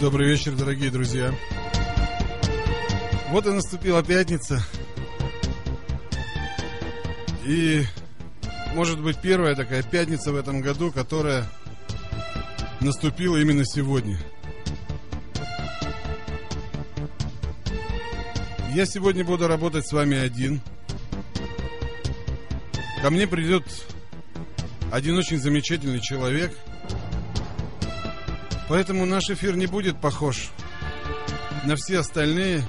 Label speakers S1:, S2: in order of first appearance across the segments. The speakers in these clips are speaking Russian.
S1: Добрый вечер, дорогие друзья. Вот и наступила пятница. И, может быть, первая такая пятница в этом году, которая наступила именно сегодня. Я сегодня буду работать с вами один. Ко мне придет один очень замечательный человек. Поэтому наш эфир не будет похож на все остальные.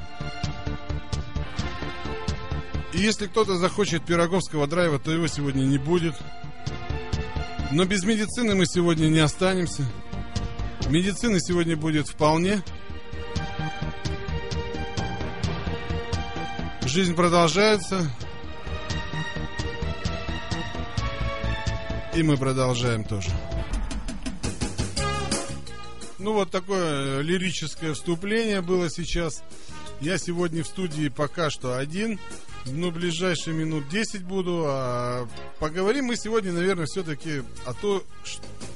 S1: И если кто-то захочет пироговского драйва, то его сегодня не будет. Но без медицины мы сегодня не останемся. Медицины сегодня будет вполне. Жизнь продолжается. И мы продолжаем тоже. Ну, вот такое э, лирическое вступление было сейчас. Я сегодня в студии пока что один. Ну, ближайшие минут 10 буду. А поговорим мы сегодня, наверное, все-таки о том,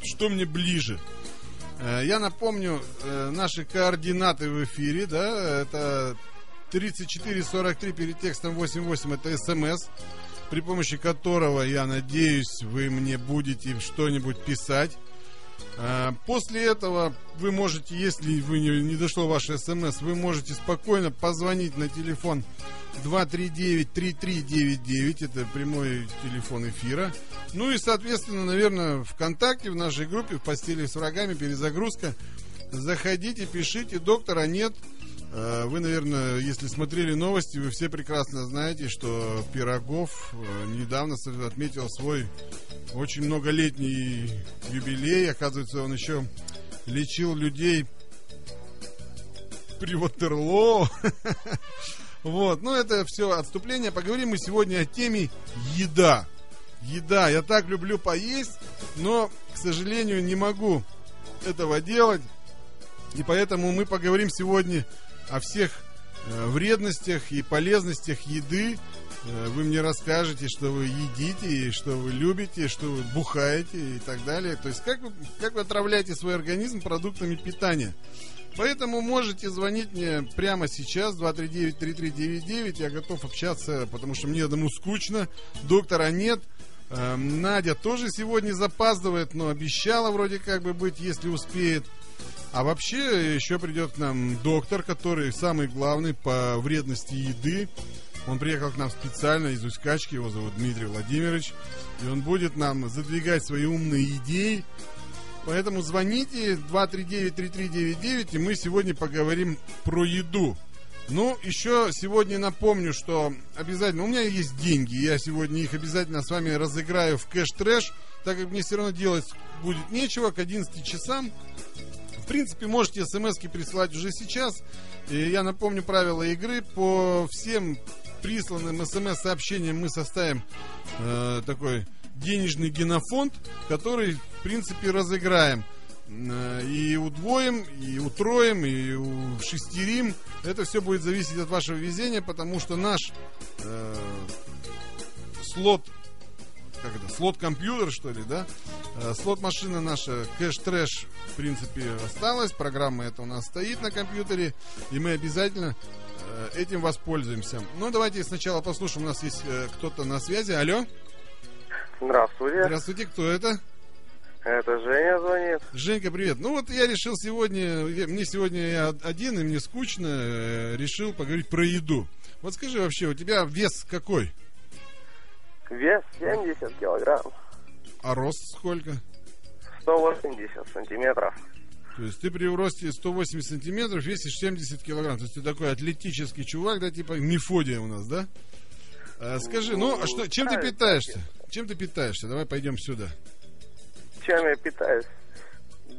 S1: что мне ближе. Э, Я напомню, э, наши координаты в эфире, да, это 3443 перед текстом 88, это смс, при помощи которого, я надеюсь, вы мне будете что-нибудь писать. А, После этого вы можете, если вы не, не дошло ваше смс, вы можете спокойно позвонить на телефон 239-3399, это прямой телефон эфира. Ну и, соответственно, наверное, ВКонтакте, в нашей группе, в постели с врагами, перезагрузка. Заходите, пишите, доктора нет. Э, Вы, наверное, если смотрели новости, вы все прекрасно знаете, что Пирогов э, недавно с- отметил свой очень многолетний юбилей. Оказывается, он еще лечил людей при Ватерлоо. Вот, ну это все отступление. Поговорим мы сегодня о теме еда. Еда. Я так люблю поесть, но, к сожалению, не могу этого делать. И поэтому мы поговорим сегодня о всех э, вредностях и полезностях еды. Э, Вы мне расскажете, что вы едите, и что вы любите, что вы бухаете и так далее. То есть как вы, как вы отравляете свой организм продуктами питания. Поэтому можете звонить мне прямо сейчас, 239-3399. Я готов общаться, потому что мне одному скучно, доктора нет. Эм, Надя тоже сегодня запаздывает, но обещала вроде как бы быть, если успеет. А вообще еще придет к нам доктор, который самый главный по вредности еды. Он приехал к нам специально из Ускачки, его зовут Дмитрий Владимирович. И он будет нам задвигать свои умные идеи. Поэтому звоните 239-3399, и мы сегодня поговорим про еду. Ну, еще сегодня напомню, что обязательно... У меня есть деньги, я сегодня их обязательно с вами разыграю в кэш-трэш, так как мне все равно делать будет нечего к 11 часам. В принципе, можете смски присылать уже сейчас. И я напомню правила игры. По всем присланным смс-сообщениям мы составим э, такой денежный генофонд, который, в принципе, разыграем. Э, И удвоим, и утроим, и шестерим. Это все будет зависеть от вашего везения, потому что наш э, слот как это, слот-компьютер, что ли, да? Э, Слот-машина наша, кэш-трэш, в принципе, осталась. Программа эта у нас стоит на компьютере, и мы обязательно э, этим воспользуемся. Ну, давайте сначала послушаем, у нас есть э, кто-то на связи. Алло,
S2: Здравствуйте.
S1: здравствуйте, кто это?
S2: Это Женя звонит.
S1: Женька, привет. Ну вот я решил сегодня, я- мне сегодня я од- один, и мне скучно, э, решил поговорить про еду. Вот скажи вообще, у тебя вес какой?
S2: Вес 70 килограмм.
S1: А рост сколько?
S2: 180 сантиметров.
S1: То есть ты при росте 180 сантиметров весишь 70 килограмм. То есть ты такой атлетический чувак, да, типа Мефодия у нас, да? А, скажи, ну, а что, чем ты питаешься? Чем ты питаешься? Давай пойдем сюда.
S2: Чем я питаюсь?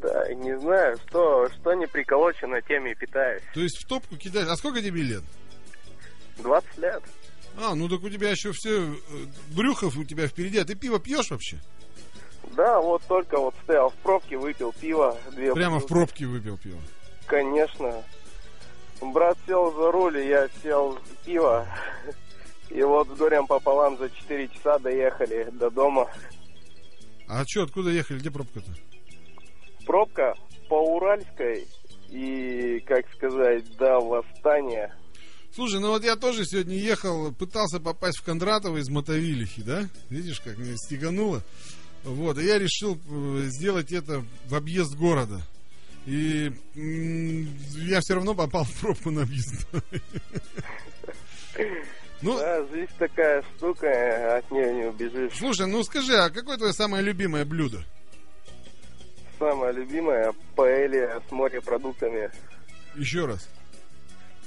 S2: Да, не знаю, что, что не приколочено, тем и питаюсь.
S1: То есть в топку кидаешь. А сколько тебе лет?
S2: 20 лет.
S1: А, ну так у тебя еще все брюхов у тебя впереди. А ты пиво пьешь вообще?
S2: Да, вот только вот стоял в пробке, выпил пиво. Две
S1: Прямо в
S2: бутылки.
S1: пробке выпил пиво.
S2: Конечно. Брат сел за руль, и я сел пиво. И вот с горем пополам за 4 часа доехали до дома.
S1: А что, откуда ехали? Где пробка-то?
S2: Пробка по Уральской и, как сказать, до восстания.
S1: Слушай, ну вот я тоже сегодня ехал, пытался попасть в Кондратово из Мотовилихи, да? Видишь, как меня стегануло. Вот, и я решил э, сделать это в объезд города. И м, я все равно попал в пробку на объезд. Ну,
S2: Да, жизнь такая штука, э, от нее не убежишь.
S1: слушай, ну скажи, а какое твое самое любимое блюдо?
S2: Самое любимое паэлья с морепродуктами.
S1: Еще раз.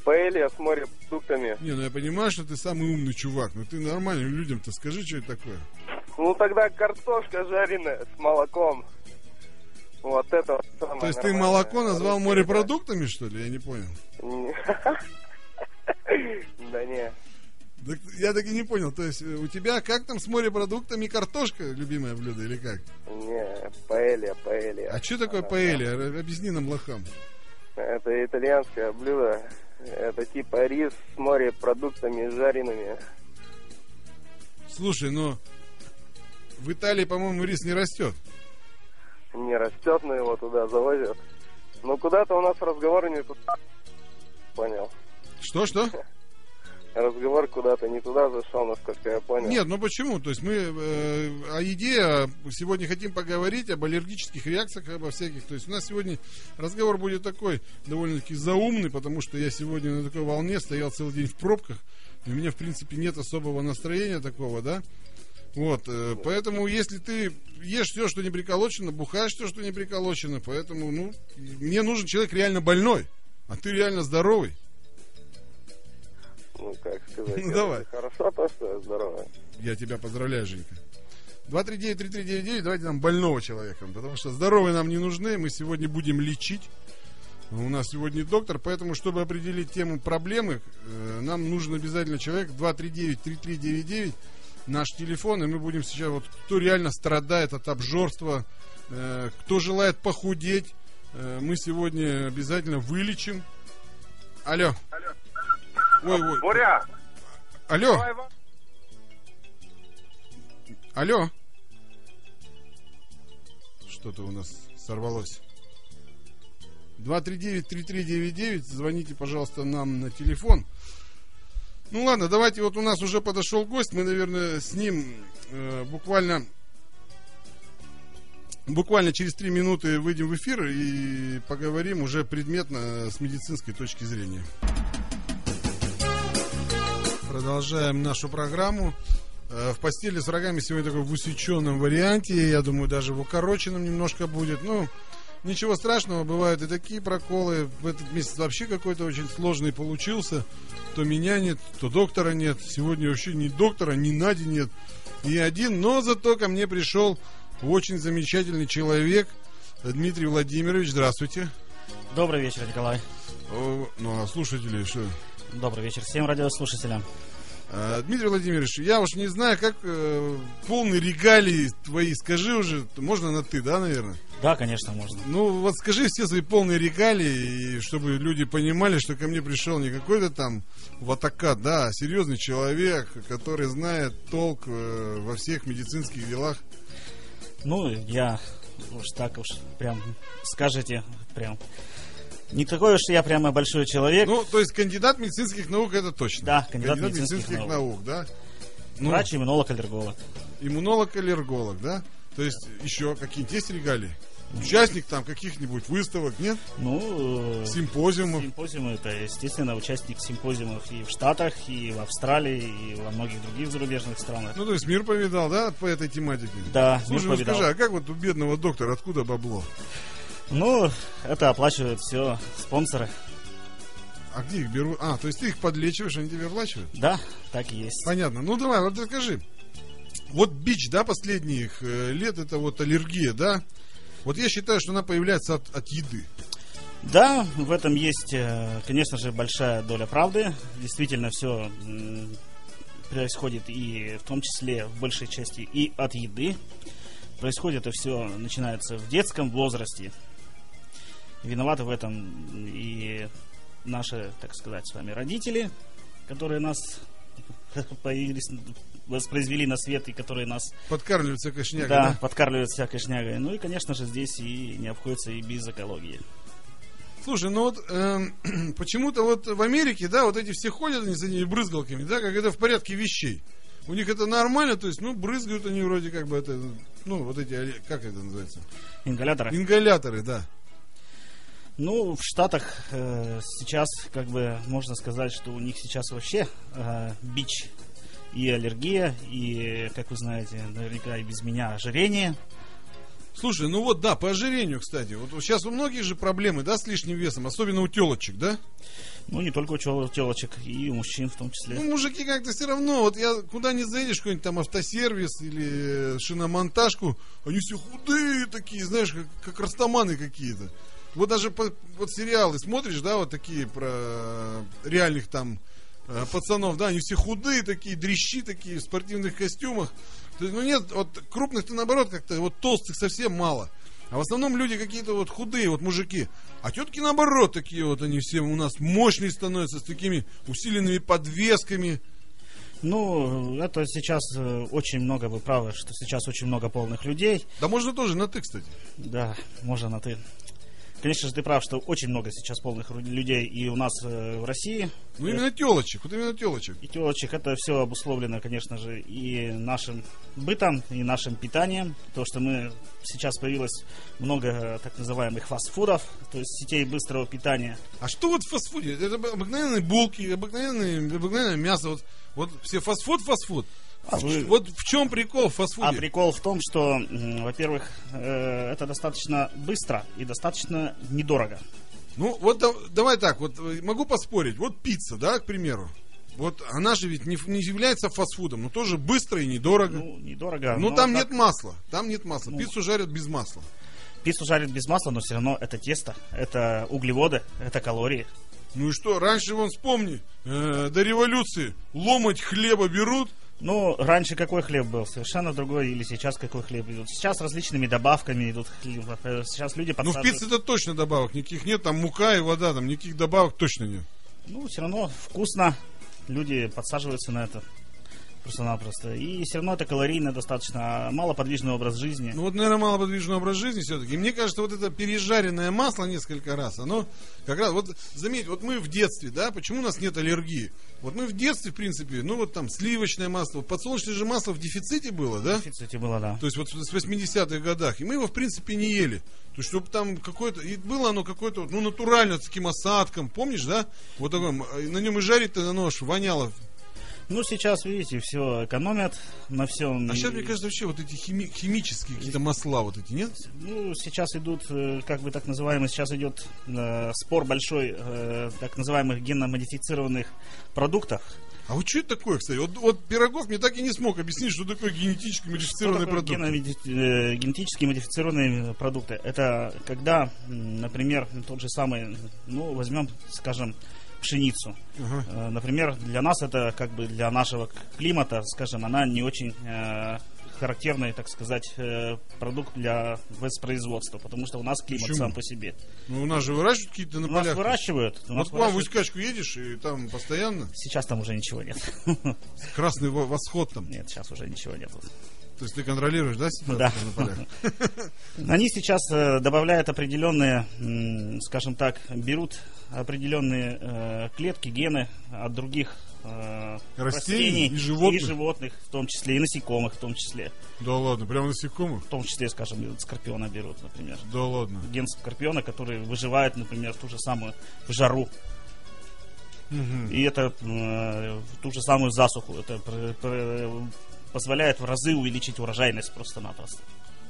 S2: Паэлья с морепродуктами.
S1: Не, ну я понимаю, что ты самый умный чувак, но ты нормальным людям-то скажи, что это такое.
S2: Ну тогда картошка жареная с молоком. Вот это вот самое
S1: То есть ты
S2: нормальное.
S1: молоко назвал
S2: Русская еда.
S1: морепродуктами, что ли? Я не понял.
S2: Да не.
S1: Так я так и не понял. То есть э, у тебя как там с морепродуктами картошка, любимое блюдо, или как?
S2: Не, паэлья, паэлья.
S1: А что такое
S2: Она-
S1: паэлья? Р- Объясни нам лохам.
S2: Это итальянское блюдо. Это типа рис с морепродуктами жареными.
S1: Слушай, ну в Италии, по-моему, рис не растет.
S2: Не растет, но его туда завозят. Но куда-то у нас разговор не туда. Понял.
S1: Что, что?
S2: Разговор куда-то не туда зашел, насколько я понял.
S1: Нет, ну почему? То есть мы э, о еде э, сегодня хотим поговорить, об аллергических реакциях, обо всяких. То есть у нас сегодня разговор будет такой, довольно-таки заумный, потому что я сегодня на такой волне стоял целый день в пробках, и у меня, в принципе, нет особого настроения такого, да? Вот, э, поэтому если ты ешь все, что не приколочено, бухаешь все, что не приколочено, поэтому, ну, мне нужен человек реально больной, а ты реально здоровый.
S2: Ну, как сказать.
S1: Ну,
S2: это
S1: давай.
S2: Хорошо то, что я здоровый.
S1: Я тебя поздравляю, Женька. 239-3399, давайте нам больного человека, потому что здоровые нам не нужны, мы сегодня будем лечить. У нас сегодня доктор, поэтому, чтобы определить тему проблемы, э, нам нужен обязательно человек 239-3399, наш телефон, и мы будем сейчас, вот кто реально страдает от обжорства, э, кто желает похудеть, э, мы сегодня обязательно вылечим. Алло. Ой, ой.
S3: Боря,
S1: Алло,
S3: давай вам.
S1: алло. Что-то у нас сорвалось. 239-3399, звоните, пожалуйста, нам на телефон. Ну ладно, давайте, вот у нас уже подошел гость, мы, наверное, с ним э, буквально буквально через три минуты выйдем в эфир и поговорим уже предметно с медицинской точки зрения. Продолжаем нашу программу. Э, В постели с врагами сегодня такой в усеченном варианте, я думаю, даже в укороченном немножко будет. Ну, ничего страшного, бывают и такие проколы. В этот месяц вообще какой-то очень сложный получился. То меня нет, то доктора нет. Сегодня вообще ни доктора, ни Нади нет, ни один. Но зато ко мне пришел очень замечательный человек, Дмитрий Владимирович, здравствуйте.
S4: Добрый вечер, Николай.
S1: О, Ну, а слушатели, что?
S4: Добрый вечер всем радиослушателям.
S1: А, Дмитрий Владимирович, я уж не знаю, как э, полный регалии твои, скажи уже, можно на ты, да, наверное?
S4: Да, конечно, можно.
S1: Ну, вот скажи все свои полные регалии, и чтобы люди понимали, что ко мне пришел не какой-то там ватакат, да, а серьезный человек, который знает толк э, во всех медицинских делах.
S4: Ну, я уж так уж прям скажете, прям. Не такой уж я прямо большой человек.
S1: Ну, то есть кандидат медицинских наук это точно.
S4: Да, кандидат медицинских
S1: наук. да. Ну,
S4: Врач, иммунолог, аллерголог.
S1: иммунолог-аллерголог, да? То есть еще какие-нибудь есть регалии? Участник там каких-нибудь выставок, нет?
S4: Ну, э,
S1: Симпозиумов.
S4: симпозиумы это, естественно, участник симпозиумов и в Штатах, и в Австралии, и во многих других зарубежных странах.
S1: Ну, то есть мир повидал, да, по этой тематике?
S4: Да, мир
S1: Слушай, ну
S4: повидал.
S1: скажи, а как вот у бедного доктора, откуда бабло?
S4: Ну, это оплачивают все спонсоры.
S1: А где их берут? А, то есть ты их подлечиваешь, они тебе оплачивают?
S4: Да, так и есть.
S1: Понятно. Ну, давай, вот расскажи. Вот бич, да, последних э, лет, это вот аллергия, да? Вот я считаю, что она появляется от, от еды.
S4: Да, в этом есть, э, конечно же, большая доля правды. Действительно, все происходит и в том числе в большей части и от еды. Происходит это все начинается в детском возрасте. Виноваты в этом и наши, так сказать, с вами родители, которые нас появились, воспроизвели на свет и которые нас
S1: Подкармливается кошняк,
S4: да,
S1: да?
S4: подкармливают всякой шнягой. Ну и, конечно же, здесь и не обходится и без экологии.
S1: Слушай, ну вот эм, почему-то вот в Америке, да, вот эти все ходят они с этими брызгалками, да, как это в порядке вещей. У них это нормально, то есть, ну, брызгают они вроде как бы это, ну, вот эти, оле- как это называется?
S4: Ингаляторы.
S1: Ингаляторы, да.
S4: Ну, в Штатах э, сейчас, как бы, можно сказать, что у них сейчас вообще э, бич и аллергия, и, как вы знаете, наверняка и без меня ожирение.
S1: Слушай, ну вот да, по ожирению, кстати. Вот сейчас у многих же проблемы, да, с лишним весом, особенно у телочек, да?
S4: Ну, не только у тел- телочек, и у мужчин в том числе.
S1: Ну, мужики как-то все равно, вот я куда не заедешь, какой-нибудь там автосервис или э, шиномонтажку, они все худые такие, знаешь, как, как растаманы какие-то. Вот даже по- вот сериалы смотришь, да, вот такие про э, реальных там э, пацанов, да, они все худые такие, дрищи такие в спортивных костюмах. То есть, ну нет, вот крупных-то наоборот как-то, вот толстых совсем мало. А в основном люди какие-то вот худые, вот мужики. А тетки наоборот такие вот, они все у нас мощные становятся, с такими усиленными подвесками.
S4: Ну, это сейчас э, очень много, вы правы, что сейчас очень много полных людей.
S1: Да можно тоже на ты, кстати.
S4: Да, можно на ты. Конечно же, ты прав, что очень много сейчас полных ру- людей и у нас э, в России,
S1: Ну именно телочек, вот именно телочек.
S4: и телочек. Это все обусловлено, конечно же, и нашим бытом, и нашим питанием. То, что мы сейчас появилось много э, так называемых фастфудов, то есть сетей быстрого питания.
S1: А что вот в фастфуде? Это обыкновенные булки, обыкновенные, обыкновенное мясо. Вот, вот все фастфуд, фастфуд.
S4: А вы-
S1: Вот в чем прикол в фастфуде?
S4: А прикол в том, что, м, во-первых, э, это достаточно быстро и достаточно недорого.
S1: Ну, вот да- давай так, вот э, могу поспорить. Вот пицца, да, к примеру. Вот она же ведь не, ф- не является фастфудом, но тоже быстро и недорого.
S4: Ну, недорого.
S1: Ну,
S4: но
S1: там
S4: так.
S1: нет масла. Там нет масла.
S4: Ну.
S1: Пиццу жарят без масла.
S4: Пиццу жарят без масла, но все равно это тесто, это углеводы, это калории.
S1: Ну и что, раньше, вон, вспомни, э, до революции ломать хлеба берут.
S4: Ну, раньше какой хлеб был? Совершенно другой, или сейчас какой хлеб идут? Сейчас различными добавками идут хлеб. Э, Сейчас люди
S1: Ну, в
S4: подсаживают.
S1: пицце-то точно добавок никаких нет. Там мука и вода, там никаких добавок точно нет.
S4: Ну, все равно вкусно. Люди подсаживаются на это. Просто-напросто. И все равно это калорийно достаточно, а малоподвижный образ жизни.
S1: Ну, вот, наверное, малоподвижный образ жизни все-таки. Мне кажется, вот это пережаренное масло несколько раз, оно как раз... Вот, заметь, вот мы в детстве, да, почему у нас нет аллергии? Вот мы в детстве, в принципе, ну, вот там сливочное масло, подсолнечное же масло в дефиците было, да?
S4: В дефиците было, да.
S1: То есть вот с 80-х годах. И мы его, в принципе, не ели. То есть, чтобы там какое-то... И было оно какое-то, вот, ну, натурально, с таким осадком, помнишь, да? Вот таком, э, на нем и жарить-то оно аж воняло.
S4: Ну, сейчас, видите, все экономят на всем.
S1: А сейчас, мне кажется, вообще вот эти хими- химические какие-то масла вот эти, нет?
S4: Ну, сейчас идут, э, как бы так называемый, сейчас идет э, спор большой э, так называемых генно-модифицированных продуктов.
S1: А вот что это такое, кстати? Вот, вот Пирогов мне так и не смог объяснить, что такое генетически модифицированный
S4: Что такое
S1: продукт.
S4: геномеди- э, генетически модифицированные э, продукты. Это когда, м, например, тот же самый, ну, возьмем, скажем, пшеницу.
S1: Ага.
S4: Э, Например, для нас это как бы для нашего к- климата, скажем, она не очень э, характерный, так сказать, э, продукт для воспроизводства, потому что у нас климат
S1: Почему?
S4: сам по себе.
S1: Ну, у нас же выращивают какие-то на
S4: У нас
S1: полях.
S4: выращивают. у нас
S1: Вот к вам в
S4: выращивают.
S1: Усть-Качку едешь, и там постоянно
S4: Сейчас там уже ничего нет.
S1: красный во- восход там.
S4: Нет, сейчас уже ничего нет.
S1: То есть ты контролируешь, да, ситуацию
S4: Да.
S1: на полях?
S4: Они сейчас э, добавляют определенные, м, скажем так, берут определенные э, клетки, гены от других э,
S1: Растений и
S4: растений
S1: животных?
S4: и животных, в том числе, и насекомых в том числе.
S1: Да ладно, прямо насекомых?
S4: В том числе, скажем, и вот скорпиона берут, например.
S1: Да ладно.
S4: Ген скорпиона, который выживает, например, ту же самую жару.
S1: Мгм.
S4: И это э, ту же самую засуху. Это пр- пр- позволяет в разы увеличить урожайность просто-напросто.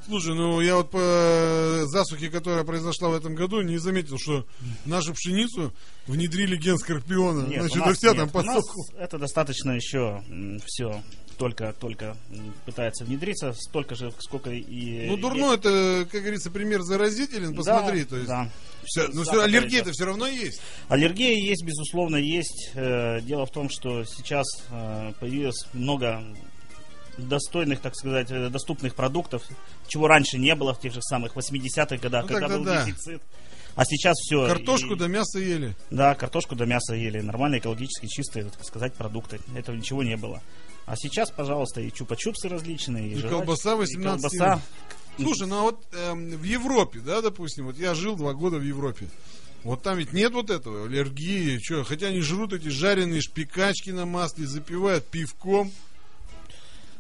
S1: Слушай, ну я вот по засухе, которая произошла в этом году, не заметил, что нашу пшеницу внедрили ген скорпиона.
S4: Нет,
S1: Ну, Значит,
S4: у
S1: это
S4: нас
S1: вся
S4: нет.
S1: там
S4: У нас
S1: посылку.
S4: это достаточно еще все только только м, пытается внедриться столько же сколько и
S1: Ну, дурно, это, как говорится, пример заразителен. Посмотри, то есть. Вся- ну, все, аллергия-то все равно есть.
S4: Аллергия есть, безусловно, есть. Э, Дело в том, что сейчас э, появилось много достойных, так сказать, э, доступных продуктов, чего раньше не было в тех же самых 80-х годах,
S1: Ну,
S4: когда
S1: тогда
S4: был
S1: да.
S4: дефицит. А сейчас все.
S1: Картошку да мясо ели.
S4: Да, картошку до мяса ели. Нормальные, экологически чистые, так сказать, продукты. Этого ничего не было. А сейчас, пожалуйста, и чупа-чупсы различные, и,
S1: И
S4: жвачки,
S1: колбаса 18
S4: и колбаса.
S1: Слушай, ну а вот эм, в Европе, да, допустим, вот я жил два года в Европе. Вот там ведь нет вот этого, аллергии, что, хотя они жрут эти жареные шпикачки на масле, запивают пивком.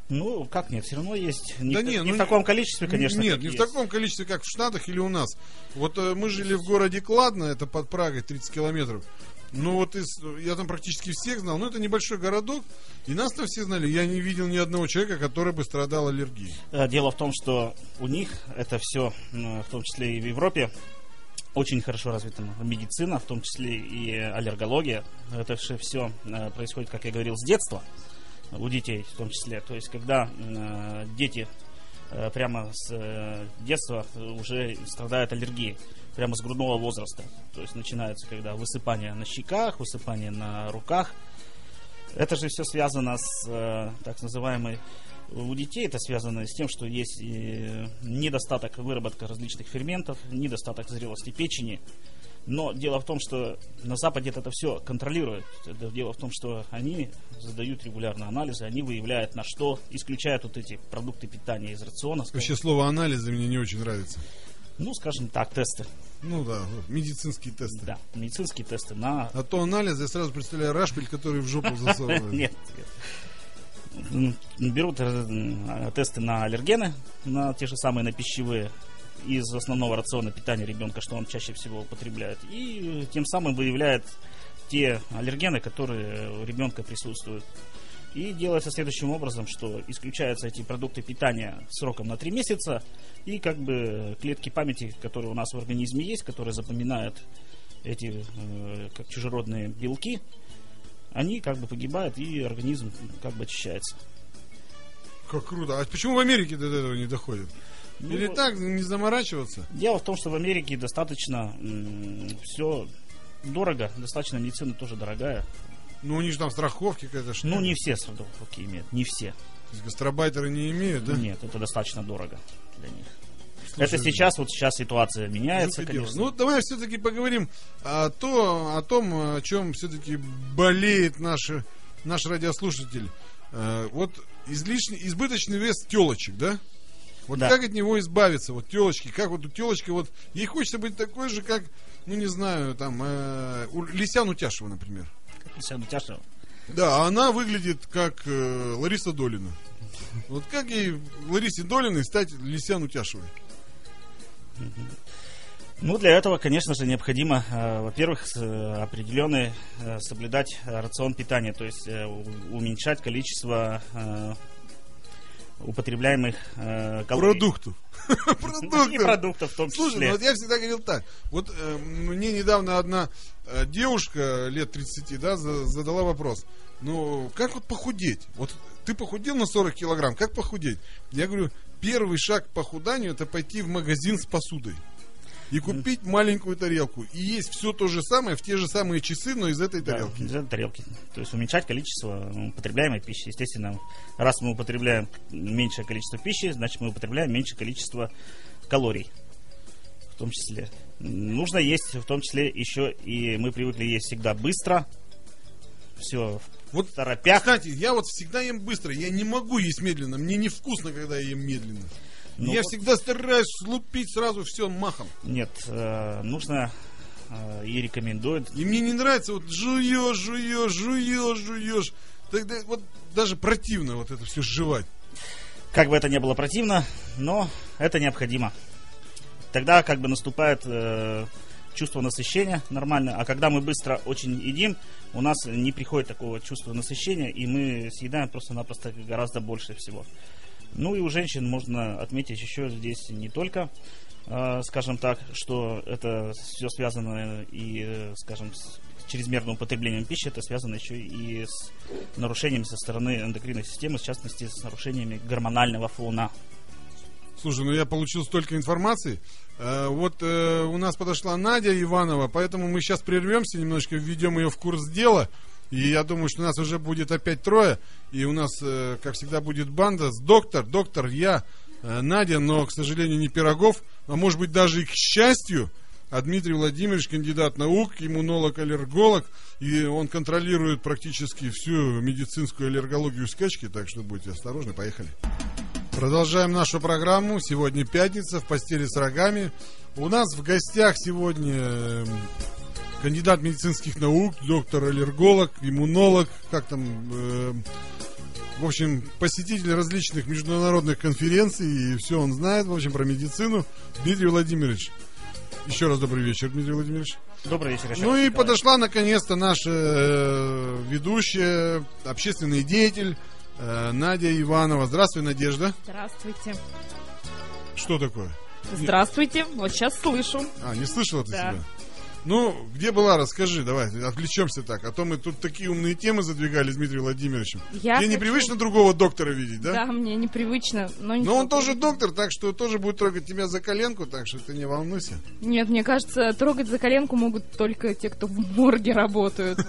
S4: Ну, как нет, все равно есть. Не,
S1: Да
S4: в-
S1: не,
S4: не
S1: ну,
S4: в таком количестве, конечно.
S1: Нет,
S4: как
S1: не в
S4: есть.
S1: таком количестве, как в Штатах или у нас. Вот э, мы жили в городе Кладно, это под Прагой 30 километров. Ну вот из, я там практически всех знал, но это небольшой городок, и нас там все знали. Я не видел ни одного человека, который бы страдал аллергией.
S4: Э, Дело в том, что у них это все, в том числе и в Европе, очень хорошо развита медицина, в том числе и аллергология. Это все происходит, как я говорил, с детства у детей в том числе. То есть, когда э, дети э, прямо с э, детства уже страдают аллергией, прямо с грудного возраста. То есть, начинаются, когда высыпание на щеках, высыпание на руках. Это же все связано с э, так называемой у детей это связано с тем, что есть э, недостаток выработка различных ферментов, недостаток зрелости печени. Но дело в том, что на Западе это все контролирует. Это дело в том, что они задают регулярно анализы, они выявляют на что, исключают вот эти продукты питания из рациона. скажем.
S1: Вообще слово анализы мне не очень нравится.
S4: Ну, скажем так, тесты.
S1: Ну да, вот, медицинские тесты.
S4: Да, медицинские тесты на...
S1: А то анализы, я сразу представляю рашпиль, который в жопу засовывают.
S4: Нет. М, Берут э, тесты на аллергены, на те же самые, на пищевые, из основного рациона питания ребенка, что он чаще всего употребляет. И э, тем самым выявляет те аллергены, которые у ребенка присутствуют. И делается следующим образом, что исключаются эти продукты питания сроком на 3 месяца, и как бы клетки памяти, которые у нас в организме есть, которые запоминают эти э, как чужеродные белки, они как бы погибают, и организм как бы очищается.
S1: Как круто. А почему в Америке до этого не доходит?
S4: Ну,
S1: Или так, не заморачиваться?
S4: Дело в том, что в Америке достаточно все дорого, достаточно медицина тоже дорогая.
S1: Ну, у них же там страховки какая-то что
S4: Ну,
S1: ли?
S4: не все сродовки имеют, не все.
S1: То есть гастарбайтеры не имеют, да?
S4: Нет, это достаточно дорого для них.
S1: Слушай,
S4: это сейчас, вот сейчас ситуация меняется,
S1: жуткое дело.
S4: конечно.
S1: Ну, вот давай все-таки поговорим о, то, о том, о чем все-таки болеет наш, наш радиослушатель. Э, вот излишний, избыточный вес телочек, да? Вот
S4: Да.
S1: как от него избавиться, вот телочки, как вот у телочки, вот ей хочется быть такой же, как, ну не знаю, там, э, у Лисян Утяшева, например.
S4: Александр Тяшев.
S1: Да, а она выглядит как э, Лариса Долина. Вот как ей Ларисе Долиной стать Лисян Утяшевой?
S4: Ну, для этого, конечно же, необходимо, э, во-первых, с- э, определенный э, соблюдать э, рацион питания, то есть э, у- уменьшать количество э, употребляемых э, калорий.
S1: Продуктов.
S4: И
S1: Продуктов.
S4: Ну, продуктов в том числе.
S1: Слушай, ну вот я всегда говорил так. Вот э, мне недавно одна э, девушка лет 30, да, за- задала вопрос. Ну, как вот похудеть? Вот ты похудел на 40 килограмм, как похудеть? Я говорю, первый шаг к похуданию это пойти в магазин с посудой. И купить маленькую тарелку. И есть все то же самое в те же самые часы, но из этой
S4: Да,
S1: тарелки.
S4: из этой тарелки. То есть уменьшать количество употребляемой пищи. Естественно, раз мы употребляем меньшее количество пищи, значит мы употребляем меньшее количество калорий. В том числе. М, Нужно есть, в том числе еще и мы привыкли есть всегда быстро. Все
S1: Вот
S4: в торопях.
S1: Кстати, я вот всегда ем быстро, я не могу есть медленно, мне невкусно, когда я ем медленно.
S4: Ну
S1: я
S4: вот.
S1: всегда стараюсь слупить сразу все махом.
S4: Нет, э, нужно э, и рекомендует
S1: И мне не нравится, вот жуешь, жуешь, жуешь, жуешь. Тогда вот даже противно вот это все жевать.
S4: Как бы это ни было противно, но это необходимо. Тогда как бы наступает э, чувство насыщения нормально, а когда мы быстро очень едим, у нас не приходит такого чувства насыщения, и мы съедаем просто-напросто гораздо больше всего. Ну и у женщин можно отметить еще здесь не только, э, скажем так, что это все связано и, э, скажем, с чрезмерным употреблением пищи, это связано еще и с нарушениями со стороны эндокринной системы, в частности, с нарушениями гормонального фона.
S1: Слушай, ну я получил столько информации. Э, вот э, у нас подошла Надя Иванова, поэтому мы сейчас прервемся, немножечко введем ее в курс дела. И я думаю, что нас уже будет опять трое. И у нас, э, как всегда, будет банда с доктор, доктор, я, э, Надя, но, к сожалению, не Пирогов, а может быть даже и к счастью, а Дмитрий Владимирович, кандидат наук, иммунолог-аллерголог, и он контролирует практически всю медицинскую аллергологию скачки, так что будьте осторожны, поехали. Продолжаем нашу программу. Сегодня пятница, в постели с рогами. У нас в гостях сегодня э, кандидат медицинских наук, доктор-аллерголог, иммунолог, как там... э, в общем, посетитель различных международных конференций, и все он знает, в общем, про медицину. Дмитрий Владимирович. Еще раз добрый вечер, Дмитрий Владимирович.
S4: Добрый вечер, Александр
S1: Ну и
S4: Николаевич.
S1: подошла наконец-то наша э, ведущая, общественный деятель э, Надя Иванова. Здравствуй, Надежда.
S3: Здравствуйте.
S1: Что такое?
S3: Здравствуйте. Вот сейчас слышу.
S1: А, не слышала ты
S3: Да.
S1: себя? Ну, где была, расскажи, давай, отвлечемся так. А то мы тут такие умные темы задвигали с Дмитрием Владимировичем.
S3: Я
S1: Тебе
S3: хочу-
S1: непривычно другого доктора видеть,
S3: Да,
S1: да?
S3: мне непривычно, но
S1: Но
S3: ничего.
S1: он тоже доктор, так что тоже будет трогать тебя за коленку, так что ты не волнуйся.
S3: Нет, мне кажется, трогать за коленку могут только те, кто в морге работают.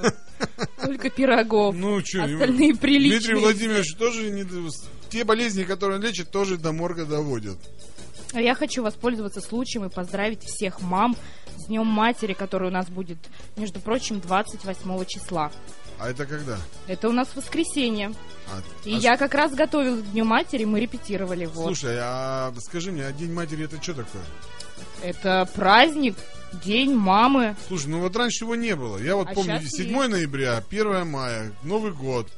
S3: Только пирогов.
S1: Ну, что,
S3: Остальные
S1: Дмитрий
S3: приличные.
S1: Владимирович тоже не... Те болезни, которые он лечит, тоже до морга доводят.
S3: А Я хочу воспользоваться случаем и поздравить всех мам с Днем Матери, который у нас будет, между прочим, 28 числа.
S1: А это когда?
S3: Это у нас воскресенье.
S1: А-
S3: И
S1: а
S3: я как раз готовилась к Дню Матери, мы репетировали.
S1: с-
S3: Вот.
S1: Слушай, а скажи мне, а День матери это что такое?
S3: Это праздник, День мамы.
S1: Слушай, ну вот раньше его не было. Я вот
S3: А
S1: помню
S3: щас
S1: 7 ноября, 1 мая, Новый год,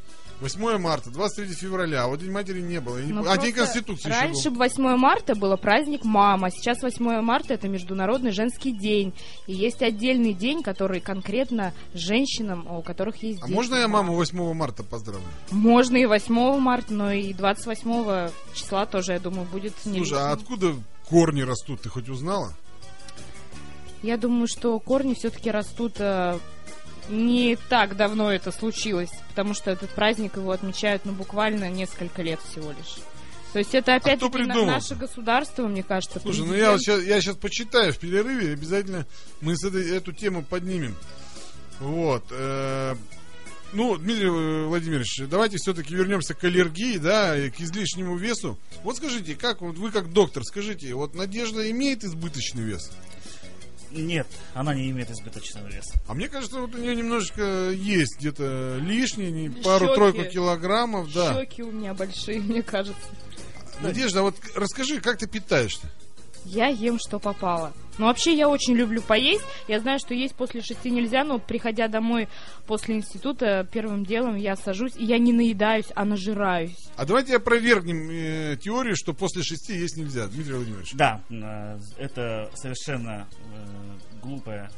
S1: 8 марта, 23 февраля. А вот День матери не было. Я не
S3: Ну,
S1: пом- а День
S3: просто
S1: Конституции еще
S3: Раньше
S1: был.
S3: 8 марта было праздник мама, а сейчас 8 марта это Международный женский день. И есть отдельный день, который конкретно женщинам, у которых есть
S1: А
S3: дети.
S1: можно я маму 8 марта поздравлю?
S3: Можно и 8 марта, но и 28 числа тоже, я думаю, будет не
S1: Слушай, а
S3: лишним.
S1: откуда корни растут, ты хоть узнала?
S3: Я думаю, что корни все-таки растут э, не так давно это случилось, потому что этот праздник его отмечают ну, буквально несколько лет всего лишь. То есть это опять-таки на-
S1: А придумал?
S3: наше государство, мне кажется.
S1: Слушай, ну
S3: президент.
S1: я сейчас, я сейчас почитаю в перерыве, обязательно мы с этой, эту тему поднимем. Вот. э, ну, Дмитрий э, Владимирович, давайте все-таки вернемся к аллергии, да, и к излишнему весу. Вот скажите, как вот вы как доктор, скажите, вот Надежда имеет избыточный вес?
S4: Нет, она не имеет избыточного веса.
S1: А мне кажется, вот у нее немножечко есть где-то лишний, не-
S3: Щеки.
S1: пару-тройку килограммов, да.
S3: Щеки у меня большие, мне кажется.
S1: Надежда, а вот к- расскажи, как ты питаешься?
S3: Я ем, что попало. Но вообще я очень люблю поесть. Я знаю, что есть после шести нельзя, но приходя домой после института, первым делом я сажусь, и я не наедаюсь, а нажираюсь.
S1: А давайте опровергнем э, теорию, что после шести есть нельзя, Дмитрий Владимирович.
S4: Да, э, это совершенно э, глупое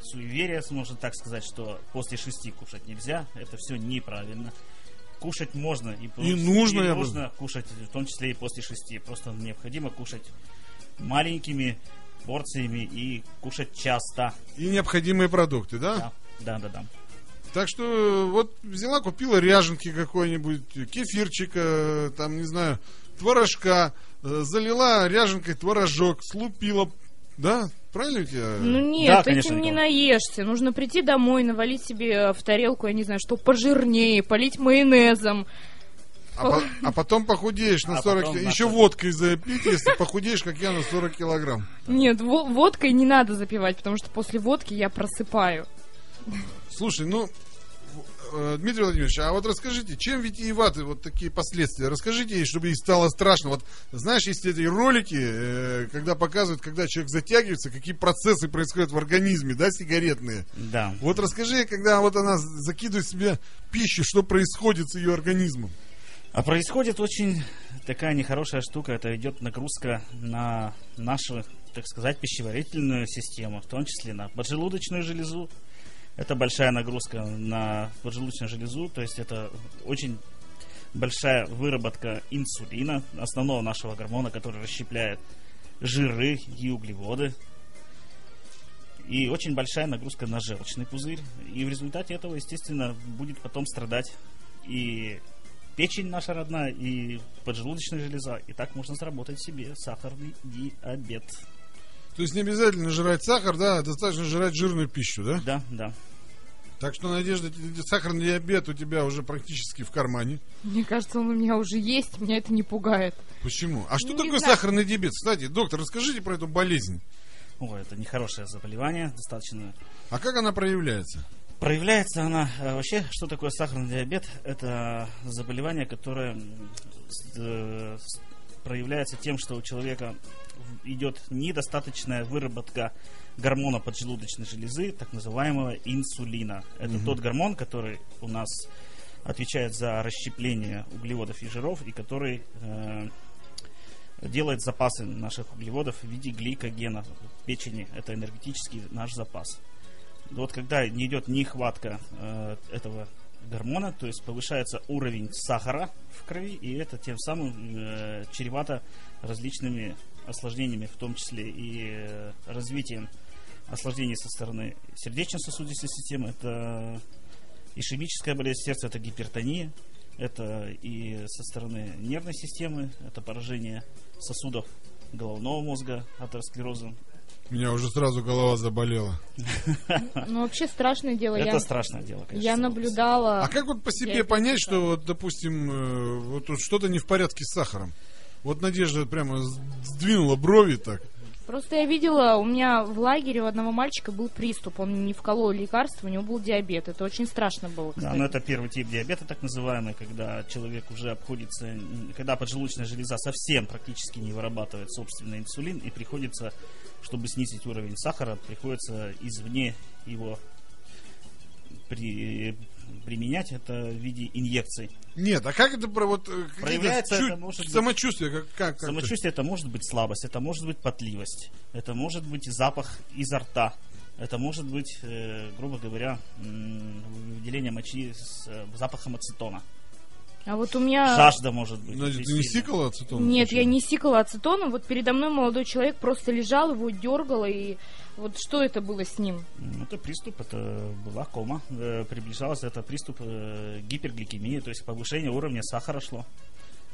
S4: суеверие, можно так сказать, что после шести кушать нельзя. Это все неправильно. Кушать можно и, по-
S1: И нужно, я бы-
S4: нужно кушать, в том числе и после шести. Просто необходимо кушать маленькими порциями и кушать часто.
S1: И необходимые продукты, да?
S4: Да, да, да, да.
S1: Так что э, вот взяла, купила ряженки какой-нибудь, э, кефирчика, э, там, не знаю, творожка, э, залила ряженкой творожок, слупила, да? Правильно у тебя?
S3: Ну нет,
S4: Э, Да,
S3: этим
S4: конечно,
S3: не
S4: Николай.
S3: наешься. Нужно прийти домой, навалить себе э, в тарелку, я не знаю, что пожирнее, полить майонезом.
S1: а, по- а потом похудеешь на
S4: А
S1: 40
S4: потом
S1: килограмм.
S4: на
S1: Еще
S4: 40.
S1: водкой запить, если похудеешь, как я, на 40 килограмм.
S3: Нет, во- водкой не надо запивать, потому что после водки я просыпаю.
S1: Слушай, ну, э, Дмитрий Владимирович, а вот расскажите, чем витиеваты вот такие последствия? Расскажите ей, чтобы ей стало страшно. Вот знаешь, есть эти ролики, э, когда показывают, когда человек затягивается, какие процессы происходят в организме, да, сигаретные.
S4: Да.
S1: Вот расскажи, ей, когда вот она закидывает себе пищу, что происходит с ее организмом.
S4: А происходит очень такая нехорошая штука. Это идет нагрузка на нашу, так сказать, пищеварительную систему, в том числе на поджелудочную железу. Это большая нагрузка на поджелудочную железу, то есть это очень большая выработка инсулина, основного нашего гормона, который расщепляет жиры и углеводы. И очень большая нагрузка на желчный пузырь. И в результате этого, естественно, будет потом страдать и печень наша родная, и поджелудочная железа. И так можно заработать себе сахарный диабет.
S1: То есть не обязательно жрать сахар, да, достаточно жрать жирную пищу, да?
S4: Да, да.
S1: Так что, Надежда, т- сахарный диабет у тебя уже практически в кармане.
S3: Мне кажется, он у меня уже есть, меня это не пугает.
S1: Почему? А что
S3: Не
S1: такое
S3: знаю.
S1: сахарный диабет? Кстати, доктор, расскажите про эту болезнь.
S4: О, это нехорошее заболевание, достаточно
S1: А как она проявляется?
S4: Проявляется она э, вообще, что такое сахарный диабет? Это заболевание, которое м, с- э, с- проявляется тем, что у человека в- идет недостаточная выработка гормона поджелудочной железы, так называемого инсулина. Это
S1: Мгм.
S4: тот гормон, который у нас отвечает за расщепление углеводов и жиров, и который э, делает запасы наших углеводов в виде гликогена в печени. Это энергетический наш запас. Вот когда не идет нехватка э, этого гормона, то есть повышается уровень сахара в крови, и это тем самым э, чревато различными осложнениями, в том числе и э, развитием осложнений со стороны сердечно-сосудистой системы. Это ишемическая болезнь сердца, это гипертония, это и со стороны нервной системы, это поражение сосудов головного мозга атеросклерозом.
S1: У меня уже сразу голова заболела.
S3: Ну, вообще страшное дело.
S4: Это
S3: я,
S4: страшное дело, конечно.
S3: я наблюдала...
S1: А как вот по
S3: Я
S1: себе
S3: это
S1: понять,
S3: не
S1: что вот, допустим, э, вот тут что-то не в порядке с сахаром? Вот Надежда прямо с- сдвинула брови так.
S3: Просто я видела, у меня в лагере у одного мальчика был приступ. Он не вколол лекарства, у него был диабет. Это очень страшно было,
S4: Да,
S3: кстати.
S4: но это первый тип диабета, так называемый, когда человек уже обходится, м, когда поджелудочная железа совсем практически не вырабатывает собственный инсулин, и приходится, чтобы снизить уровень сахара, приходится извне его при- применять, это в виде инъекций.
S1: Нет, а как это про вот э, какие-то
S4: Проявляется
S1: чу-
S4: это, может быть,
S1: самочувствие? Как, как, как-то?
S4: Самочувствие это может быть слабость, это может быть потливость, это может быть запах изо рта, это может быть, э, грубо говоря, м, выделение мочи с э, запахом ацетона.
S3: А вот у меня...
S4: Жажда может быть.
S1: Надя,
S4: очень
S1: ты не
S4: сильная.
S1: сикала ацетон?
S3: Нет, я не сикала ацетоном. Вот передо мной молодой человек просто лежал, его дергало, и вот что это было с ним?
S4: М, Это приступ, это была кома. Э, Приближалась это приступ э, гипергликемии, то есть повышение уровня сахара шло.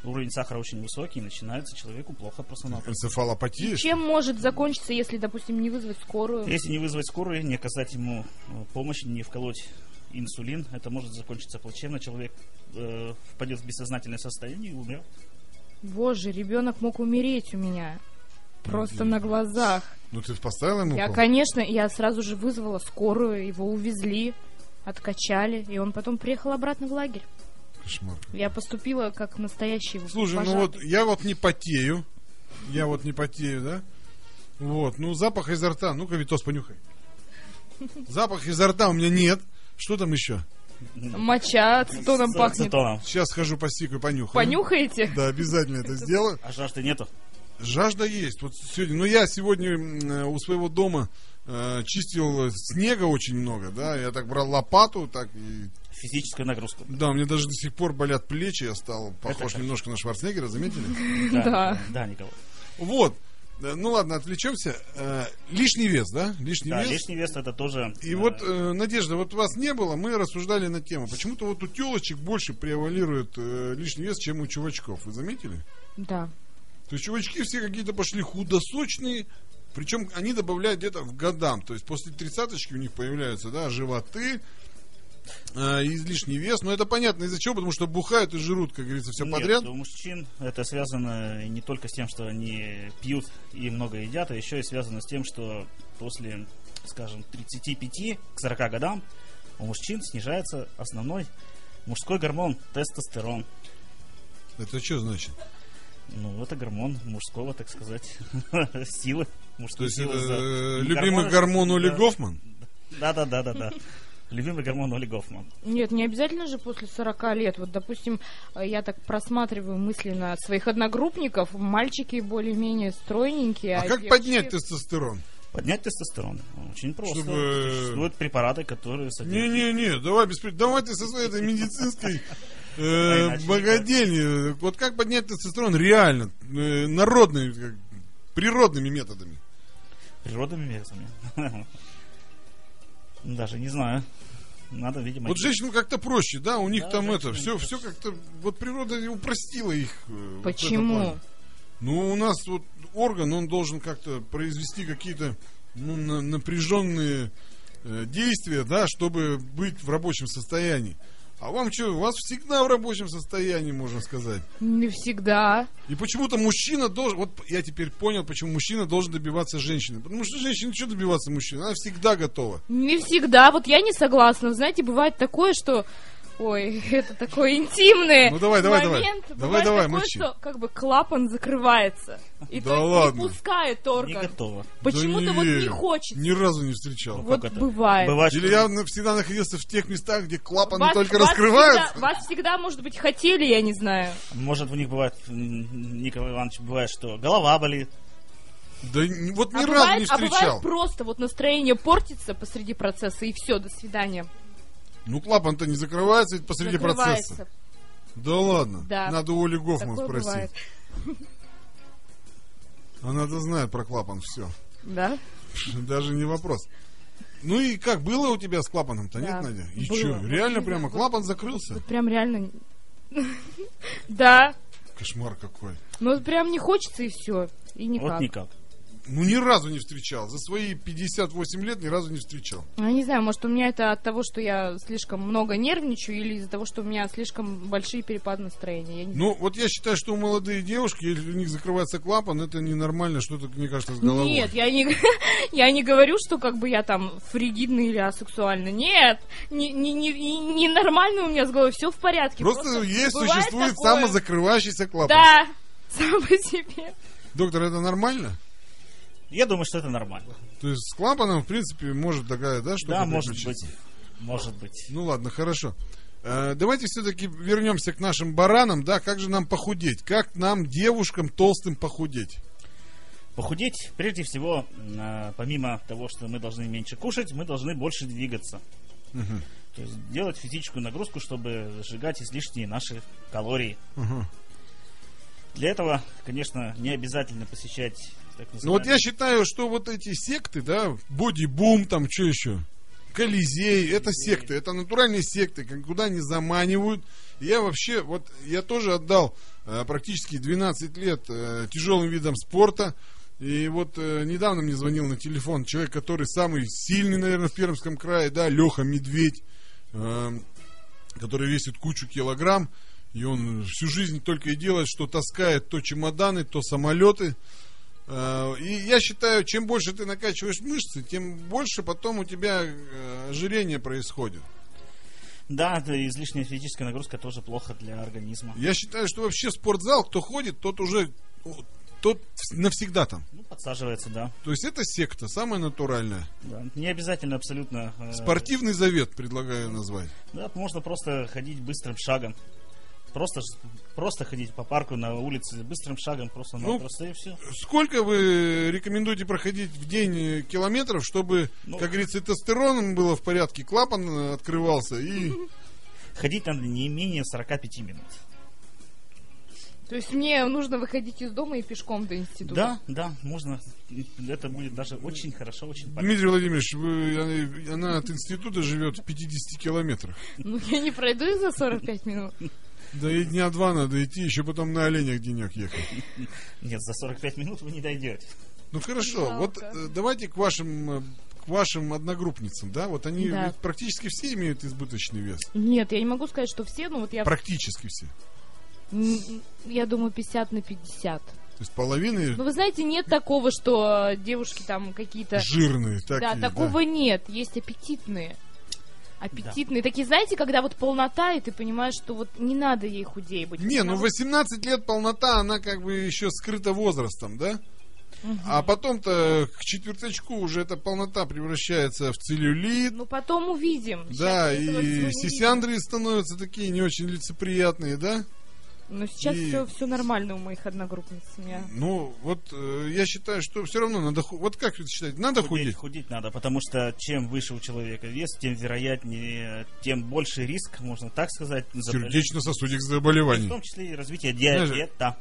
S4: Уровень сахара очень высокий, и начинается человеку плохо просто-напросто.
S1: Энцефалопатия? что ли?
S3: Чем может закончиться, если, допустим, не вызвать скорую?
S4: Если не вызвать скорую, не оказать ему э, помощи, не вколоть инсулин, это может закончиться плачевно. Человек э, впадет в бессознательное состояние и умрет.
S3: Боже, ребенок мог умереть у меня. Просто на глазах.
S1: Ну ты поставила ему
S3: Я,
S1: укол?
S3: конечно, я сразу же вызвала скорую, его увезли, откачали, и он потом приехал обратно в лагерь.
S1: Кошмар.
S3: Я поступила как настоящий
S1: Слушай,
S3: пожарный.
S1: ну вот я вот не потею. Я вот не потею, да? Вот, ну запах изо рта. Ну-ка, Витос, понюхай. Запах изо рта у меня нет. Что там еще?
S3: Моча ацетоном
S4: С
S3: пахнет.
S4: ацетоном.
S1: Сейчас схожу по и понюхаю.
S3: Понюхаете?
S1: Да, обязательно это сделаю.
S4: А жажды нету.
S1: Жажда есть. Вот сегодня, ну я сегодня м, э, у своего дома э, чистил снега очень много, да. Я так брал лопату, так и
S4: Физическую нагрузку.
S1: да, у меня даже до сих пор болят плечи, я стал похож
S4: как?
S1: немножко на Шварценеггера, заметили?
S3: Да.
S4: Николай, Да, Николай.
S1: Вот. Э, Ну ладно, отвлечемся. Э, Лишний вес, да? Лишний
S4: Да,
S1: вес.
S4: лишний вес это тоже.
S1: И
S4: э,
S1: вот, э, Надежда, вот вас не было, мы рассуждали на тему. Почему-то вот у телочек больше превалирует э, лишний вес, чем у чувачков. Вы заметили?
S3: Да.
S1: То есть чувачки все какие-то пошли худосочные, причем они добавляют где-то в годам. То есть после тридцаточки у них появляются, да, животы, э, излишний вес. Но это понятно из-за чего, потому что бухают и жрут, как говорится, все
S4: Нет,
S1: подряд.
S4: у мужчин это связано не только с тем, что они пьют и много едят, а еще и связано с тем, что после, скажем, 35 к 40 годам у мужчин снижается основной мужской гормон тестостерон.
S1: Это что значит?
S4: Ну, это гормон мужского, так сказать, силы.
S1: То
S4: Мужской
S1: есть
S4: силы
S1: это э,
S4: за-
S1: любимый
S4: гормоны-
S1: гормон Оли
S4: Да.
S1: Гофман?
S4: Да, да, да, да, да. Любимый гормон Оли Гофман.
S3: Нет, не обязательно же после 40 лет. Вот, допустим, э, я так просматриваю мысленно своих одногруппников. Мальчики более-менее стройненькие.
S1: А как
S3: девочки-
S1: поднять тестостерон?
S4: Поднять тестостерон очень просто.
S1: Чтобы-
S4: Существуют препараты, которые содержат-
S1: Не-не-не, давай без при- Давай ты со своей этой медицинской э,
S4: А иначе
S1: богадельни. Вот как поднять тестостерон реально, э, народными, как, природными методами?
S4: Природными весами. Даже не знаю. Надо, видимо...
S1: Вот женщинам как-то проще, да? У них
S4: Да,
S1: там это,
S4: женщинам
S1: все,
S4: проще.
S1: все как-то... Вот природа и упростила их. э, вот в этом
S3: Почему?
S1: плане. Ну, у нас вот орган, он должен как-то произвести какие-то ну, на- напряженные э, действия, да, чтобы быть в рабочем состоянии. А вам что, у вас всегда в рабочем состоянии, можно сказать.
S3: Не всегда.
S1: И почему-то мужчина должен... Вот я теперь понял, почему мужчина должен добиваться женщины. Потому что женщина что добиваться мужчины? Она всегда готова.
S3: Не всегда. Вот я не согласна. Знаете, бывает такое, что Ой, это такой интимный
S1: Ну, давай, давай, давай.
S3: момент.
S1: Давай,
S3: Бывает
S1: давай,
S3: такой,
S1: мочи.
S3: что как бы клапан закрывается. И
S1: Да
S3: то есть
S1: ладно.
S3: не пускает
S4: Не
S3: торка.
S4: готово.
S3: Почему-то
S1: Да
S3: вот не
S1: верю.
S3: хочется.
S1: Ни разу не встречал.
S3: Вот
S4: Как это?
S3: бывает.
S4: Бывает,
S1: Или
S4: что-
S1: я на- всегда находился в тех местах, где клапаны
S3: Вас-
S1: только
S3: вас
S1: раскрываются.
S3: всегда- вас всегда, может быть, хотели, я не знаю.
S4: Может, у них бывает, м, Николай Иванович, бывает, что голова болит.
S1: Да н- вот ни
S3: а
S1: разу
S3: бывает,
S1: не
S3: а бывает
S1: встречал.
S3: просто вот настроение портится посреди процесса и все, до свидания.
S1: Ну клапан-то не закрывается ведь посреди
S3: Закрывается.
S1: процесса. Да ладно.
S3: Да.
S1: Надо у Оли Гофман
S3: Такое
S1: спросить.
S3: бывает.
S1: Она-то знает про клапан все.
S3: Да?
S1: Даже не вопрос. Ну и как, было у тебя с клапаном-то,
S3: Да,
S1: нет, Надя? И
S3: было.
S1: что, реально
S3: Вот
S1: прямо
S3: именно,
S1: клапан закрылся?
S3: Вот прям реально... Да.
S1: Кошмар какой.
S3: Ну вот прям не хочется и все. И никак.
S4: Вот никак.
S1: Ну ни разу не встречал. За свои 58 лет ни разу не встречал.
S3: Ну, Я не знаю, может, у меня это от того, что я слишком много нервничаю, или из-за того, что у меня слишком большие перепады настроения. Я не
S1: Ну, вот я считаю, что у молодые девушки, если у них закрывается клапан, это ненормально, что-то, мне кажется, с головой.
S3: Нет, я не, я не говорю, что как бы я там фригидный или асексуальный. Нет, не, не, не, не- ненормально у меня с головой, все в порядке.
S1: Просто, есть,
S3: бывает
S1: существует
S3: такое.
S1: самозакрывающийся клапан.
S3: Да, сам по себе.
S1: Доктор, это нормально?
S4: Я думаю, что это нормально.
S1: То есть с клапаном, в принципе, может такая, да, что-то
S4: да, может
S1: приключиться?
S4: быть. Может быть.
S1: Ну ладно, хорошо. Э, Давайте все-таки вернемся к нашим баранам, да, как же нам похудеть? Как нам, девушкам, толстым похудеть?
S4: Похудеть, прежде всего, э, помимо того, что мы должны меньше кушать, мы должны больше двигаться.
S1: Мгм.
S4: То есть делать физическую нагрузку, чтобы сжигать излишние наши калории.
S1: Ага.
S4: Для этого, конечно, не обязательно посещать так
S1: Ну вот
S4: называемые-
S1: я считаю, что вот эти секты, да, бодибум, там, что еще, Колизей, это секты, это натуральные секты, как- куда они заманивают. Я вообще, вот, я тоже отдал э, практически 12 лет э, тяжелым видам спорта, и вот э, недавно мне звонил на телефон человек, который самый сильный, наверное, в Пермском крае, да, Леха Медведь, э, который весит кучу килограмм, и он всю жизнь только и делает, что таскает то чемоданы, то самолеты. Э, И я считаю, чем больше ты накачиваешь мышцы, тем больше потом у тебя э, ожирение происходит.
S4: Да, это излишняя физическая нагрузка тоже плохо для организма.
S1: Я считаю, что вообще спортзал, кто ходит, тот уже о, тот вс- навсегда там.
S4: Ну, подсаживается, да.
S1: То есть это секта, самая натуральная.
S4: да. Не обязательно абсолютно... э,
S1: Спортивный завет предлагаю назвать.
S4: Да, можно просто ходить быстрым шагом. Просто, ж- просто ходить по парку на улице быстрым шагом, просто
S1: Ну,
S4: просто и все.
S1: Сколько вы рекомендуете проходить в день э, километров, чтобы,
S4: Ну.
S1: как говорится, тестостерон было в порядке, клапан э, открывался и...
S4: Ходить надо не менее 45 минут.
S3: То есть мне нужно выходить из дома и пешком до института.
S4: Да, да, можно. Это будет даже очень хорошо, очень полезно.
S1: Дмитрий Владимирович, вы- она- она от института живет в 50 километрах.
S3: Ну я не пройду и за 45 минут.
S1: Да и дня два надо идти, еще потом на оленях денек ехать.
S4: Нет, за 45 минут вы не дойдете.
S1: Ну хорошо,
S3: Жалко.
S1: вот э, давайте к вашим э, к вашим одногруппницам, да? Вот они
S3: Да.
S1: ведь практически все имеют избыточный вес.
S3: Нет, я не могу сказать, что все, ну вот я...
S1: Практически все.
S3: м, Я думаю, 50 на 50.
S1: То есть половины
S3: Ну вы знаете, нет такого, что э, девушки там какие-то...
S1: жирные. Такие,
S3: да, такого нет. Есть аппетитные. Аппетитные. Такие, знаете, когда вот полнота, и ты понимаешь, что вот не надо ей худее быть.
S1: Не, ну
S3: Она
S1: 18 лет полнота, она как бы еще скрыта возрастом, да? А потом-то к четверточку уже эта полнота превращается в целлюлит,
S3: вот- Ну, потом увидим. Сейчас
S1: да,
S3: этого всего не
S1: и
S3: видно.
S1: сисяндры становятся такие не очень лицеприятные, да?
S3: Но сейчас
S1: и-
S3: все, все нормально у моих одногруппниц. У меня-
S1: Ну, вот э, я считаю, что все равно надо... ху- Вот как вы считаете, надо худеть?
S4: надо, потому что чем выше у человека вес, тем вероятнее, тем больше риск, можно так сказать, заболеть.
S1: Сердечно-сосудистых
S4: В
S1: заболеваний.
S4: том числе и развитие
S1: Знаешь-
S4: диабета.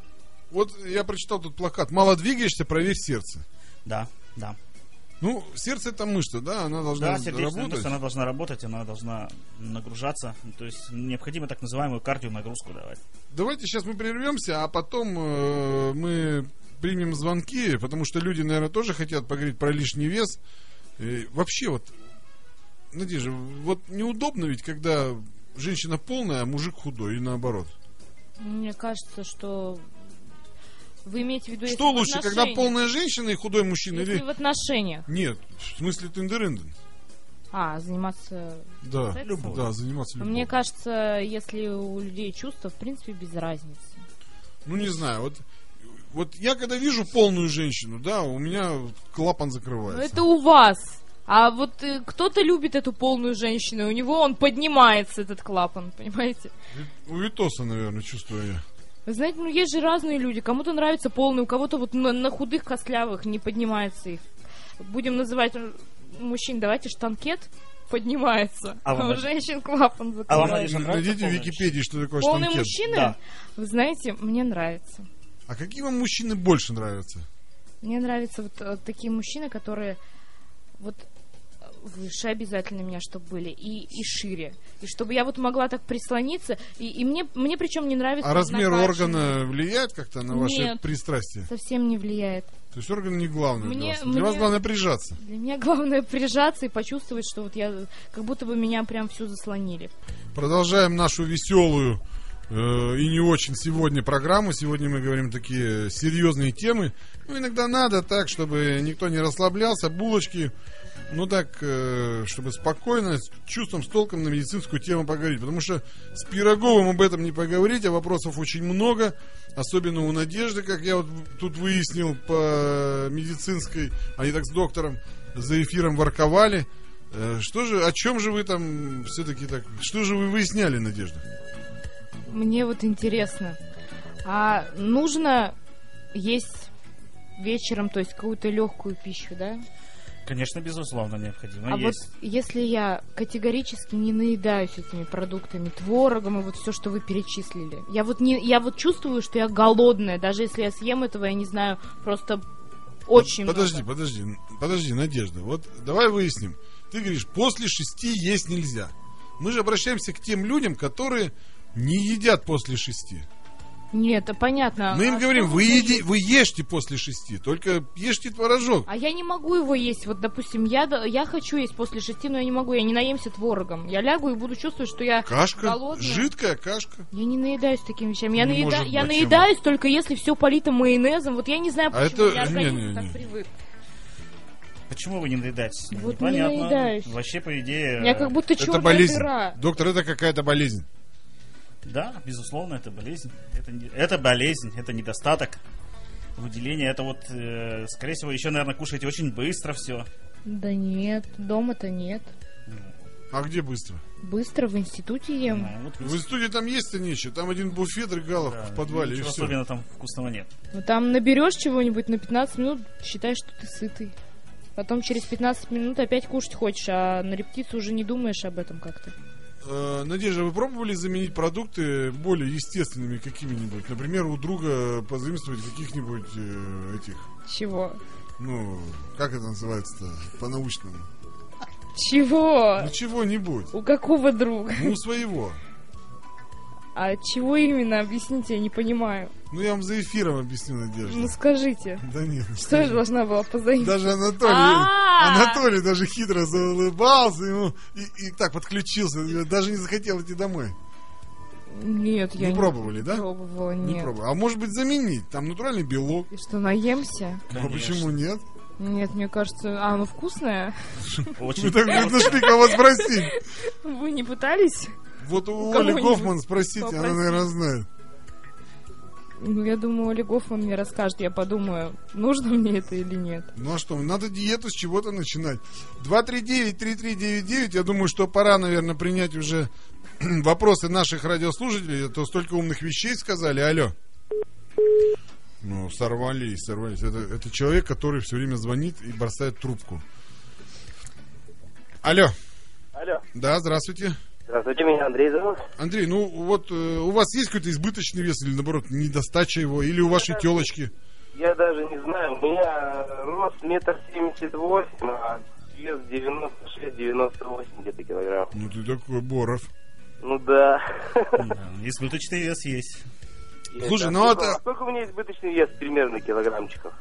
S1: Вот я прочитал тут плакат. Мало двигаешься, проверь сердце.
S4: Да, да.
S1: Ну, сердце это мышца, да, она должна
S4: Да, сердечная
S1: работать.
S4: мышца, она должна работать, она должна нагружаться. То есть необходимо так называемую кардионагрузку давать.
S1: Давайте сейчас мы прервемся, а потом э, мы примем звонки, потому что люди, наверное, тоже хотят поговорить про лишний вес. И вообще вот, Надежда, вот неудобно ведь, когда женщина полная, а мужик худой, и наоборот.
S3: Мне кажется, что... Вы имеете в виду... если
S1: Что
S3: в
S1: лучше, когда
S3: отношениях-
S1: полная женщина и худой мужчина?
S3: Если
S1: Или...
S3: в отношениях.
S1: Нет, в смысле тендеренден.
S3: А, заниматься...
S1: Да,
S3: Секс?
S1: любовь. да, заниматься любовью.
S3: Мне кажется, если у людей чувства, в принципе, без разницы.
S1: Ну не знаю, вот, вот я когда вижу полную женщину, да, у меня клапан
S3: Но
S1: закрывается.
S3: это у вас. А вот э, кто-то любит эту полную женщину, и у него он поднимается, этот клапан, понимаете?
S1: У Витоса, наверное, чувствую я.
S3: Вы знаете, ну есть же разные люди. Кому-то нравится полный, у кого-то вот на, на худых костлявых не поднимается их. Будем называть э, мужчин, давайте штанкет поднимается.
S4: А вам
S3: у
S4: нравится?
S3: женщин клапан
S4: А
S3: закрывается.
S4: вам, Надежда, нравится
S1: Найдите в
S4: полная
S1: Википедии, что такое
S3: Полные
S1: штанкет.
S3: мужчины,
S4: Да.
S3: вы знаете, мне нравится.
S1: А какие вам мужчины больше нравятся?
S3: Мне нравятся вот э, такие мужчины, которые вот э, выше обязательно меня, чтобы были, и, и шире. И чтобы я вот могла так прислониться. И, и мне, мне причем не нравится.
S1: А размер
S3: накачанные.
S1: органа влияет как-то на ваше
S3: Нет.
S1: пристрастие?
S3: совсем не влияет.
S1: То есть орган не главный
S3: Мне-
S1: для вас. Для вас
S3: мне-
S1: главное прижаться.
S3: Для меня главное прижаться и почувствовать, что вот я как будто бы меня прям всю заслонили.
S1: Продолжаем нашу веселую э, и не очень сегодня программу. Сегодня мы говорим такие серьезные темы. Ну, иногда надо так, чтобы никто не расслаблялся. Булочки, ну так, э, чтобы спокойно, с чувством, с толком на медицинскую тему поговорить. Потому что с Пироговым об этом не поговорить, а вопросов очень много. Особенно у Надежды, как я вот тут выяснил по медицинской. Они так с доктором за эфиром ворковали. Э, Что же, о чем же вы там все-таки так, что же вы выясняли, Надежда?
S3: Мне вот интересно, а нужно есть вечером, то есть какую-то легкую пищу, да?
S4: Конечно, безусловно,
S1: Ну,
S4: необходимо.
S3: а
S4: есть.
S3: вот если я категорически не наедаюсь этими продуктами, творогом и вот все, что вы перечислили, я вот не, я вот чувствую, что я голодная, даже если я съем этого, я не знаю, просто очень.
S1: Подожди,
S3: много.
S1: подожди, подожди, Надежда. Вот давай выясним. Ты говоришь, после шести есть нельзя. Мы же обращаемся к тем людям, которые не едят после шести.
S3: Нет, это понятно.
S1: Мы
S3: А
S1: им говорим,
S3: что
S1: вы,
S3: едите?
S1: еди- вы ешьте после шести, только ешьте творожок.
S3: А я не могу его есть. Вот, допустим, я, до- я хочу есть после шести, но я не могу. Я не наемся творогом. Я лягу и буду чувствовать, что я...
S1: Кашка,
S3: голодная.
S1: жидкая кашка.
S3: Я не наедаюсь такими вещами. Я,
S1: Не
S3: наеда-
S1: может
S3: я
S1: быть,
S3: наедаюсь только если все полито майонезом. Вот я не знаю,
S1: А
S3: почему
S1: это-
S3: я организм
S1: не-не-не.
S3: так привык.
S4: Почему вы не наедаетесь?
S3: Вот не
S4: Непонятно.
S3: наедаюсь.
S4: Вообще, по идее...
S3: У меня как будто черная
S1: это болезнь.
S3: дыра.
S1: Доктор, это какая-то болезнь.
S4: Да, безусловно, это болезнь. Это, не- это болезнь, это недостаток выделения. Это вот, э, скорее всего, еще, наверное, кушаете очень быстро все.
S3: Да нет, дома-то нет.
S1: А где быстро?
S3: Быстро в институте ем.
S1: В институте там есть-то нечего. Там один буфет регалов в подвале и
S4: Ничего
S1: все.
S4: особенно там вкусного нет.
S3: Ну, там наберешь чего-нибудь на 15 минут, считаешь, что ты сытый. Потом через 15 минут опять кушать хочешь, а на рептицию уже не думаешь об этом как-то.
S1: Э, Надежда, вы пробовали заменить продукты более естественными какими-нибудь? Например, у друга позаимствовать каких-нибудь э, этих,
S3: Чего?
S1: ну, как это называется-то по-научному?
S3: Чего?
S1: Ну, чего-нибудь.
S3: У какого друга?
S1: Ну, у своего.
S3: А чего именно? Объясните, я не понимаю.
S1: Ну, я вам за эфиром объясню,
S3: Ну
S1: Надежда.
S3: скажите,
S1: Да нет. ну
S3: что я
S1: же.
S3: должна была позаимствовать?
S1: Даже Анатолий,
S3: А!
S1: Анатолий даже хитро заулыбался ему и, и так подключился, даже не захотел идти домой.
S3: Нет, я
S1: Не пробовали, да?
S3: пробовала,
S1: Не
S3: нет.
S1: пробовал. А может быть заменить? Там натуральный белок.
S3: И что, наемся?
S1: А почему нет?
S3: Нет, мне кажется... А, ну вкусное?
S1: Вы
S4: Очень
S1: так говорит, нашли кого спросить.
S3: Вы не пытались?
S1: Вот у Оли
S3: Кого-нибудь
S1: Гофман спросите, она,
S3: попросить.
S1: наверное, знает.
S3: Ну, я думаю, Олегов он мне расскажет. Я подумаю, нужно мне это или нет.
S1: Ну а что, надо диету с чего-то начинать. 239-3399, я думаю, что пора, наверное, принять уже вопросы наших радиослушателей, а то столько умных вещей сказали. Алло. Ну, сорвались, сорвались. Это, это человек, который все время звонит и бросает трубку. Алло.
S2: Алло.
S1: Да, здравствуйте.
S2: Здравствуйте, меня Андрей зовут.
S1: Андрей, ну вот э, у вас есть какой-то избыточный вес или наоборот недостача его, или у вашей телочки?
S2: Я даже не знаю, у меня рост метр семьдесят восемь, а вес 96-98 где-то килограмм.
S1: Ну ты такой Боров.
S2: Ну да.
S4: да, избыточный вес есть.
S1: Слушай,
S2: А
S1: ну
S2: сколько-
S1: это-
S2: а Сколько у меня избыточный вес примерно килограммчиков?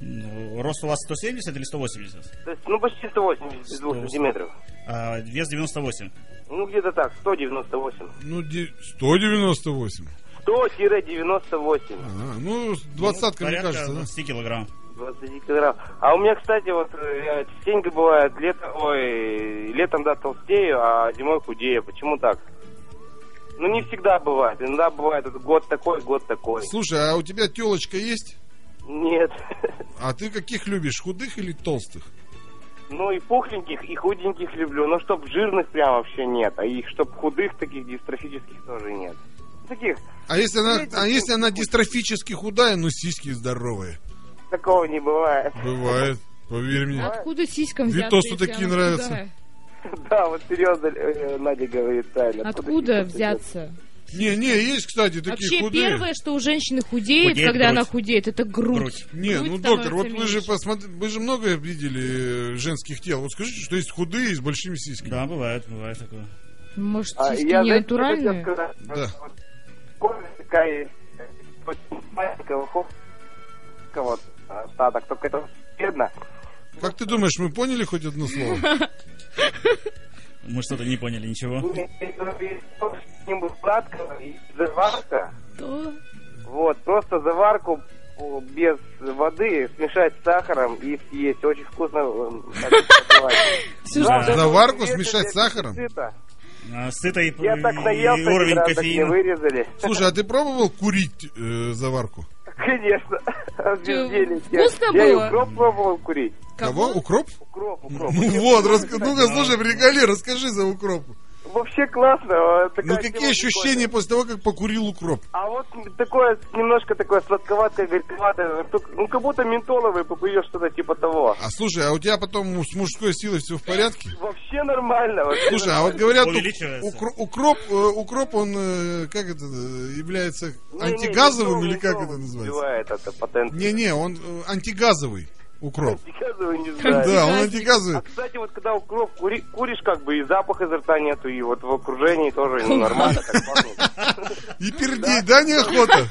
S4: Ну, Рост у вас 170 или 180?
S2: То есть, ну почти 180, без 2
S4: 180.
S2: сантиметров.
S4: А, вес 98.
S2: Ну где-то так, 198.
S1: Ну, де- 198.
S2: 100-98.
S1: А, ну, двадцатка,
S4: Ну, порядка
S1: мне ну, кажется, да?
S4: ну. 20 килограмм.
S2: 20 килограмм. А у меня, кстати, вот э, частенько бывает лето, ой, летом да толстею, а зимой худею. Почему так? Ну не всегда бывает. Иногда бывает вот, год такой, год такой.
S1: Слушай, а у тебя телочка есть?
S2: Нет.
S1: А ты каких любишь, худых или толстых?
S2: Ну и пухленьких, и худеньких люблю. Но чтоб жирных прям вообще нет. А и чтоб худых таких дистрофических тоже нет. Таких
S1: А если она, а если она дистрофически худая, но сиськи здоровые?
S2: такого не бывает.
S1: Бывает, поверь мне.
S3: Откуда сиськам взяться?
S1: Витосу
S3: если
S1: такие
S3: она
S1: нравятся.
S3: худая?
S2: Да, вот серьезно, э, Надя говорит правильно.
S3: Откуда
S2: такие
S3: взяться?
S1: Не, не, есть, кстати, такие
S3: Вообще
S1: худые.
S3: первое, что у женщины худеет,
S4: Худеет
S3: когда она
S4: грудь.
S3: худеет, это грудь.
S4: Грудь.
S1: Не,
S3: Грудь
S1: ну доктор, вот
S3: становится
S1: вы же
S3: меньше.
S1: посмотри, вы же много видели э, женских тел. Вот скажите, что есть худые и с большими сиськами.
S4: Да, бывает, бывает такое.
S3: Может,
S2: А,
S3: сиськи
S2: я,
S3: не
S2: знаете, что
S3: натуральные?
S2: хотел сказать?
S1: Да.
S2: Вот Кожа такая есть, э, очень маленького хопка, вот, а, остаток, только это бедно.
S1: Как ты думаешь, мы поняли хоть одно слово?
S4: Мы что-то не поняли, ничего.
S2: Что-нибудь сладкого и заварка.
S3: То-
S2: Вот, просто заварку о, без воды смешать с сахаром и съесть. Очень вкусно. э, так бывает.
S3: Всё,
S4: Да.
S2: Главное,
S1: Заварку
S2: это
S1: смешать с
S2: для
S1: сахаром?
S2: дефицита.
S4: А, Сыто и, и
S2: Я так наелся,
S4: уровень
S2: вчера, так мне
S4: кофеина.
S2: вырезали.
S1: Слушай, а ты пробовал курить э, заварку?
S2: Конечно. Обезделить.
S3: вкусно
S2: Я и
S3: было?
S2: укроп пробовал курить.
S1: Кого? Укроп?
S2: Укроп, укроп.
S1: Ну вот, раска- ну-ка, слушай, приколи, расскажи за укроп.
S2: Вообще классно. а,
S1: Ну
S2: такая тема
S1: какие ощущения
S2: прикольная.
S1: после того, как покурил укроп?
S2: А вот такое, немножко такое сладковатое, горьковатое. только- Ну, как будто ментоловый попьешь что-то типа того.
S1: А слушай, а у тебя потом с мужской силой все в порядке?
S2: Вообще нормально. вообще
S1: Слушай, а вот говорят, у-
S4: Увеличивается.
S1: укр- укроп, э, укроп, он э, как это э, является
S2: нормально.
S1: антигазовым
S2: Не-не,
S1: или как
S2: ментоловый
S1: это называется?
S2: Сбивает это патент.
S1: Не-не, он э, антигазовый укроп.
S2: Антигазовый не знаю.
S1: Да, он
S3: Антигазник.
S2: А,
S1: антигазовый.
S2: кстати, вот когда укроп кури- куришь, как бы и запах изо рта нету, и вот в окружении тоже ну, нормально, так пахнет.
S1: И пердеть, да, неохота?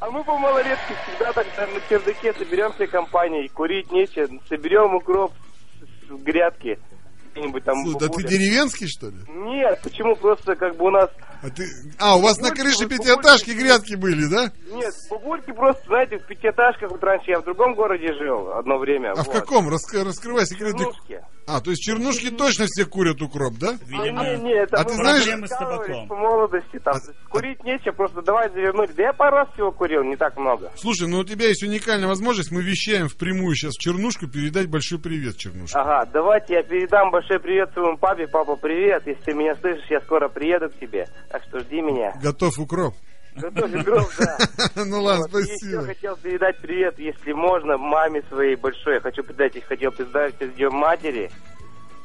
S2: А мы по малолетке всегда так там на чердаке соберем всей компанией, курить нечего, соберем укроп с, с грядки где-нибудь там.
S1: Слушай, да ты
S2: бабуля.
S1: деревенский, что ли?
S2: Нет, почему просто как бы у нас...
S1: А, ты... а, у вас на
S2: Бабульки,
S1: крыше
S2: вот
S1: пятиэтажки
S2: бабульки.
S1: грядки были, да?
S2: Нет, бабульки просто, знаете, в пятиэтажках, вот раньше я в другом городе жил одно время.
S1: А в
S2: вот.
S1: каком? Раска- Раскрывай секрет.
S2: Чернушке.
S1: А, то есть чернушки точно все курят укроп, да?
S2: Ну, не,
S4: Видимо,
S2: не, это
S1: А
S2: мы
S1: ты знаешь-
S4: Проблемы с табаком.
S2: по молодости
S1: А
S2: там. Курить нечего, просто давай завернуть. Да я пару раз всего курил, не так много.
S1: Слушай, ну у тебя есть уникальная возможность, мы вещаем впрямую сейчас в Чернушку, передать большой привет Чернушке.
S2: Ага, давайте я передам большой привет своему папе. Папа, привет. Если ты меня слышишь, я скоро приеду к тебе. Так что жди меня.
S1: Готов укроп.
S2: Готовь игрок, да.
S1: Ну ладно,
S2: Вот, и еще
S1: спасибо.
S2: хотел передать привет, если можно, маме своей большой. Я хочу передать, и хотел поздравить с днем матери.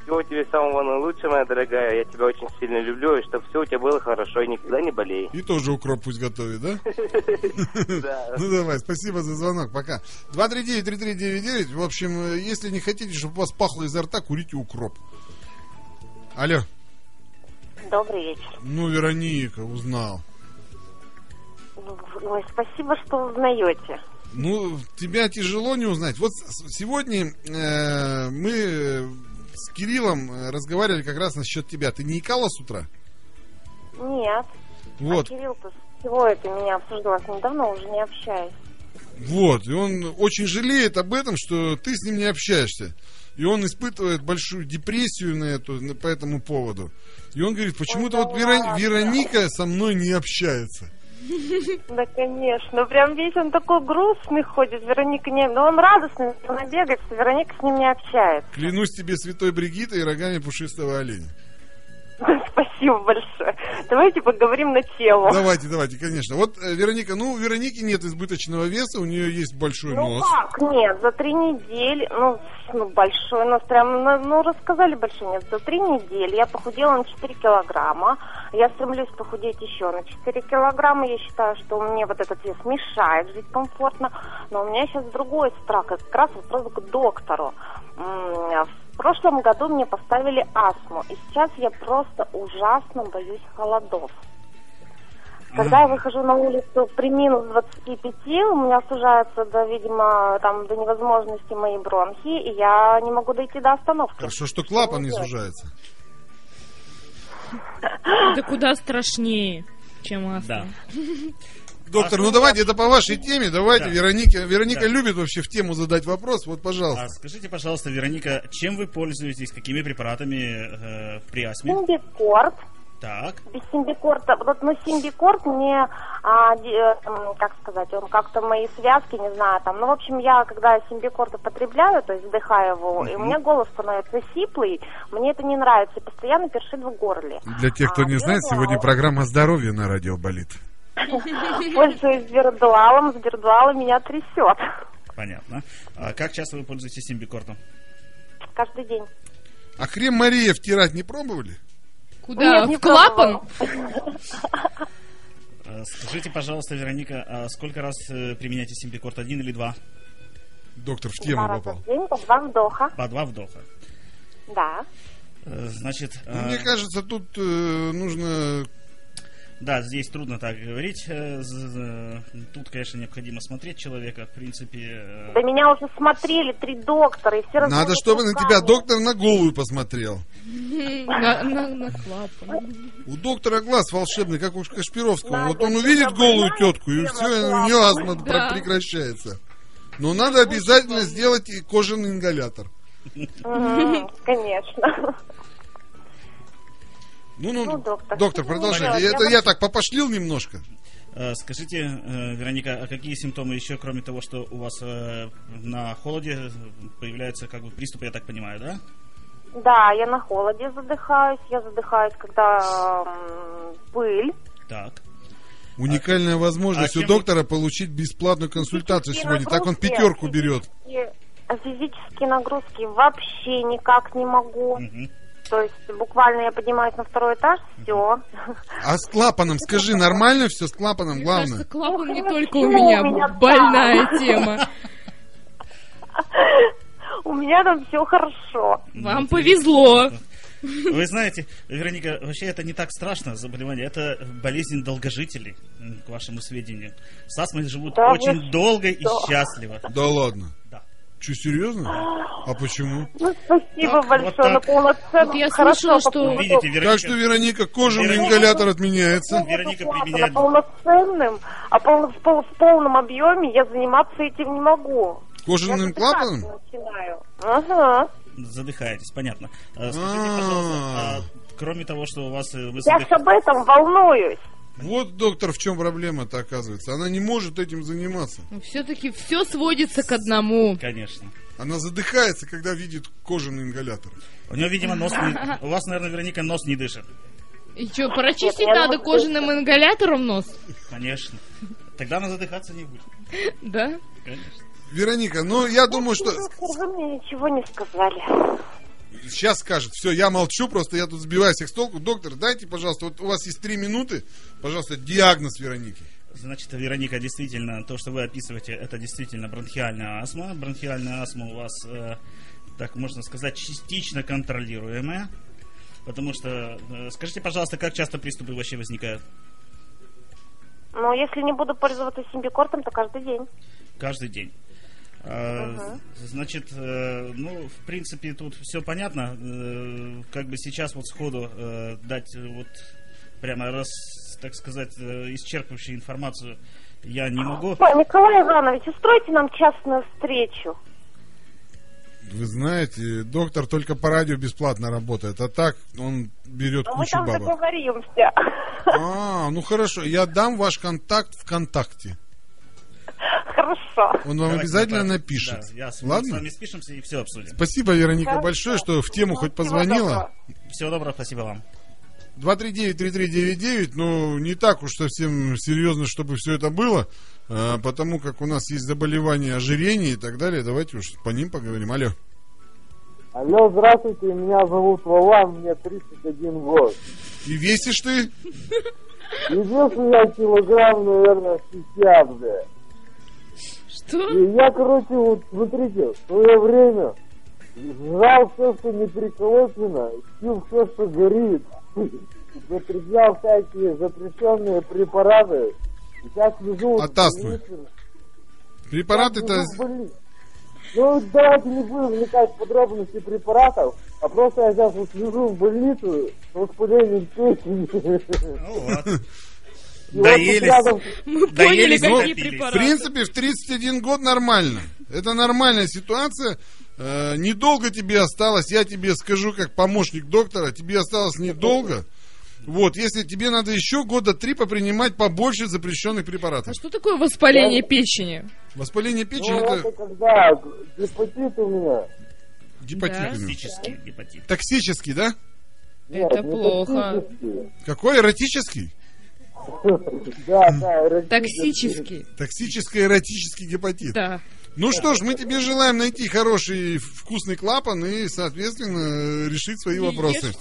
S2: Всего тебе самого наилучшего, моя дорогая. Я тебя очень сильно люблю, и чтобы все у тебя было хорошо, и никогда не болей.
S1: И тоже укроп пусть готовит, да?
S2: Да.
S1: Ну давай, спасибо за звонок, пока. 239-3399, в общем, э, если не хотите, чтобы у вас пахло изо рта, курите укроп. Алло,
S5: Добрый вечер.
S1: ну Вероника, узнал.
S5: Ой, спасибо, что узнаете.
S1: Ну, тебя тяжело не узнать. Вот с- сегодня э, мы э, с Кириллом э, разговаривали как раз насчет тебя. Ты не икала с утра?
S5: Нет.
S1: Вот,
S5: А Кирилл-то с чего это меня обсуждал? Я с ним давно уже не общаюсь.
S1: вот. И он очень жалеет об этом, что ты с ним не общаешься. И он испытывает большую депрессию на эту, на- по этому поводу. И он говорит, почему-то
S5: да
S1: вот Веро-
S5: ладно.
S1: Вероника со мной не общается.
S5: Да, конечно. Прям весь он такой грустный ходит. Вероника не... Ну, он радостный, она бегает, что Вероника с ним не общается.
S1: Клянусь тебе святой Бригитой и рогами пушистого оленя.
S5: Спасибо большое. Давайте поговорим на тему.
S1: Давайте, давайте, конечно. Вот, э, Вероника, ну, у Вероники нет избыточного веса, у нее есть большой
S5: Ну
S1: нос.
S5: как, нет, за три недели, ну, с- ну большой нос, прям, ну, ну, рассказали большой, нет, за три недели я похудела на 4 килограмма, я стремлюсь похудеть еще на 4 килограмма, я считаю, что мне вот этот вес мешает жить комфортно, но у меня сейчас другой страх, это как раз вопрос к доктору. М, В прошлом году мне поставили астму, и сейчас я просто ужасно боюсь холодов. Когда я выхожу на улицу при минус 25, у меня сужаются до, видимо, там до невозможности мои бронхи, и я не могу дойти до остановки.
S1: Хорошо, что клапан не
S5: Ну, да.
S1: сужается.
S3: Да куда страшнее, чем астма.
S4: Да.
S1: Доктор,
S4: А
S1: ну
S4: что
S1: давайте, это по вашей теме, давайте,
S4: Да.
S1: Вероника, Вероника
S4: Да.
S1: любит вообще в тему задать вопрос, вот,
S4: А
S1: пожалуйста.
S4: скажите, пожалуйста, Вероника, чем вы пользуетесь, какими препаратами э, при астме?
S5: Симбикорд.
S4: Так,
S5: Без симбикорта, вот, ну, симбикорд мне, а, де- м, как сказать, он как-то мои связки, не знаю, там, ну, в общем, я, когда симбикорд употребляю, то есть вдыхаю его, и у меня голос становится сиплый, мне это не нравится, и постоянно першит в горле.
S1: Для тех, кто
S5: А,
S1: не знает,
S5: Бердуал.
S1: сегодня программа «Здоровье» на радио болит.
S5: Пользуюсь бердуалом, с бердуала меня трясет
S4: понятно. А как часто вы пользуетесь симбикортом?
S5: каждый день.
S1: А крем Мария втирать не пробовали?
S5: Нет,
S3: Куда?
S5: не
S3: в клапан?
S5: пробовала.
S4: Э, Скажите, пожалуйста, Вероника, а сколько раз э, применяете симбикорт? Один или два?
S1: Доктор в
S5: Два
S1: тему
S5: раза
S1: попал.
S5: в день, по два вдоха,
S4: По два вдоха.
S5: да.
S4: Э, Значит,
S1: Ну,
S4: э,
S1: Мне кажется, тут э, нужно...
S4: да, здесь трудно так говорить. э, з- э, Тут, конечно, необходимо смотреть человека. В принципе, э,
S5: До меня уже смотрели три доктора, и все равно...
S1: Надо, чтобы на тебя доктор на голову посмотрел.
S3: На, на- на клапан.
S1: У доктора глаз волшебный, как у Кашпировского.
S5: Надо,
S1: Вот он
S5: ты
S1: увидит
S5: забыла,
S1: голую тетку, и
S5: тема
S1: все, у
S5: класс.
S1: нее астма
S3: Да.
S1: про- прекращается. Но надо обязательно сделать и кожаный ингалятор.
S5: Мгм, Конечно.
S1: Ну, ну,
S5: Ну, доктор,
S1: доктор,
S5: ну,
S1: продолжайте.
S5: я-
S1: Это
S5: я-
S1: я так попошлил немножко.
S4: э, скажите, э, Вероника, а какие симптомы еще, кроме того, что у вас э, на холоде появляются как бы приступы, я так понимаю, да?
S5: Да, я на холоде задыхаюсь. Я задыхаюсь, когда м, пыль.
S4: Так.
S1: Уникальная возможность
S4: а
S1: у
S4: чем вы-
S1: доктора получить бесплатную консультацию
S5: Физические
S1: сегодня. Так он
S5: нагрузки,
S1: пятерку берет.
S5: физические- Физические нагрузки вообще никак не могу.
S4: Мгм.
S5: То есть буквально я поднимаюсь на второй этаж, все.
S1: А с клапаном, скажи, нормально все с клапаном,
S3: Мне
S1: главное?
S3: кажется, клапан не
S5: Почему
S3: только у меня.
S5: у меня
S3: Больная тема.
S5: У меня там все хорошо.
S3: Вам повезло.
S4: Вы знаете, Вероника, вообще это не так страшно заболевание. Это болезнь долгожителей, м, к вашему сведению. С астмой живут
S5: Да вы
S4: очень долго и
S5: что?
S4: счастливо.
S1: Да ладно.
S4: Да.
S1: Че, серьезно? А почему?
S5: Ну,
S4: Так,
S5: спасибо
S4: вот
S5: большое,
S4: так. Ну,
S5: но полноценно.
S3: Вот я
S5: хорошо
S3: слышала, что-
S5: попробую.
S4: Видите,
S1: Так что,
S4: Вероника,
S1: Вероника, кожаный
S4: Вероника.
S1: ингалятор
S5: Ну,
S1: отменяется.
S4: Вероника
S5: Плата
S4: применяет-
S5: на полноценным, а пол- в, пол- в полном объеме я заниматься этим не могу. Я
S1: Кожаным
S5: задыхаться
S1: клапаном?
S5: начинаю. Ага.
S4: задыхаетесь, понятно. Э, Скажите,
S1: А.
S4: пожалуйста, а кроме того, что у вас э, вы
S5: Я
S4: задых-
S5: ж об этом волнуюсь.
S1: Вот, доктор, в чем проблема-то оказывается. Она не может этим заниматься.
S3: Все-таки все Ну, сводится к одному.
S4: Конечно.
S1: Она задыхается, когда видит кожаный ингалятор.
S4: У него, видимо, нос не... У вас, наверное, Вероника нос не дышит.
S3: И что, прочистить
S5: Нет, я
S3: надо
S5: думаю,
S3: кожаным ингалятором нос?
S4: Конечно. Тогда она задыхаться не будет.
S3: Да?
S4: Конечно.
S1: Вероника, ну я думаю, что
S5: Вы мне ничего не сказали.
S1: сейчас скажет. Все, я молчу, просто я тут сбиваю всех с толку. Доктор, дайте, пожалуйста, вот у вас есть три минуты, пожалуйста, диагноз Вероники.
S4: Значит, Вероника, действительно, то, что вы описываете, это действительно бронхиальная астма. Бронхиальная астма у вас, э, так можно сказать, частично контролируемая. Потому что, э, скажите, пожалуйста, как часто приступы вообще возникают?
S5: Но если не буду пользоваться симбикортом, то каждый день.
S4: Каждый день. Э,
S5: Ага.
S4: Значит, э, ну, в принципе, тут все понятно. Э, Как бы сейчас вот сходу э, дать э, вот прямо раз, так сказать, э, исчерпывающую информацию я не могу.
S5: Ой, Николай Иванович, устройте нам частную встречу.
S1: Вы знаете, доктор только по радио бесплатно работает, а так он берет
S5: Но мы
S1: кучу
S5: А там
S1: бабок.
S5: договоримся.
S1: А, ну хорошо, я дам ваш контакт ВКонтакте.
S5: Хорошо.
S1: Он вам
S4: Давайте
S1: обязательно
S4: мы по-
S1: напишет.
S4: Да, я с, с
S1: Ладно?
S4: вами спишемся и все обсудим.
S1: Спасибо, Вероника,
S5: Хорошо.
S1: большое, что в тему хоть
S5: Всего доброго.
S1: позвонила.
S4: Всего доброго, спасибо вам.
S1: 239-3399, ну, не так уж совсем серьезно, чтобы все это было, а, потому как у нас есть заболевания ожирения и так далее. Давайте уж по ним поговорим. Алло.
S6: Алло, здравствуйте, меня зовут Вован, мне 31 год.
S1: И весишь ты?
S6: И вес у меня килограмм, наверное, 60, бля.
S3: Что?
S6: И я, короче, вот, смотрите, в свое время жрал все, что не приколочено, пил все, что горит, употреблял всякие запрещенные препараты. И Сейчас лежу...
S1: От астмы. Препараты-то...
S6: Блин. Ну, давайте не будем вникать в подробности препаратов, а просто я сейчас вот лежу в больницу с воспалением печени.
S4: Ну вот.
S6: И
S4: Доелись.
S6: вот тут рядом Ну,
S3: Мы
S4: Да
S3: поняли,
S4: еле
S3: какие
S4: запились.
S1: В
S3: препараты.
S1: принципе, в 31 год нормально. Это нормальная ситуация. Э, недолго тебе осталось, я тебе скажу, как помощник доктора, тебе осталось недолго. Вот, если тебе надо еще года три попринимать побольше запрещенных
S3: А
S1: препаратов.
S3: что такое воспаление печени?
S1: Воспаление печени
S6: Ну,
S4: а
S6: это
S1: это
S6: когда гепатит у меня.
S1: гепатит. именно.
S4: Токсический гепатит.
S1: Токсический, да?
S6: Нет,
S3: Это
S6: не
S3: плохо.
S6: токсический.
S1: Какой эротический?
S6: Да, да, эротический.
S3: Токсический.
S1: Токсическо-эротический гепатит.
S3: Да.
S1: Ну что ж, мы тебе желаем найти хороший вкусный клапан и, соответственно, э, решить свои вопросы.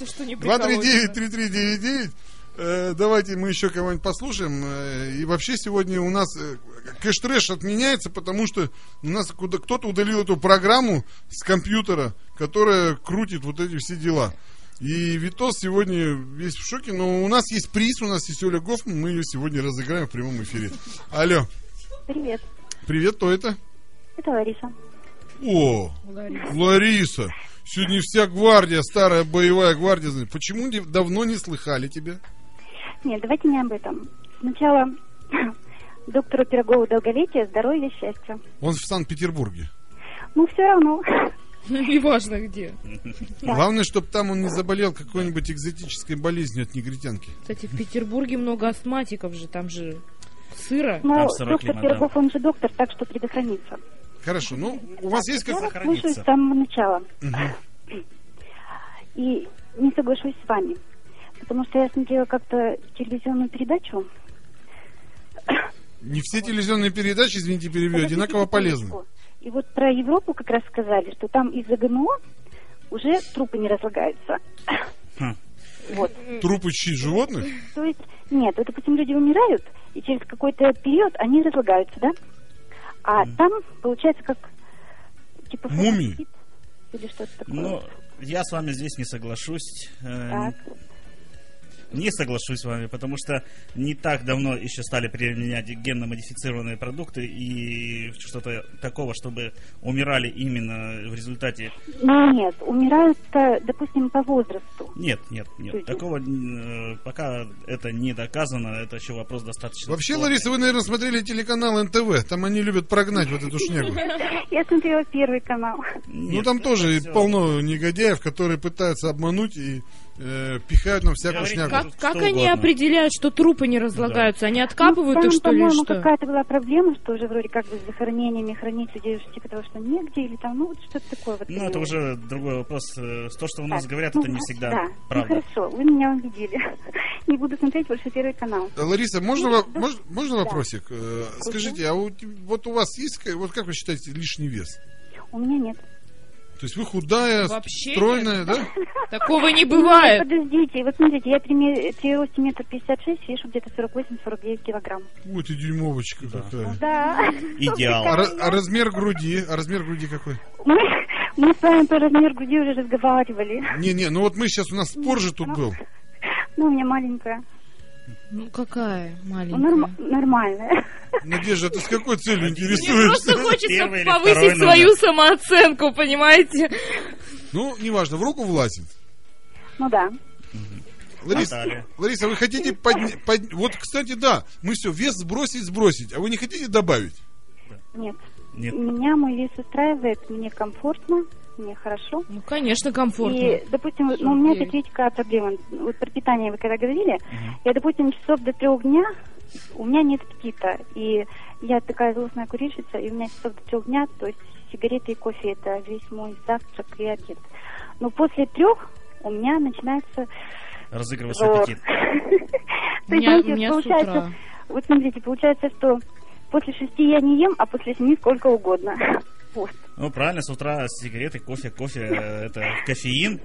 S1: 239-3399. Э, Давайте мы еще кого-нибудь послушаем. Э, И вообще сегодня у нас э, кэш-трэш отменяется, потому что у нас куда- кто-то удалил эту программу с компьютера, которая крутит вот эти все дела. И Витос сегодня весь в шоке, но у нас есть приз, у нас есть Оля Гофман, мы ее сегодня разыграем в прямом эфире. Алло,
S7: Привет,
S1: привет, кто это?
S7: это Лариса.
S1: О, Лариса. Сегодня вся гвардия, старая боевая гвардия. знает. Почему не- давно не слыхали тебя?
S7: Нет, давайте не об этом. Сначала доктору Пирогову долголетия, здоровья, счастья.
S1: Он в Санкт-Петербурге.
S7: Ну, все равно.
S3: Ну, Неважно где.
S1: Главное, чтобы там он не заболел какой-нибудь экзотической болезнью от негритянки.
S3: Кстати, в Петербурге много астматиков же, там же сыро.
S7: Но
S4: сорок
S7: Ну, доктор
S4: лимонадов.
S7: Пирогов, он же доктор, так что предохранится.
S1: Хорошо, ну, у вас есть
S7: Я
S1: как...
S7: вас
S4: Сохранится.
S7: слушаю с самого начала.
S1: Мгм.
S7: И не соглашусь с вами. Потому что я смотрела как-то телевизионную передачу.
S1: Не все телевизионные передачи, извините, перебью,
S7: Подождите
S1: одинаково полезны.
S7: секундочку. И вот про Европу как раз сказали, что там из-за ГМО уже трупы не разлагаются.
S4: Хм.
S7: Вот.
S1: Трупы чьи животных?
S7: То есть, нет, вот, допустим, люди умирают, и через какой-то период они разлагаются, да? А там, получается, как... Типа,
S1: Мумии.
S7: фагоцит Или что-то такое.
S4: Ну, я с вами здесь не соглашусь. Э,
S7: Так.
S4: Не соглашусь с вами, потому что не так давно еще стали применять генно-модифицированные продукты и что-то такого, чтобы умирали именно в результате.
S7: Ну, Нет, умирают-то, допустим, по возрасту.
S4: Нет, нет, нет. Такого э, пока это не доказано, это еще вопрос достаточно.
S1: Вообще,
S4: сложный.
S1: Лариса, вы, наверное, смотрели телеканал НТВ. Там они любят прогнать вот эту шнягу.
S7: Я смотрела первый канал.
S1: Ну,
S4: Нет,
S1: там
S4: это
S1: тоже
S4: всё-
S1: полно негодяев, которые пытаются обмануть и э, пихают нам всякую
S4: Говорите,
S1: шнягу.
S4: Как-
S3: Как,
S4: Что
S3: как
S4: угодно.
S3: они определяют, что трупы не разлагаются? Они откапывают
S7: Ну,
S3: их,
S7: там,
S3: что ли, или
S7: по-моему,
S3: что?
S7: какая-то была проблема, что уже вроде как бы с захоронениями хранить людей уже типа того, что негде, или там, ну, вот что-то такое. Вот
S4: Ну, это уже другой вопрос. Э, То, что у нас
S7: Так,
S4: говорят,
S7: ну,
S4: это не
S7: а,
S4: всегда
S7: да.
S4: правда.
S7: Ну, хорошо, вы меня убедили. Не буду смотреть больше первый канал.
S1: Лариса, можно, во- мож- можно,
S7: Да.
S1: вопросик? Э, Скажите, а у те- вот у вас есть, ка- вот как вы считаете, лишний вес?
S7: У меня нет.
S1: То есть вы худая,
S3: Ну, Вообще
S1: стройная, да?
S3: Такого не бывает.
S7: Ну, Подождите, вот смотрите, я при, ме- при росте метр пятьдесят шесть вешу где-то 48-49 килограмм.
S1: Ой, ты дюймовочка
S4: Да.
S1: какая.
S7: Да.
S1: А,
S4: Идеал.
S1: ра- а размер груди? А размер груди какой?
S7: Мы, мы с вами по размеру груди уже разговаривали.
S1: Не, не, ну вот мы сейчас у нас спор же тут был.
S7: Ну, у меня маленькая.
S3: Ну какая
S7: Норм-
S3: маленькая.
S7: нормальная.
S1: Надежда, ты с какой целью
S3: Мне просто
S1: интересуешься?
S3: хочется
S4: Ну, Первый или
S3: повысить
S4: второй
S3: свою
S4: номер.
S3: самооценку, понимаете?
S1: Ну, неважно, в руку влазит.
S7: Ну да.
S1: Лариса,
S4: Наталья.
S1: Лариса, вы хотите подня- под- Вот, кстати, да, мы все, вес сбросить, сбросить, а вы не хотите добавить?
S7: Нет.
S4: Нет.
S7: Меня мой вес устраивает, мне комфортно, мне хорошо.
S3: Ну, конечно, комфортно.
S7: И, допустим, вот, ну, у меня
S3: Сергей.
S7: опять видите, какая проблема. Вот про питание вы когда говорили, я, допустим, часов до трех дня у меня нет аппетита. И я такая злостная курильщица, и у меня часов до трех дня, то есть сигареты и кофе, это весь мой завтрак и обед. Но после трех у меня начинается
S4: Разыгрывается
S7: жор.
S4: аппетит.
S7: То
S3: У
S7: есть,
S3: меня, у
S7: знаете,
S3: меня с
S7: получается,
S3: утра.
S7: вот смотрите, получается, что после шести я не ем, а после семи сколько угодно. Вот.
S4: Ну, правильно, с утра сигареты, кофе, кофе, э, это кофеин,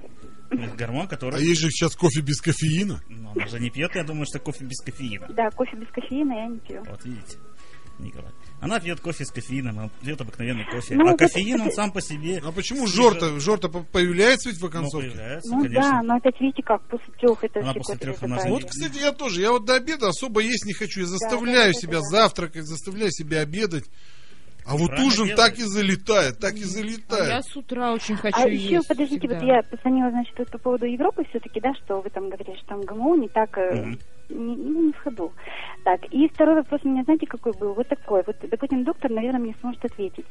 S4: э, гормон,
S1: А
S4: который...
S1: есть же сейчас кофе без кофеина.
S4: Ну, она же не пьет, я думаю, что кофе без кофеина.
S7: Да, кофе без кофеина я не пью.
S4: Вот видите, Николай. Она пьет кофе с кофеином, она пьет обыкновенный кофе.
S7: Ну,
S4: а
S7: вот-
S4: кофеин, он сам по себе...
S1: А почему
S4: Слушай,
S1: жор-то, жор-то по- появляется ведь в
S4: ну,
S1: оконцовке?
S4: появляется,
S7: Ну да,
S4: конечно.
S7: но опять видите, как после трех это
S4: Она
S7: вообще
S4: после
S7: какая-то
S4: трёх, она же
S7: такая.
S1: Вот, кстати, я тоже. Я вот до обеда особо есть не хочу. Я заставляю
S7: да, да,
S1: себя
S7: да.
S1: завтракать, заставляю себя обедать. А вот
S4: Правильно
S1: ужин
S4: делаешь.
S1: так и залетает, так и
S3: А я
S1: залетает.
S3: с утра очень хочу
S7: А
S3: есть.
S7: еще, подождите,
S3: всегда.
S7: вот я позвонила, значит, вот по поводу Европы все-таки, да, что вы там говорили, что там ГМО не так э,
S4: Мгм.
S7: не, ну, не в ходу. Так, и второй вопрос у меня, знаете, какой был? Вот такой. Вот, допустим, доктор, наверное, мне сможет ответить.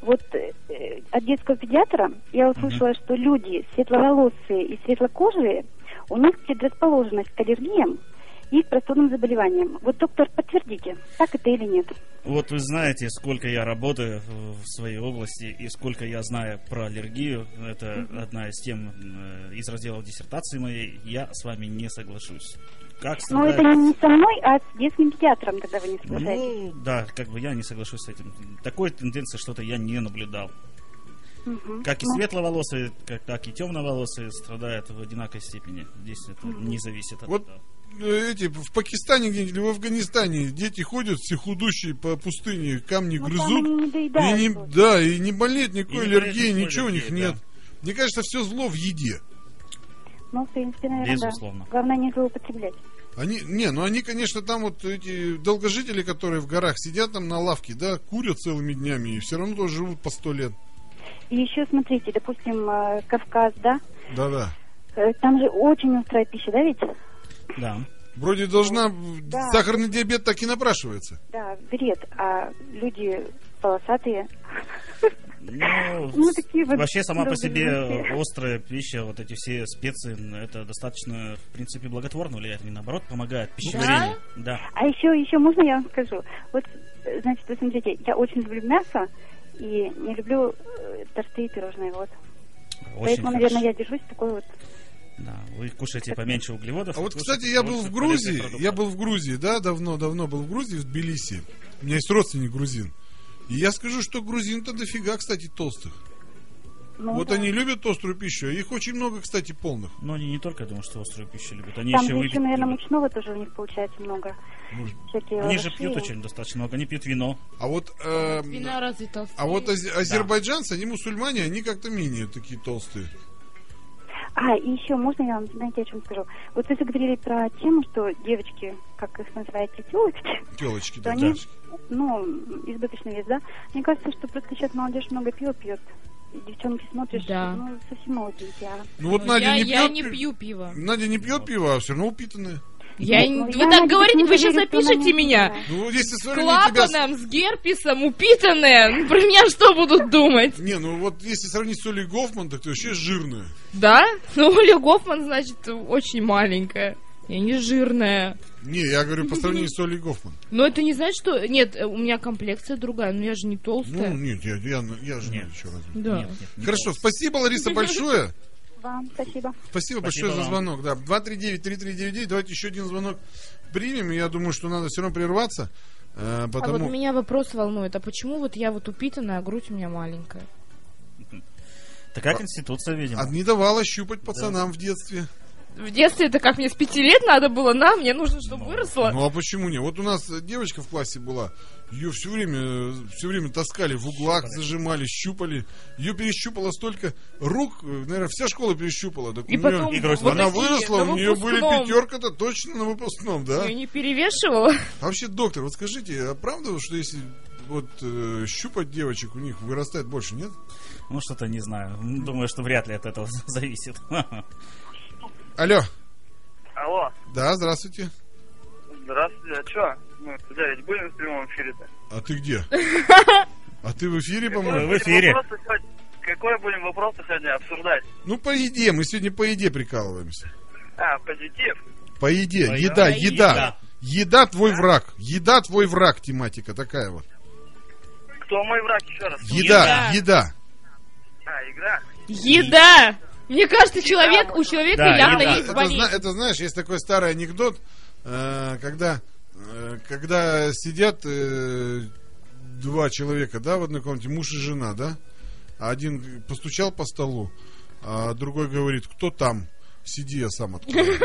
S7: Вот э, от детского педиатра я услышала, что люди светловолосые и светлокожие, у них предрасположенность к аллергиям и к простудным заболеваниям. Вот, доктор, подтвердите, так это или нет?
S4: Вот вы знаете, сколько я работаю э, в своей области и сколько я знаю про аллергию. Это одна из тем э, из разделов диссертации моей. Я с вами не соглашусь. Как
S7: Ну,
S4: страдает...
S7: это не со мной, а с детским педиатром тогда вы не соглашаетесь.
S4: Ну, да, как бы я не соглашусь с этим. Такой тенденции что-то я не наблюдал.
S7: Мгм.
S4: Как и
S7: Ну,
S4: светловолосые, как, так и темноволосые страдают в одинаковой степени. Здесь это не зависит от
S1: Вот
S4: этого.
S1: Э, Эти в Пакистане где-нибудь или в Афганистане дети ходят все худущие по пустыне, камни
S7: ну, там
S1: грызут.
S7: они не
S1: И
S7: доедают
S1: не,
S7: вот.
S1: да, и не болеет
S4: И
S1: никакой
S4: не
S1: аллергии,
S4: болеет никакой
S1: ничего у них
S4: аллергии,
S1: нет. Мне кажется, все зло в еде.
S7: Ну, в принципе, наверное,
S4: Безусловно.
S7: да. Главное не злоупотреблять.
S1: Они, не, ну они, конечно, там вот эти долгожители, которые в горах сидят там на лавке, да, курят целыми днями и все равно тоже живут по сто лет.
S7: И еще, смотрите, допустим, э, Кавказ, да?
S1: Да-да.
S7: Э, Там же очень острая пища, да ведь?
S4: Да.
S1: Вроде должна...
S7: Да.
S1: Сахарный диабет так и напрашивается.
S7: Да, бред. А люди полосатые.
S4: Ну,
S7: Ну,
S4: с-
S7: такие вот
S4: вообще сама по
S7: добрые
S4: себе э,
S7: люди.
S4: острая пища, вот эти все специи, м, это достаточно, в принципе, благотворно влияет, не наоборот, помогает пищеварению. Да.
S7: А еще, еще можно я вам скажу? Вот, э, значит, вы смотрите, я очень люблю мясо и не люблю э, торты и пирожные, вот.
S4: Очень
S7: Поэтому,
S4: хорошо.
S7: наверное, я держусь такой вот.
S4: Да, вы кушаете поменьше углеводов.
S1: А вот,
S4: кушаете
S1: кстати, я был
S4: больше полезных
S1: в Грузии,
S4: продуктов.
S1: я был в Грузии, да, давно-давно был в Грузии, в Тбилиси. У меня есть родственник грузин. И я скажу, что грузин-то дофига, кстати, толстых.
S7: Ну,
S1: вот
S7: да.
S1: они любят острую пищу, а их очень много, кстати, полных.
S4: Но они не только, я думаю, что острую пищу любят, они
S7: Там
S4: еще
S7: же
S4: выпьют.
S7: еще, наверное,
S4: любят.
S7: мучного тоже у них получается много.
S1: Может.
S7: Всякие
S4: Они же
S7: лаваши.
S4: пьют очень достаточно много, они пьют вино.
S1: А вот... эм,
S3: Вина разве толстые?
S1: а вот азе- азербайджанцы, они мусульмане, они как-то менее такие толстые.
S7: А, и еще можно я вам, знаете, о чем скажу? Вот вы заговорили про тему, что девочки, как их называете, телочки,
S1: Телочки,
S7: Да
S1: да.
S7: они- ну, избыточный вес, да? Мне кажется, что просто сейчас молодежь много пива пьет. И девчонки смотришь,
S3: Да.
S7: ну, совсем молоденькие. а.
S1: Ну вот
S3: Ну, я,
S1: Надя не
S3: я
S1: пьет...
S3: не
S1: пи-
S3: пью пиво.
S1: Надя не пьет пиво, а все равно упитанная.
S3: Я,
S7: Ну,
S3: вы
S7: я,
S3: так
S7: может быть,
S3: говорите,
S7: не
S3: вы сейчас
S7: верю, что она
S3: запишете
S7: не
S3: меня.
S7: пила.
S1: Ну, если сравнить тебя с
S3: Клапаном, с герпесом, упитанная. Ну, Про меня что будут думать?
S1: Не, ну вот если сравнить с Олей Гофман, так ты вообще жирная.
S3: Да? Ну, Оля Гофман, значит, очень маленькая. Я не жирная.
S1: Не, я говорю по сравнению с Олей Гофман.
S3: Но это не значит, что... Нет, э, у меня комплекция другая, но я же не
S1: Ну,
S3: толстая.
S1: нет, я, я, я же не
S4: Нет.
S1: еще раз.
S3: да.
S4: Нет, нет, не
S1: Хорошо,
S4: толстые.
S1: спасибо, Лариса, большое.
S7: Вам спасибо.
S1: Спасибо
S4: Спасибо
S1: большое за
S4: вам.
S1: звонок. Да, 239-3399. Давайте еще один звонок примем. Я думаю, что надо все равно прерваться. э,
S3: А вот
S1: Потому...
S3: меня вопрос волнует, а почему вот я вот упитанная, а грудь у меня маленькая?
S4: Такая конституция, видимо.
S1: А не давала щупать пацанам в детстве.
S3: В детстве это как мне с пяти лет надо было, на, мне нужно, чтобы
S4: Ну,
S3: выросла.
S1: Ну а почему не? Вот у нас э, девочка в классе была. Ее все время, все время таскали в углах, зажимали, щупали. Ее перещупало столько рук, э, наверное, вся школа перещупала. Так
S3: И
S1: у
S3: потом
S1: неё-
S4: И грудь вот
S1: она
S3: такие,
S1: выросла,
S3: на
S1: у нее были
S3: выпускном.
S1: пятерка-то точно на выпускном, да?
S3: Я не перевешивала.
S1: А вообще, доктор, вот скажите, а правда, вот, что если вот э, щупать девочек, у них вырастает больше, нет?
S4: Ну, что-то не знаю. М, Думаю, что вряд ли от этого зависит.
S1: Алло,
S8: Алло,
S1: да, здравствуйте.
S8: здравствуйте, а чё? Мы да, ведь будем в прямом эфире-то?
S1: А ты где? А ты в эфире,
S4: Мы
S1: по-моему?
S4: в эфире.
S8: Вопросы сегодня- Какой будем вопрос сегодня обсуждать?
S1: Ну, по еде, мы сегодня по еде прикалываемся.
S8: А, позитив.
S1: По еде,
S4: По
S1: еда,
S3: еде.
S1: еда. Еда твой враг. Еда твой враг, тематика такая вот.
S8: Кто мой враг еще раз?
S1: Еда, еда.
S8: А, игра.
S3: Еда! Мне кажется, человек, у человека
S4: Да,
S3: явно
S4: еда.
S3: есть
S1: Это, зна-
S3: болезнь.
S1: это, знаешь, есть такой старый анекдот, э, когда, э, когда сидят э, два человека, да, в одной комнате, муж и жена, да, а один постучал по столу, а другой говорит, кто там? Сиди, я сам открою.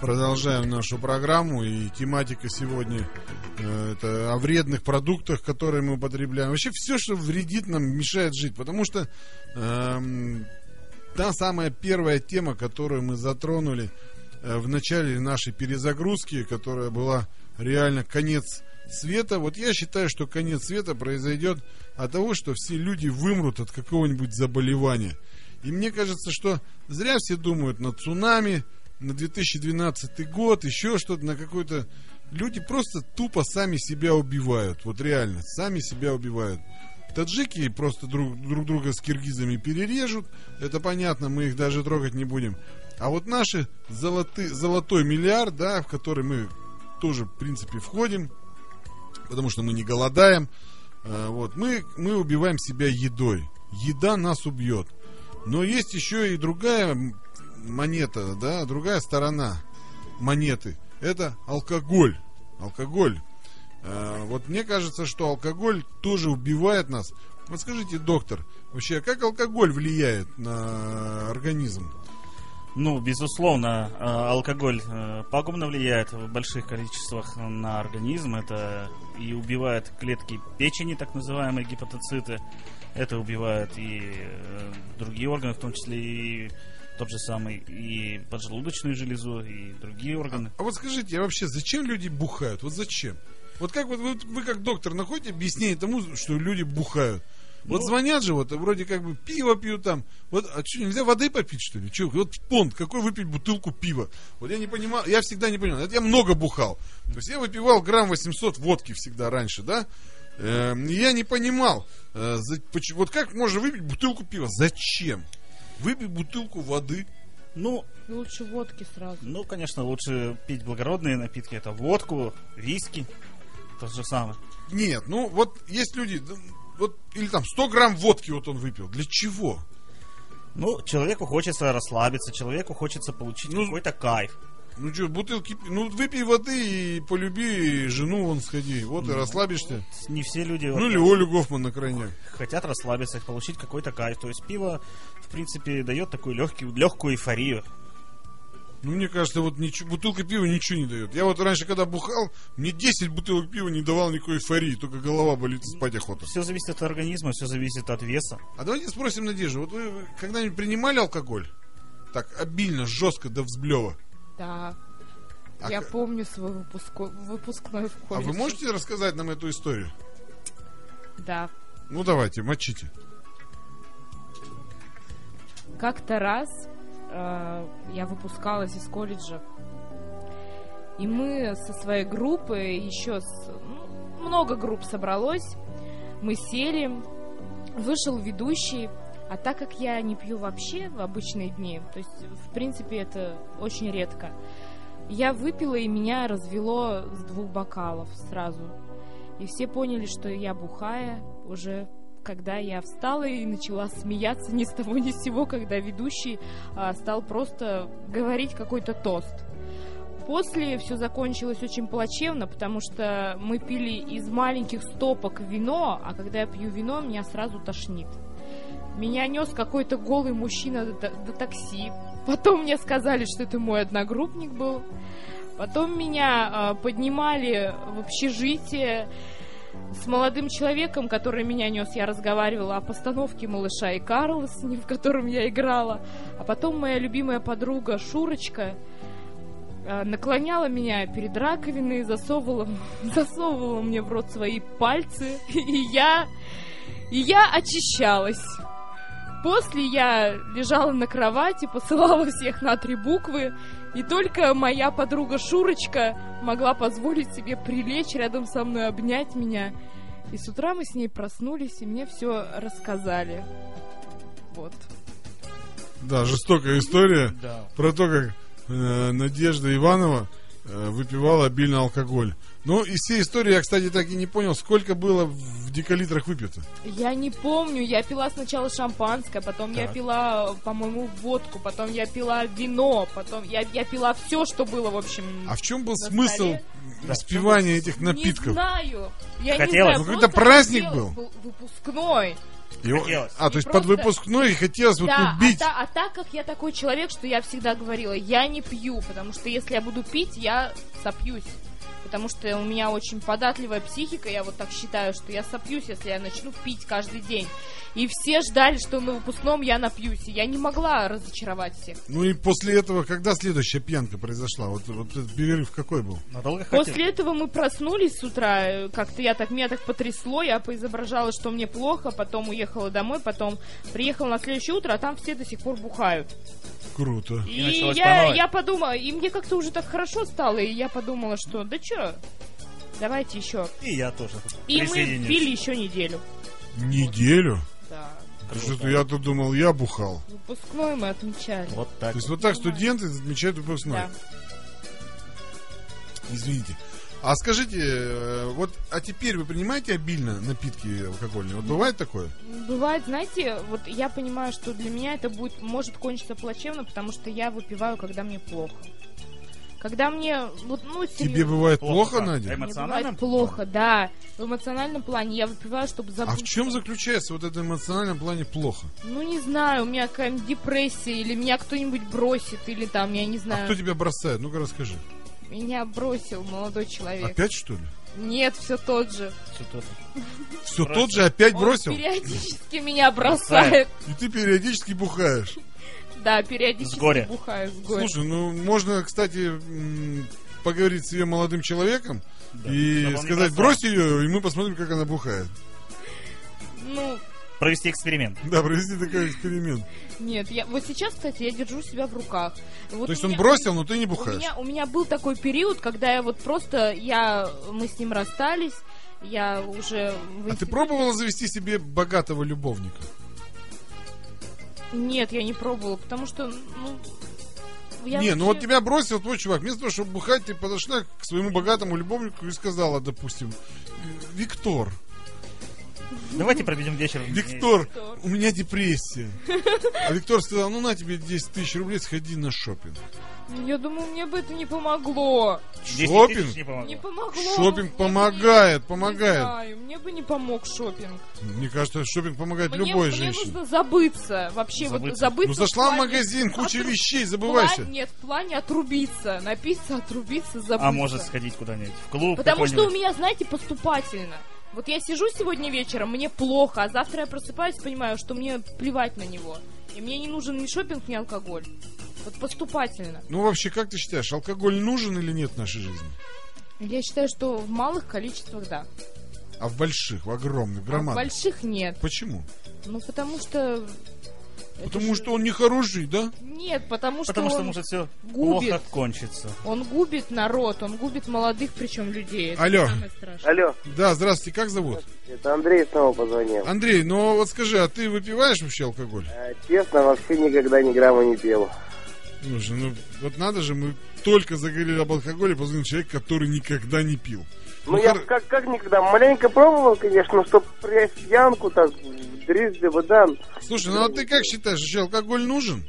S1: Продолжаем нашу программу и тематика сегодня э, это о вредных продуктах, которые мы употребляем. Вообще все, что вредит нам, мешает жить, потому что эм, та самая первая тема, которую мы затронули э, в начале нашей перезагрузки, которая была реально конец света. Вот я считаю, что конец света произойдет от того, что все люди вымрут от какого-нибудь заболевания. И мне кажется, что зря все думают на цунами, на 2012 год, еще что-то, на какой-то... Люди просто тупо сами себя убивают, вот реально, сами себя убивают. Таджики просто друг, друг друга с киргизами перережут, это понятно, мы их даже трогать не будем. А вот наши золоты, золотой миллиард, да, в который мы тоже, в принципе, входим, потому что мы не голодаем, э, вот, мы, мы убиваем себя едой. Еда нас убьет. Но есть еще и другая м- монета, да, другая сторона монеты. Это алкоголь. Алкоголь. Э, Вот мне кажется, что алкоголь тоже убивает нас. Вот скажите, доктор, вообще, а как алкоголь влияет на А, организм?
S4: Ну, безусловно, э, алкоголь э, пагубно влияет в больших количествах на организм. Это и убивает клетки печени, так называемые гепатоциты. Это убивает и э, другие органы, в том числе и тот же самый и поджелудочную железу, и другие органы.
S1: А вот скажите, а вообще зачем люди бухают? Вот зачем? Вот как вот вы, вы как доктор находите объяснение тому, что люди бухают? Вот
S4: Ну-
S1: звонят же, вот вроде как бы пиво пьют там. Вот, а что, нельзя воды попить, что ли? Че, вот понт, какой выпить бутылку пива? Вот я не понимал, я всегда не понимал. Это я много бухал. То есть я выпивал грамм 800 водки всегда раньше, да? Эм, и я не понимал, э, за- поч- вот как можно выпить бутылку пива? Зачем? Выпить бутылку воды.
S4: Ну,
S3: Лучше водки сразу.
S4: ну, конечно, лучше пить благородные напитки. Это водку, виски, то же самое.
S1: Нет, ну вот есть люди, да, вот или там 100 грамм водки вот он выпил. Для чего?
S4: Ну, человеку хочется расслабиться, человеку хочется получить
S1: Ну,
S4: какой-то кайф.
S1: Ну что, бутылки, пи- ну выпей воды и полюби жену вон сходи. Вот и
S4: Ну,
S1: расслабишься.
S4: Не все люди
S1: Ну или Олю Гофман на крайняк.
S4: хотят расслабиться, получить какой-то кайф. То есть пиво, в принципе, дает такую легкую, легкую эйфорию.
S1: Ну мне кажется, вот ничего, бутылка пива ничего не дает. Я вот раньше, когда бухал, мне 10 бутылок пива не давал никакой эйфории, только голова болит, и спать охота.
S4: Все зависит от организма, все зависит от веса.
S1: А давайте спросим Надежду, вот вы когда-нибудь принимали алкоголь? Так, обильно, жестко, до взблева.
S3: Да.
S1: А
S3: я
S1: к-
S3: помню свой выпуско- выпускной в
S1: А
S3: колледже.
S1: вы можете рассказать нам эту историю?
S3: Да.
S1: Ну давайте, мочите.
S3: Как-то раз э, я выпускалась из колледжа, и мы со своей группы еще с- ну, много групп собралось, мы сели, вышел ведущий, а так как я не пью вообще в обычные дни, то есть в принципе это очень редко, я выпила и меня развело с двух бокалов сразу, и все поняли, что я бухая уже когда я встала и начала смеяться ни с того ни с сего, когда ведущий а, стал просто говорить какой-то тост. После все закончилось очень плачевно, потому что мы пили из маленьких стопок вино, а когда я пью вино, меня сразу тошнит. Меня нес какой-то голый мужчина до, та- до такси. Потом мне сказали, что это мой одногруппник был. Потом меня а, поднимали в общежитие с молодым человеком, который меня нес, я разговаривала о постановке «Малыша и Карла», с ним, в котором я играла. А потом моя любимая подруга Шурочка э, наклоняла меня перед раковиной, засовывала, засовывала мне в рот свои пальцы, и я, и я очищалась. После я лежала на кровати, посылала всех на три буквы, и только моя подруга Шурочка могла позволить себе прилечь рядом со мной, обнять меня. И с утра мы с ней проснулись, и мне все рассказали. Вот.
S1: Да, жестокая история
S4: Да.
S1: про то, как э, Надежда Иванова э, выпивала обильно алкоголь. Ну, из всей истории я, кстати, так и не понял, сколько было в декалитрах выпито.
S3: Я не помню, я пила сначала шампанское, потом я
S4: Так.
S3: пила, по-моему, водку, потом я пила вино, потом я, я пила все, что было, в общем.
S1: А в чем был
S3: На
S1: смысл
S3: столе?
S1: м, испевания этих
S3: Не
S1: напитков?
S3: знаю. Я
S4: Хотелось.
S3: не знаю.
S1: Ну, какой-то
S3: просто
S1: праздник
S3: хотелось,
S1: был.
S3: Выпускной.
S1: Его-
S4: Хотелось.
S1: А, то
S3: И
S1: есть под
S3: просто-
S1: выпускной хотелось вот
S3: Да, а,
S1: убить.
S3: та- а так как я такой человек, что я всегда говорила, я не пью, потому что если я буду пить, я сопьюсь. потому что у меня очень податливая психика, я вот так считаю, что я сопьюсь, если я начну пить каждый день. И все ждали, что на выпускном я напьюсь, и я не могла разочаровать всех.
S1: Ну и после этого, когда следующая пьянка произошла? Вот, вот этот перерыв какой был?
S4: Надолго
S3: После этого мы проснулись с утра, э, как-то я так, меня так потрясло, я поизображала, что мне плохо, потом уехала домой, потом приехала на следующее утро, а там все до сих пор бухают.
S1: Круто.
S4: И
S3: И
S4: началось по
S3: я,
S4: новой.
S3: я подумала, и мне как-то уже так хорошо стало, и я подумала, что да чё, давайте еще.
S4: И я тоже.
S3: И мы
S4: присоединюсь.
S3: пили еще неделю.
S1: Неделю?
S3: Да.
S1: Что-то я тут думал, я бухал.
S3: Выпускной мы отмечали.
S4: Вот так.
S1: То есть вот так студенты отмечают выпускной.
S3: Да.
S1: Извините. А скажите, э, вот, а теперь вы принимаете обильно напитки алкогольные? Вот бывает такое?
S3: Бывает, знаете, вот я понимаю, что для меня это будет, может кончиться плачевно, потому что я выпиваю, когда мне плохо. Когда мне, вот, ну,
S1: Тебе
S3: серьезно,
S1: бывает
S4: Плохо
S1: плохо,
S4: как? Эмо-
S1: Надя?
S3: мне бывает
S4: эмоциональном
S3: плохо, да. В эмоциональном плане я выпиваю, чтобы
S1: А
S3: забыть.
S1: в чем заключается вот это эмоциональном плане плохо?
S3: Ну, не знаю, у меня какая-нибудь депрессия, или меня кто-нибудь бросит, или там, я не
S1: А кто
S3: знаю.
S1: тебя бросает? Ну-ка расскажи.
S3: Меня бросил молодой человек.
S1: Опять что ли?
S3: Нет, все тот же.
S4: Всё тут.
S1: Все
S4: Бросил.
S1: тот же опять
S3: Он
S1: бросил?
S3: периодически меня бросает.
S4: Бросает.
S1: И ты периодически бухаешь.
S3: Да,
S4: С горя.
S3: периодически бухаю с горя.
S1: Слушай, ну можно, кстати, м, поговорить с ее молодым человеком
S4: Да.
S1: и
S4: Чтобы он не
S1: сказать,
S4: бросал.
S1: брось ее, и мы посмотрим, как она бухает.
S3: Ну,
S4: Провести эксперимент.
S1: Да, провести такой эксперимент.
S3: Нет, я вот сейчас, кстати, я держу себя в руках. Вот
S1: То есть
S3: у
S1: он
S3: меня-
S1: бросил, но ты не
S3: У
S1: бухаешь.
S3: меня, у меня был такой период, когда я вот просто я мы с ним расстались, я уже. в
S1: А ты
S3: институте-
S1: пробовала завести себе богатого любовника?
S3: Нет, я не пробовала, потому что ну. я
S1: Не, ну вот
S3: вообще-
S1: тебя бросил твой чувак. Вместо того, чтобы бухать, ты подошла к своему богатому любовнику и сказала, допустим, Виктор,
S4: Давайте проведем вечер. вместе.
S1: Виктор,
S3: Виктор.
S1: у меня депрессия. А Виктор сказал, ну на тебе 10 тысяч рублей, сходи на шопинг.
S3: Я думаю, мне бы это не помогло.
S4: 10
S1: Шопинг?
S4: тысяч не помогло.
S3: Не помогло.
S1: Шопинг
S3: Мне бы не-
S1: помогает,
S3: Не
S1: помогает.
S3: знаю, мне бы не помог шопинг.
S1: Мне кажется, шопинг помогает
S3: мне,
S1: любой
S3: мне
S1: женщине.
S3: нужно забыться. Вообще, вот
S4: Забыться.
S3: забыться.
S1: Ну зашла в
S3: плане-
S1: магазин, куча
S3: Отру-
S1: вещей, забывайся.
S3: План- нет, в плане отрубиться. Напиться, отрубиться, забыться.
S4: А может сходить куда-нибудь в клуб
S3: Потому что у
S4: какой-нибудь?
S3: меня, знаете, поступательно. Вот я сижу сегодня вечером, мне плохо, а завтра я просыпаюсь, понимаю, что мне плевать на него. И мне не нужен ни шопинг, ни алкоголь. Вот поступательно.
S1: Ну вообще, как ты считаешь, алкоголь нужен или нет в нашей жизни?
S3: Я считаю, что в малых количествах да.
S1: А в больших, в огромных,
S3: А в
S1: громадных.
S3: больших нет.
S1: Почему?
S3: Ну, потому что... это
S1: Потому
S3: же-
S1: что он нехороший, да?
S3: Нет, потому что,
S4: Потому что
S3: он,
S4: может все
S3: губит.
S4: плохо кончится.
S3: он губит народ, он губит молодых причем людей. Это
S1: Алло.
S3: самое страшное.
S2: Алло.
S1: Да, здравствуйте, как зовут?
S2: Это Андрей снова позвонил.
S1: Андрей, ну вот скажи, а ты выпиваешь вообще алкоголь?
S2: Э, Честно, вообще никогда ни грамма не пил.
S1: Слушай, ну вот надо же, мы только заговорили об алкоголе, позвонил человек, который никогда не пил.
S2: Ну, я
S1: хор-
S2: как, как никогда. Маленько пробовал, конечно, чтобы прям пьянку так дрезде бы, да.
S1: Слушай, ну а ты как считаешь, вообще алкоголь нужен?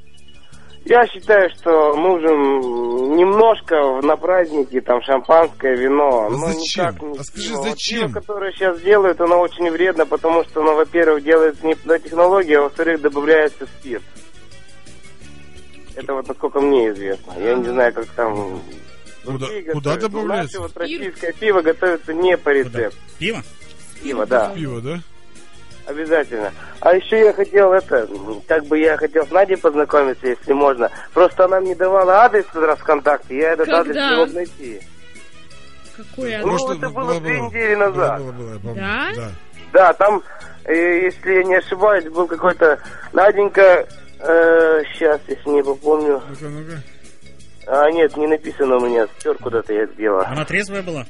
S2: Я считаю, что нужен немножко на празднике, там, шампанское, вино.
S1: А
S6: Ну,
S2: но не
S1: зачем?
S2: так, не
S1: А скажи,
S2: пиво. Вот
S1: зачем?
S2: пиво, которое сейчас делают, оно очень вредно, потому что, ну, во-первых, делается не туда технология, а во-вторых, добавляется спирт. Это вот насколько мне известно. Я не знаю, как там...
S1: Куда,
S2: другие
S1: куда
S2: готовят. У нас
S1: добавляется?
S2: вот российское пиво готовится не по рецепту.
S4: Пиво?
S2: Пиво, да.
S1: Пиво, да?
S2: Обязательно. А еще я хотел это, как бы я хотел с Надей познакомиться, если можно. Просто она мне давала адрес как раз ВКонтакте, я этот
S3: Когда?
S2: адрес не мог найти.
S3: Какой
S2: Ну,
S3: он...
S1: Может,
S2: это было
S1: была-
S2: две
S1: была.
S2: недели назад.
S1: Была- была- была, я помню.
S3: Да?
S1: Да.
S2: Да, там, э, если я не ошибаюсь, был какой-то Наденька, сейчас, если не попомню.
S1: Ну-ка, ну-ка.
S2: А, нет, не написано у меня, стер куда-то я
S1: А?
S2: сделала.
S4: Она трезвая была?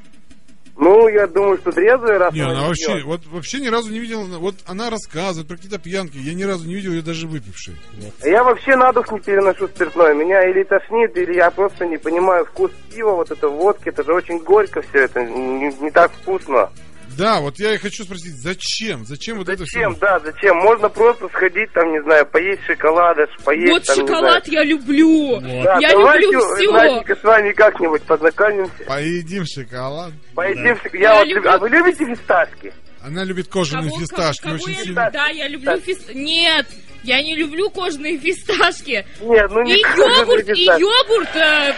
S2: Ну, я думаю, что трезвый раз.
S1: Не, она вообще, вот, вообще ни разу не видел, вот она рассказывает про какие-то пьянки, я ни разу не видел ее даже выпившей.
S2: Я вообще на дух не переношу спиртное. Меня или тошнит, или я просто не понимаю вкус пива, вот это водки. Это же очень горько все это, не, не так вкусно.
S1: Да, вот я и хочу спросить, зачем? Зачем вот это
S2: зачем,
S1: все?
S2: да, зачем? Можно просто сходить там, не знаю, поесть шоколада, ш- поесть
S3: Вот
S2: там, не
S3: шоколад я люблю.
S4: Вот.
S2: знаю. Да,
S3: я
S2: давайте,
S3: люблю всё.
S2: Наденька, с вами как-нибудь познакомимся.
S1: Поедим шоколад.
S2: Поедим шоколад.
S3: Я
S2: Я вот
S3: люблю-
S2: люблю- А вы любите фисташки?
S1: Она любит кожаные
S3: Кого-
S1: фисташки
S3: кого-
S1: очень
S3: кого я-
S1: сильно.
S3: Да, я люблю фисташки. Нет, я не люблю кожаные фисташки.
S2: Нет, ну
S3: И
S2: не
S3: йогурт, и
S2: фисташки.
S3: йогурт э,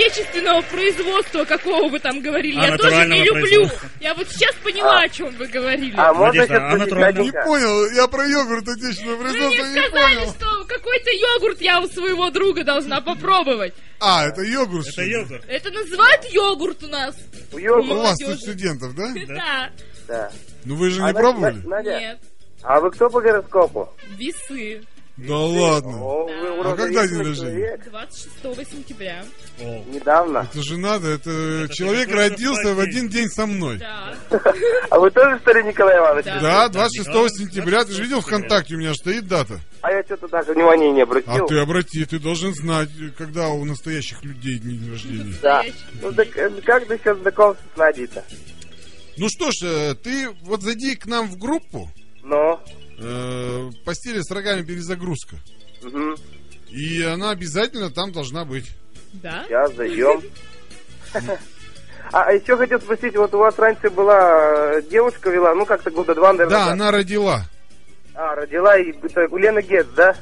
S9: отечественного производства, какого вы там говорили.
S4: А,
S9: я тоже не
S4: натурального
S9: люблю.
S4: производства.
S9: Я вот сейчас поняла, о чем вы говорили.
S2: А можно
S4: Надежда, а
S2: сейчас
S4: натуральный?
S1: Не понял, я про йогурт отечественного
S9: Вы мне
S1: производства не
S9: сказали,
S1: понял.
S9: что какой-то йогурт я у своего друга должна попробовать.
S1: А, это йогурт.
S4: Это
S1: что ли?
S4: йогурт.
S9: Это называют йогурт у нас.
S1: У вас тут
S9: Молодежи.
S1: студентов, да?
S9: Да.
S2: Да.
S1: Ну вы же не
S2: А, Надя-
S1: пробовали?
S2: Надя,
S9: Нет.
S2: а вы кто по гороскопу?
S9: Весы.
S1: Да ладно.
S2: О, вы
S9: Да.
S2: урод,
S1: А когда
S2: известный
S1: день рождения?
S2: человек.
S9: 26 сентября.
S4: О,
S2: Недавно.
S1: Это же надо, это человек
S4: такой же
S1: родился в
S4: плохой.
S1: один день со мной.
S9: Да.
S2: А вы тоже, что ли, Николай Иванович?
S9: Да.
S1: Да, 26
S4: Да,
S1: сентября, ты же видел
S4: 26
S1: ВКонтакте, у меня же стоит дата.
S2: А я что-то даже внимания не
S1: А
S2: обратил.
S1: ты обрати, ты должен знать, когда у настоящих людей дни рождения.
S2: Да.
S9: Настоящий.
S2: Ну так э, как ты сейчас знакомство с Надей-то?
S1: Ну что ж, э, ты вот зайди к нам в группу
S2: Ну,
S1: э, «Постели с рогами перезагрузка».
S2: мгм,
S1: И она обязательно там должна быть.
S9: Да?
S2: сейчас зайдем. А, а еще хотел спросить, вот у вас раньше была э, девушка вела, ну как-то года два, наверное.
S1: Да,
S2: назад.
S1: она родила.
S2: А, родила и это, у Лены Гетц, да?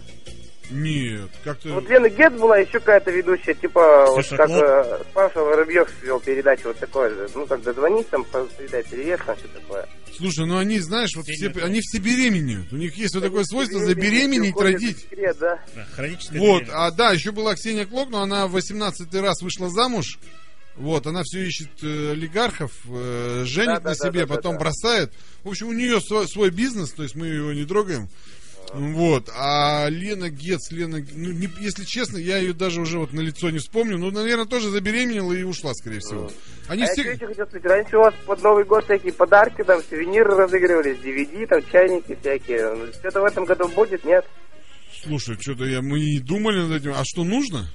S1: Нет, как-то...
S2: Вот Лена Гетц была еще какая-то ведущая, типа вот
S4: Саша
S2: как
S4: Клоп.
S2: э, Паша Воробьев вел передачу вот такое же. Ну, когда звонить там, по- передать привет, там что такое.
S1: Слушай, ну они, знаешь, вот все,
S4: Сильно.
S1: они все беременеют. У них есть вот такое свойство
S2: Беременеть,
S1: забеременеть,
S2: уходит в
S1: родить.
S2: секрет, да?
S4: да, хроническая
S1: Вот,
S4: беременность.
S1: а да, еще была Ксения Клоп, но она в 18 раз вышла замуж. Вот, она все ищет э, олигархов, э, женит
S2: Да-да-да-да-да-да.
S1: на себе, потом бросает. В общем, у нее свой, свой бизнес, то есть мы его не трогаем. Вот, а Лена Гец, Лена, Г- ну, не- если честно, я ее даже уже вот на лицо не вспомню, ну, наверное, тоже забеременела и ушла, скорее всего. Они
S2: А я
S1: все...
S2: еще хотел спросить, раньше у вас под Новый год всякие подарки, там сувениры разыгрывались, DVD, там чайники всякие. Что-то в этом году будет, нет?
S1: Слушай, что-то я, мы и не думали над этим, а что нужно?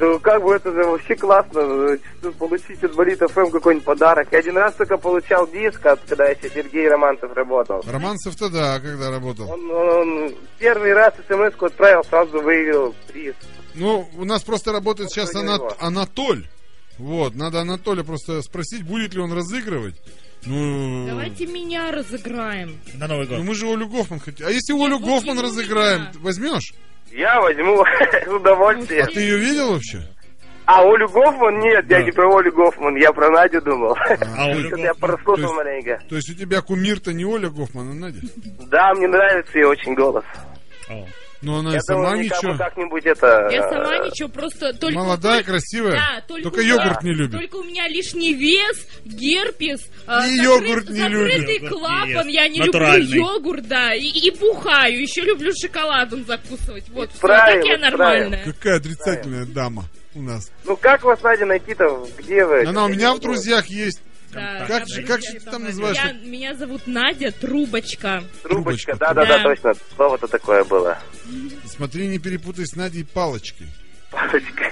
S2: Ну, как бы это же вообще классно, э, что получить от Болит ФМ какой-нибудь подарок. Я один раз только получал диск, от, когда еще Сергей Романцев работал.
S1: Романцев-то да, когда работал.
S2: Он, он- он первый раз смс отправил, сразу выиграл приз.
S1: Ну, у нас просто работает
S2: Просто
S1: сейчас
S2: у
S1: Ана-
S2: него.
S1: Анатоль. Вот, надо Анатоля просто спросить, будет ли он разыгрывать. Ну,
S9: Давайте меня разыграем.
S4: На Новый год.
S1: ну мы же Олю Гофман хотим. А если Олю
S9: вот
S1: Гофман
S9: его
S1: разыграем,
S9: меня.
S1: ты возьмешь?
S2: Я возьму с удовольствием.
S1: А ты ее видел вообще?
S2: А Олю Гофман? Нет, я
S1: Да.
S2: не про Олю Гофман, я про Надю думал.
S4: А у
S2: Что-то я
S4: Львова-
S1: то
S2: прослушал
S1: есть-
S2: маленько.
S1: То есть у тебя кумир-то не Оля Гофман, а Надя?
S2: Да, мне нравится ее очень голос.
S4: О,
S1: Но Ну, она
S2: Я
S1: А, и сама
S2: думаю, никому
S1: ничего.
S2: как-нибудь это...
S9: Я
S2: э,
S9: сама ничего, просто только...
S1: Молодая,
S9: только-
S1: красивая.
S9: Да, только,
S1: Только
S9: у-
S1: йогурт не любит.
S9: Только у меня лишний вес, герпес, э,
S1: И
S9: закры-
S1: йогурт не
S9: закрытый
S4: любит.
S9: клапан, я не
S4: Натуральный.
S9: люблю йогурт, да, и, и пухаю, еще люблю шоколадом закусывать, вот, всё,
S2: Исправим,
S9: так я
S2: исправим.
S9: нормальная.
S1: Какая отрицательная дама у нас.
S2: Ну как вас, Надя, найти-то? Где вы?
S1: Она у меня в друзьях есть.
S9: Да,
S1: Как же- как
S9: я-
S1: же ты там называешь?
S9: Я- меня зовут Надя Трубочка.
S1: Трубочка.
S2: Трубочка, да-да-да,
S9: Да.
S2: точно. Слово-то такое было.
S1: Смотри, не перепутай с Надей палочкой.
S2: Палочка.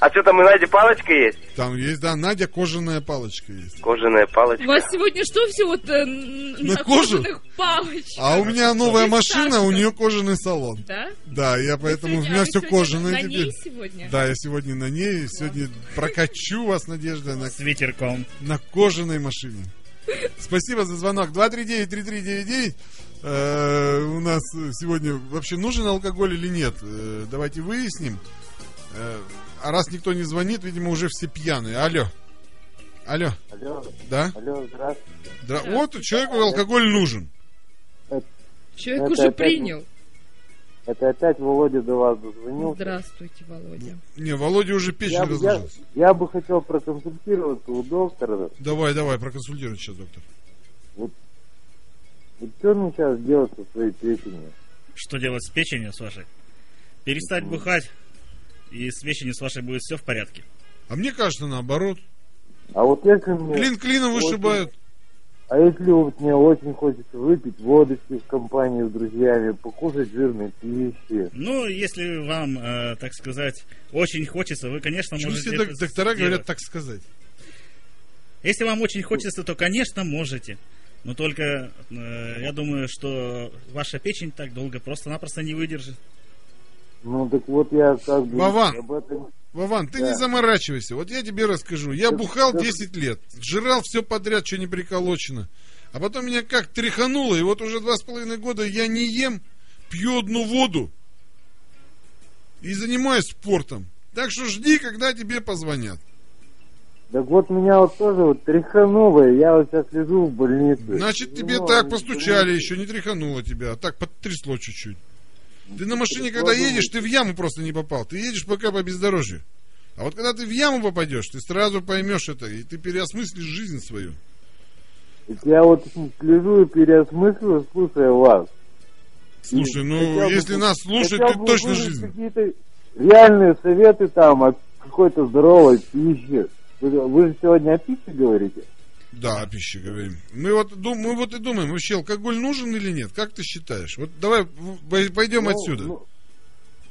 S2: А что там у Нади палочка есть?
S1: Там есть, да, Надя кожаная палочка есть.
S2: Кожаная
S9: У
S2: палочка.
S9: вас сегодня что все вот э, н-
S1: На
S9: накушенных палочек?
S1: А у меня новая
S9: Без
S1: машина, у
S9: Саши-то.
S1: нее кожаный салон.
S9: Да?
S1: Да, я поэтому у
S9: Сегодня- а
S1: меня
S9: вы
S1: все
S9: сегодня
S1: кожаное
S9: на
S1: теперь.
S9: ней сегодня?
S1: Да, я сегодня на ней, сегодня прокачу вас, Надежда, на,
S4: С ветерком.
S1: на кожаной машине. Спасибо за звонок. 239-3399. Э, у нас сегодня вообще нужен алкоголь или нет? Э, давайте выясним. Э, а раз никто не звонит, видимо, уже все пьяные. Алло. Алло.
S6: Алло,
S1: Да?
S6: алло, здравствуйте.
S1: да. Вот человеку алкоголь нужен.
S9: Человек
S6: Это
S9: уже
S6: опять-
S9: принял.
S6: Это опять Володя до вас дозвонил.
S9: Здравствуйте, Володя.
S1: Не, Володя уже печень
S6: Я, я-
S1: разложилась.
S6: я бы хотел проконсультироваться у доктора.
S1: Давай, давай, проконсультируй сейчас, доктор.
S6: Вот что мне сейчас делать со своей печенью?
S4: Что делать с печенью с вашей? Перестать бухать, и с печенью с вашей будет все в порядке.
S1: А мне кажется, наоборот.
S6: А вот если мне...
S1: Клин клином вышибают.
S6: А если вот мне очень хочется выпить водочки в компании с друзьями, покушать жирной пищи,
S4: Ну, если вам, э, так сказать, очень хочется, вы, конечно,
S1: Почему
S4: можете
S1: все
S4: это
S1: док- доктора
S4: сделать.
S1: говорят так сказать?
S4: Если вам очень хочется, то, конечно, можете. Но только э, я думаю, что ваша печень так долго просто-напросто не выдержит.
S6: ну так вот я как бы...
S1: Вован.
S6: Об этом...
S1: Вован, ты
S6: Да.
S1: не заморачивайся. Вот я тебе расскажу. Я
S6: Да,
S1: бухал
S6: да.
S1: 10 лет, жрал все подряд, что не приколочено. А потом меня как тряхануло, и вот уже два с половиной года я не ем, пью одну воду и занимаюсь спортом. Так что жди, когда тебе позвонят.
S6: Так вот меня вот тоже вот тряхануло, и я вот сейчас лежу в больнице. Ну,
S1: Значит,
S6: Не
S1: тебе
S6: знаю,
S1: так
S6: не
S1: постучали,
S6: понимаю.
S1: еще не тряхануло тебя, а так подтрясло чуть-чуть.
S6: Ну,
S1: Ты на машине,
S6: Трясло,
S1: когда
S6: думаю.
S1: едешь, ты в яму просто не попал. Ты едешь пока по бездорожью. А вот когда ты в яму попадешь, ты сразу поймешь это, и ты переосмыслишь жизнь свою.
S6: Так Я вот лежу и переосмыслил, слушая вас.
S1: Слушай,
S6: Хотел
S1: ну,
S6: бы-
S1: если нас слушать,
S6: хотел
S1: ты
S6: бы
S1: точно
S6: услышать
S1: жизнь.
S6: Какие-то реальные советы там от какой-то здоровой пищи. Вы, вы же сегодня о пище говорите?
S1: Да, о пище говорим. Мы вот, дум- мы вот и думаем, вообще алкоголь нужен или нет? Как ты считаешь? Вот давай в- пойдем
S6: Ну,
S1: отсюда.
S6: Ну,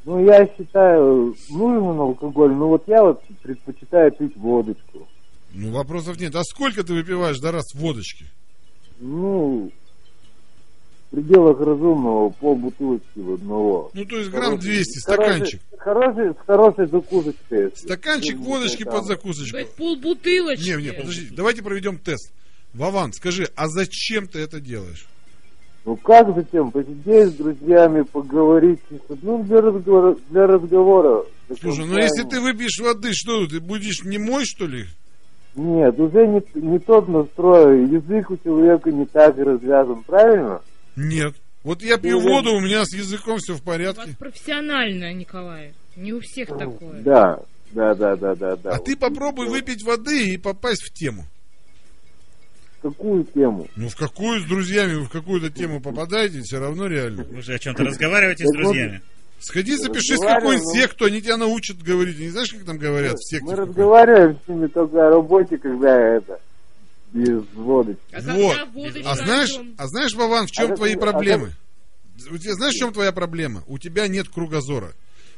S6: ну, я считаю, нужен алкоголь, но вот я вот предпочитаю пить водочку.
S1: Ну, вопросов нет. А сколько ты выпиваешь за раз водочки?
S6: Ну, в пределах разумного полбутылочки в одного.
S1: Ну, то есть грамм
S6: Хороший-
S1: 200,
S6: хороший-
S1: стаканчик.
S6: Хороший, с хорошей закусочкой. если.
S1: Стаканчик
S6: Ну,
S1: водочки
S6: там.
S1: под закусочку.
S9: Блядь, полбутылочки.
S1: Не, не, подожди, давайте проведем тест. Вован, скажи, а зачем ты это делаешь?
S6: Ну как зачем? Посидеть с друзьями, поговорить чисто. Ну, для разговора. Для разговора.
S1: Слушай, ну если ты выпьешь воды, что ты будешь немой, что ли?
S6: Нет, уже не, не тот настрой. Язык у человека не так развязан, правильно?
S1: Нет. Вот я пью
S6: Уже-
S1: воду, у меня с языком все в
S9: У вас
S1: порядке.
S9: профессиональная, Николай. Не у всех такое.
S6: Да, да, да, да, да, да.
S1: А ты
S6: Вот.
S1: попробуй выпить воды и попасть в тему.
S6: Какую тему?
S1: Ну в какую с друзьями вы в какую-то тему попадаете, все равно реально.
S4: Вы же о чем-то разговариваете с
S6: Так вот,
S4: друзьями.
S1: Сходи, запишись в
S6: Разговариваем,
S1: какую-нибудь секту, они тебя научат говорить. Не знаешь, как там говорят типа в секте?
S6: Ну, Мы разговариваем с ними только о работе, когда это без водочки.
S9: А
S1: Вот.
S9: когда водочка
S1: А знаешь,
S9: о чём?
S1: а знаешь, Вован, в чем
S6: А
S1: твои
S6: как- а
S1: проблемы? У тебя, знаешь, в чем твоя проблема? У тебя нет кругозора.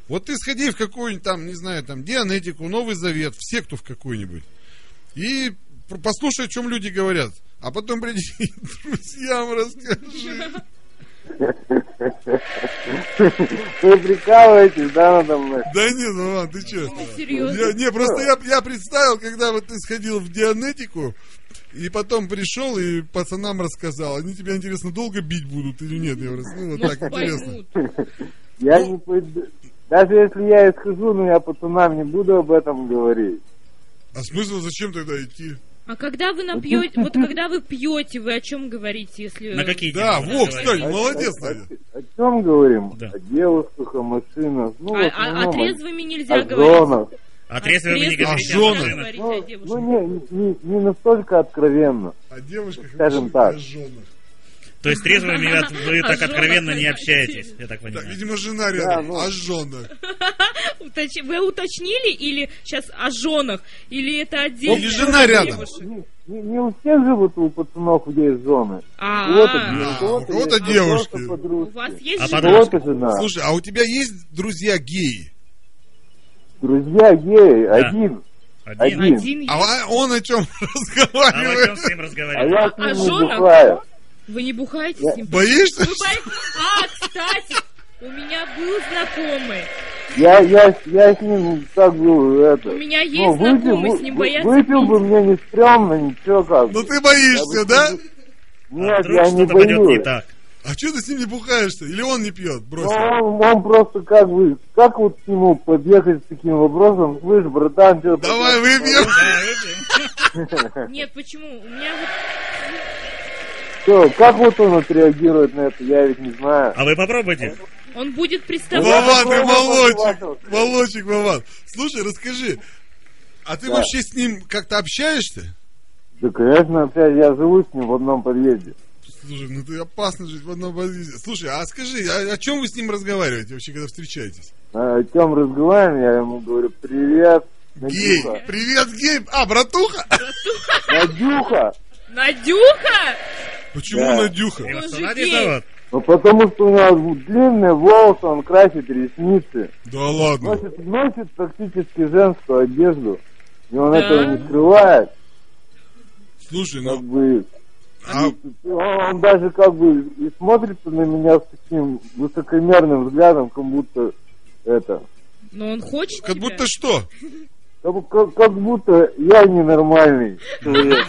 S1: Вот ты сходи в какую-нибудь там, не знаю, там, Дианетику, Новый Завет, в секту в какую-нибудь. И пр- послушай, о чем люди говорят. А потом приди и друзьям расскажи.
S6: Вы прикалываетесь, да, надо мной?
S1: Да не, Вован, ты че?
S9: Ты
S1: Я,
S9: серьезно?
S1: не, просто я, я представил, когда вот ты сходил в Дианетику, и потом пришел и пацанам рассказал. Они тебя, интересно, долго бить будут или нет? Я говорю, ну вот так, интересно. Ну,
S9: Поймут.
S6: Я не пойду. Даже если я исхожу, но я пацанам не буду об этом говорить.
S1: А смысл зачем тогда идти?
S9: А когда вы напьете, вот когда вы пьете, вы о чем говорите, если...
S4: На какие
S1: Да,
S4: темы
S1: во,
S4: разговариваете?
S1: кстати, молодец,
S6: О,
S1: Надя.
S6: о- о чем говорим?
S4: Да.
S6: О девушках, о машинах. Ну,
S9: А,
S6: в
S9: а- а
S6: основном о-
S9: трезвыми нельзя
S6: о
S9: говорить.
S6: зонах.
S4: А трезвые вы не
S9: трезвыми
S4: говорите
S1: а
S4: о
S9: нельзя
S4: машинах.
S1: жены?
S9: говорить о
S6: Ну,
S9: девушках.
S6: ну, не, не, не настолько откровенно.
S1: О девушках и
S6: Скажем
S1: мужчинах,
S6: так.
S1: о женах.
S4: То есть трезвыми ребят, вы
S9: О
S4: так
S9: женах
S4: откровенно не
S9: говорите.
S4: общаетесь, я так
S1: Да,
S4: понимаю.
S1: видимо, жена рядом. а
S6: ну.
S1: О женах.
S9: Уточ- Вы уточнили или сейчас о женах, или это отдельно?
S1: Или жена рядом.
S6: Не, не- не у всех живут у пацанов есть зоны. У кого-то
S9: А,
S6: девушки,
S1: А, у кого-то
S6: есть,
S1: девушки.
S6: просто
S9: у
S6: подружки.
S9: вас есть
S4: А
S9: жена?
S6: У кого-то жена.
S1: Слушай, а у тебя есть друзья геи?
S6: Друзья геи,
S4: Да.
S6: один.
S4: Один.
S6: один.
S9: Один есть.
S1: А ва- он о чем
S4: А вы о чем
S1: разговаривает?
S4: с ним
S6: А
S4: разговариваете?
S6: я с
S9: А
S6: ним не
S9: жена?
S6: бухаю.
S9: Вы не бухаете с ним?
S1: Боишься?
S9: Вы бои- А, кстати, у меня был знакомый.
S6: Я, я, я с ним так был, это...
S9: У меня есть
S6: ну, выпил,
S9: знакомый, с
S6: вы-
S9: ним
S6: вы-
S9: боятся
S6: Выпил
S9: пить.
S6: бы мне не стрёмно, ничего как.
S1: Ну
S6: бы.
S1: ты боишься, да?
S4: а
S6: Нет,
S4: вдруг
S6: я не
S4: что-то пойдет
S6: боюсь.
S4: не так.
S1: А что ты с ним не бухаешься? Или он не пьет?
S6: Ну,
S1: Брось.
S6: он, он просто как бы, как вот к нему подъехать с таким вопросом, слышь, братан, что
S1: Давай выпьем.
S4: Да, видите?
S9: Нет, почему? У меня вот
S6: Что, как вот он отреагирует на это, я ведь не знаю.
S4: А вы попробуйте.
S9: Он будет
S6: Ну,
S9: приставать.
S1: Вован, ты
S6: такого
S1: молодчик.
S6: послушал.
S1: Молодчик, Вован. Слушай, расскажи, а ты
S6: Да.
S1: вообще с ним как-то общаешься?
S6: Да, конечно, общаюсь, я живу с ним в одном подъезде.
S1: Слушай, ну ты опасно жить в одном подъезде. Слушай, а скажи, а о чем вы с ним разговариваете вообще, когда встречаетесь?
S6: А, О чем разговариваем, я ему говорю, привет,
S1: Гей,
S6: Надюха.
S1: привет, гей. А, братуха?
S6: Надюха!
S9: Надюха!
S1: Почему
S6: Да.
S1: Надюха?
S9: Он же
S4: Надя
S9: гей.
S4: зовут?
S6: Ну, потому что у него длинные волосы, он красит ресницы,
S1: Да ладно.
S6: носит, носит практически женскую одежду, и он
S9: Да.
S6: этого не скрывает,
S1: Слушай,
S6: как
S1: ну,
S6: бы...
S1: а,
S6: Он, он даже как бы и смотрится на меня с таким высокомерным взглядом, как будто это...
S3: Ну,
S9: Но он хочет
S1: как
S9: тебя.
S1: будто что?
S6: Как, бу- как- как будто я ненормальный человек.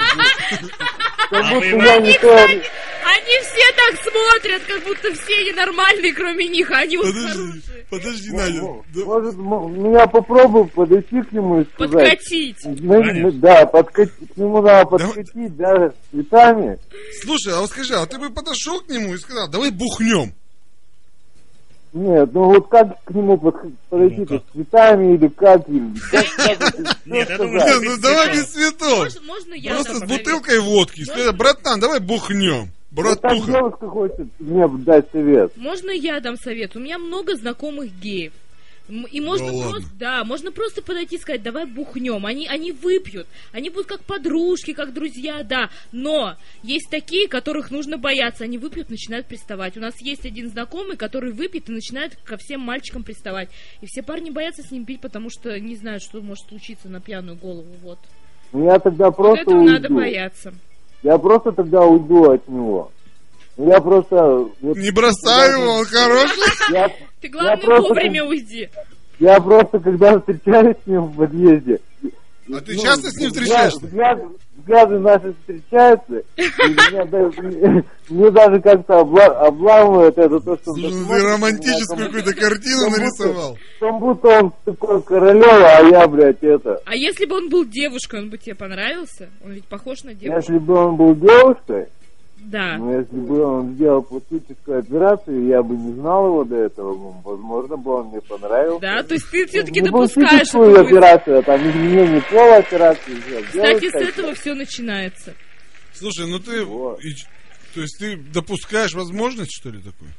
S6: Как
S4: А вы
S6: будто
S4: его-
S6: я не то...
S9: Они все так
S3: смотрят, как будто все ненормальные, кроме них, а они вот
S1: Подожди, подожди, Надя. Да,
S6: Может, м- меня попробовал подойти к нему и сказать.
S3: подкатить.
S6: Ну,
S4: Конечно.
S6: ну, да, подкатить, к нему надо подкатить даже с цветами.
S1: Слушай, а вот скажи, а ты бы подошел к нему и сказал, давай бухнем.
S6: Нет, ну вот как к нему подх- подойти-то,
S4: Ну, как?
S6: с цветами или как им?
S4: Нет, я думаю,
S6: Да.
S4: что
S1: Не, ну давай без цветов.
S3: Можно, можно я
S1: Просто с
S3: добавлю?
S1: бутылкой водки. и Сказать, братан, давай бухнем.
S6: Вот Ну, так
S1: Братуха.
S6: девушка хочет мне дать совет.
S3: Можно я дам совет? У меня много знакомых геев. М- И можно
S1: Да ладно.
S3: просто, да, можно просто подойти и сказать, давай бухнем. Они, они выпьют, они будут как подружки, как друзья, да. Но есть такие, которых нужно бояться. Они выпьют, начинают приставать. У нас есть один знакомый, который выпьет и начинает ко всем мальчикам приставать. И все парни боятся с ним пить, потому что не знают, что может случиться на пьяную голову. Вот.
S6: Ну, Я тогда
S3: Вот
S6: просто
S3: этого надо
S6: уйду.
S3: бояться.
S6: Я просто тогда уйду от него. Я просто... вот,
S1: Не бросай его, он хороший.
S6: я,
S3: Ты главное
S6: просто-
S3: вовремя уйди.
S6: я просто, когда встречаюсь с ним в подъезде...
S1: А ты часто с ним
S6: взгля-
S1: встречаешься?
S6: взгляд- взгляды наши встречаются, и меня даже- мне- мне даже как-то обла- обламывает это то, что... он
S1: Слушай, ну
S6: так
S1: ты
S6: смотрит на меня,
S1: романтическую
S6: как
S1: какую-то картину
S6: как будто-
S1: нарисовал.
S6: Как будто он такой королева, а я, блядь, это...
S3: А если бы он был девушкой, он бы тебе понравился? Он ведь похож на девушку.
S6: Если бы он был девушкой,
S3: Да.
S6: но если бы он сделал пластическую операцию, я бы не знал его до этого, ну, возможно бы он мне понравился.
S3: Да, то есть ты все-таки
S6: Не
S3: допускаешь эту
S6: пластическую
S3: мысль.
S6: операцию, а там изменение пола операции. всё,
S3: Кстати,
S6: делать
S3: с
S6: так.
S3: этого все начинается.
S1: Слушай, ну ты...
S6: Вот.
S1: и ч- То есть ты допускаешь возможность, что ли, такую?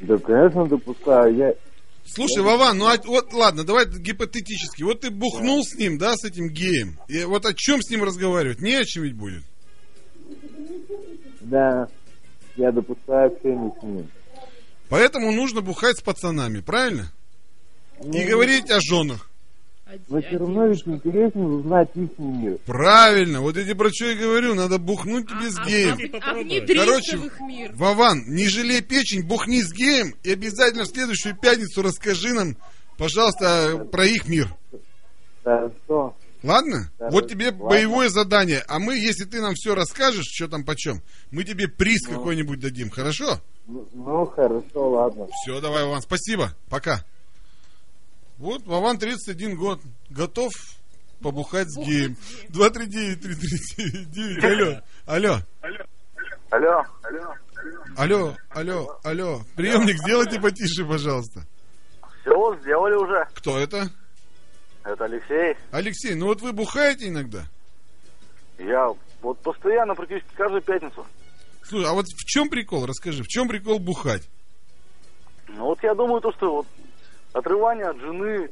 S6: Да, конечно, допускаю. Я...
S1: Слушай, Вован, ну а- вот ладно, давай гипотетически. Вот ты бухнул с ним, да, с этим геем. И вот о чем с ним разговаривать? Не о чем ведь будет.
S6: Да, я допускаю общение с ним.
S1: Поэтому нужно бухать с пацанами, правильно? Не говорить о женах.
S3: А де-
S6: Ну, Но
S3: а
S6: все равно ведь
S3: девушка?
S6: интереснее узнать их мир.
S1: Правильно, вот я тебе про что и говорю, надо бухнуть тебе с
S3: А- а-
S1: геем.
S3: а- А,
S4: Попробуй.
S3: внедриться
S1: Короче,
S3: в их мир.
S1: Вован, не жалей печень, бухни с геем и обязательно в следующую пятницу расскажи нам, пожалуйста, про их мир.
S6: Так что,
S1: Ладно?
S6: Да,
S1: вот тебе
S6: ладно.
S1: боевое задание. А мы, если ты нам все расскажешь, что там почем, мы тебе приз какой-нибудь дадим, хорошо?
S6: ну, ну, хорошо, ладно.
S1: Все, давай, Вован, спасибо, пока. Вот, Вован, 31 год, готов побухать с геем. 239-339, алло, алло.
S8: Алло, алло.
S1: Алло, алло, алло. Приемник, сделайте потише, пожалуйста.
S8: Все, сделали уже.
S1: Кто это?
S8: Это Алексей.
S1: Алексей, ну вот вы бухаете иногда?
S8: Я вот постоянно, практически каждую пятницу.
S1: Слушай, а вот в чем прикол? Расскажи, в чем прикол бухать?
S8: Ну вот я думаю, то, что вот отрывание от жены,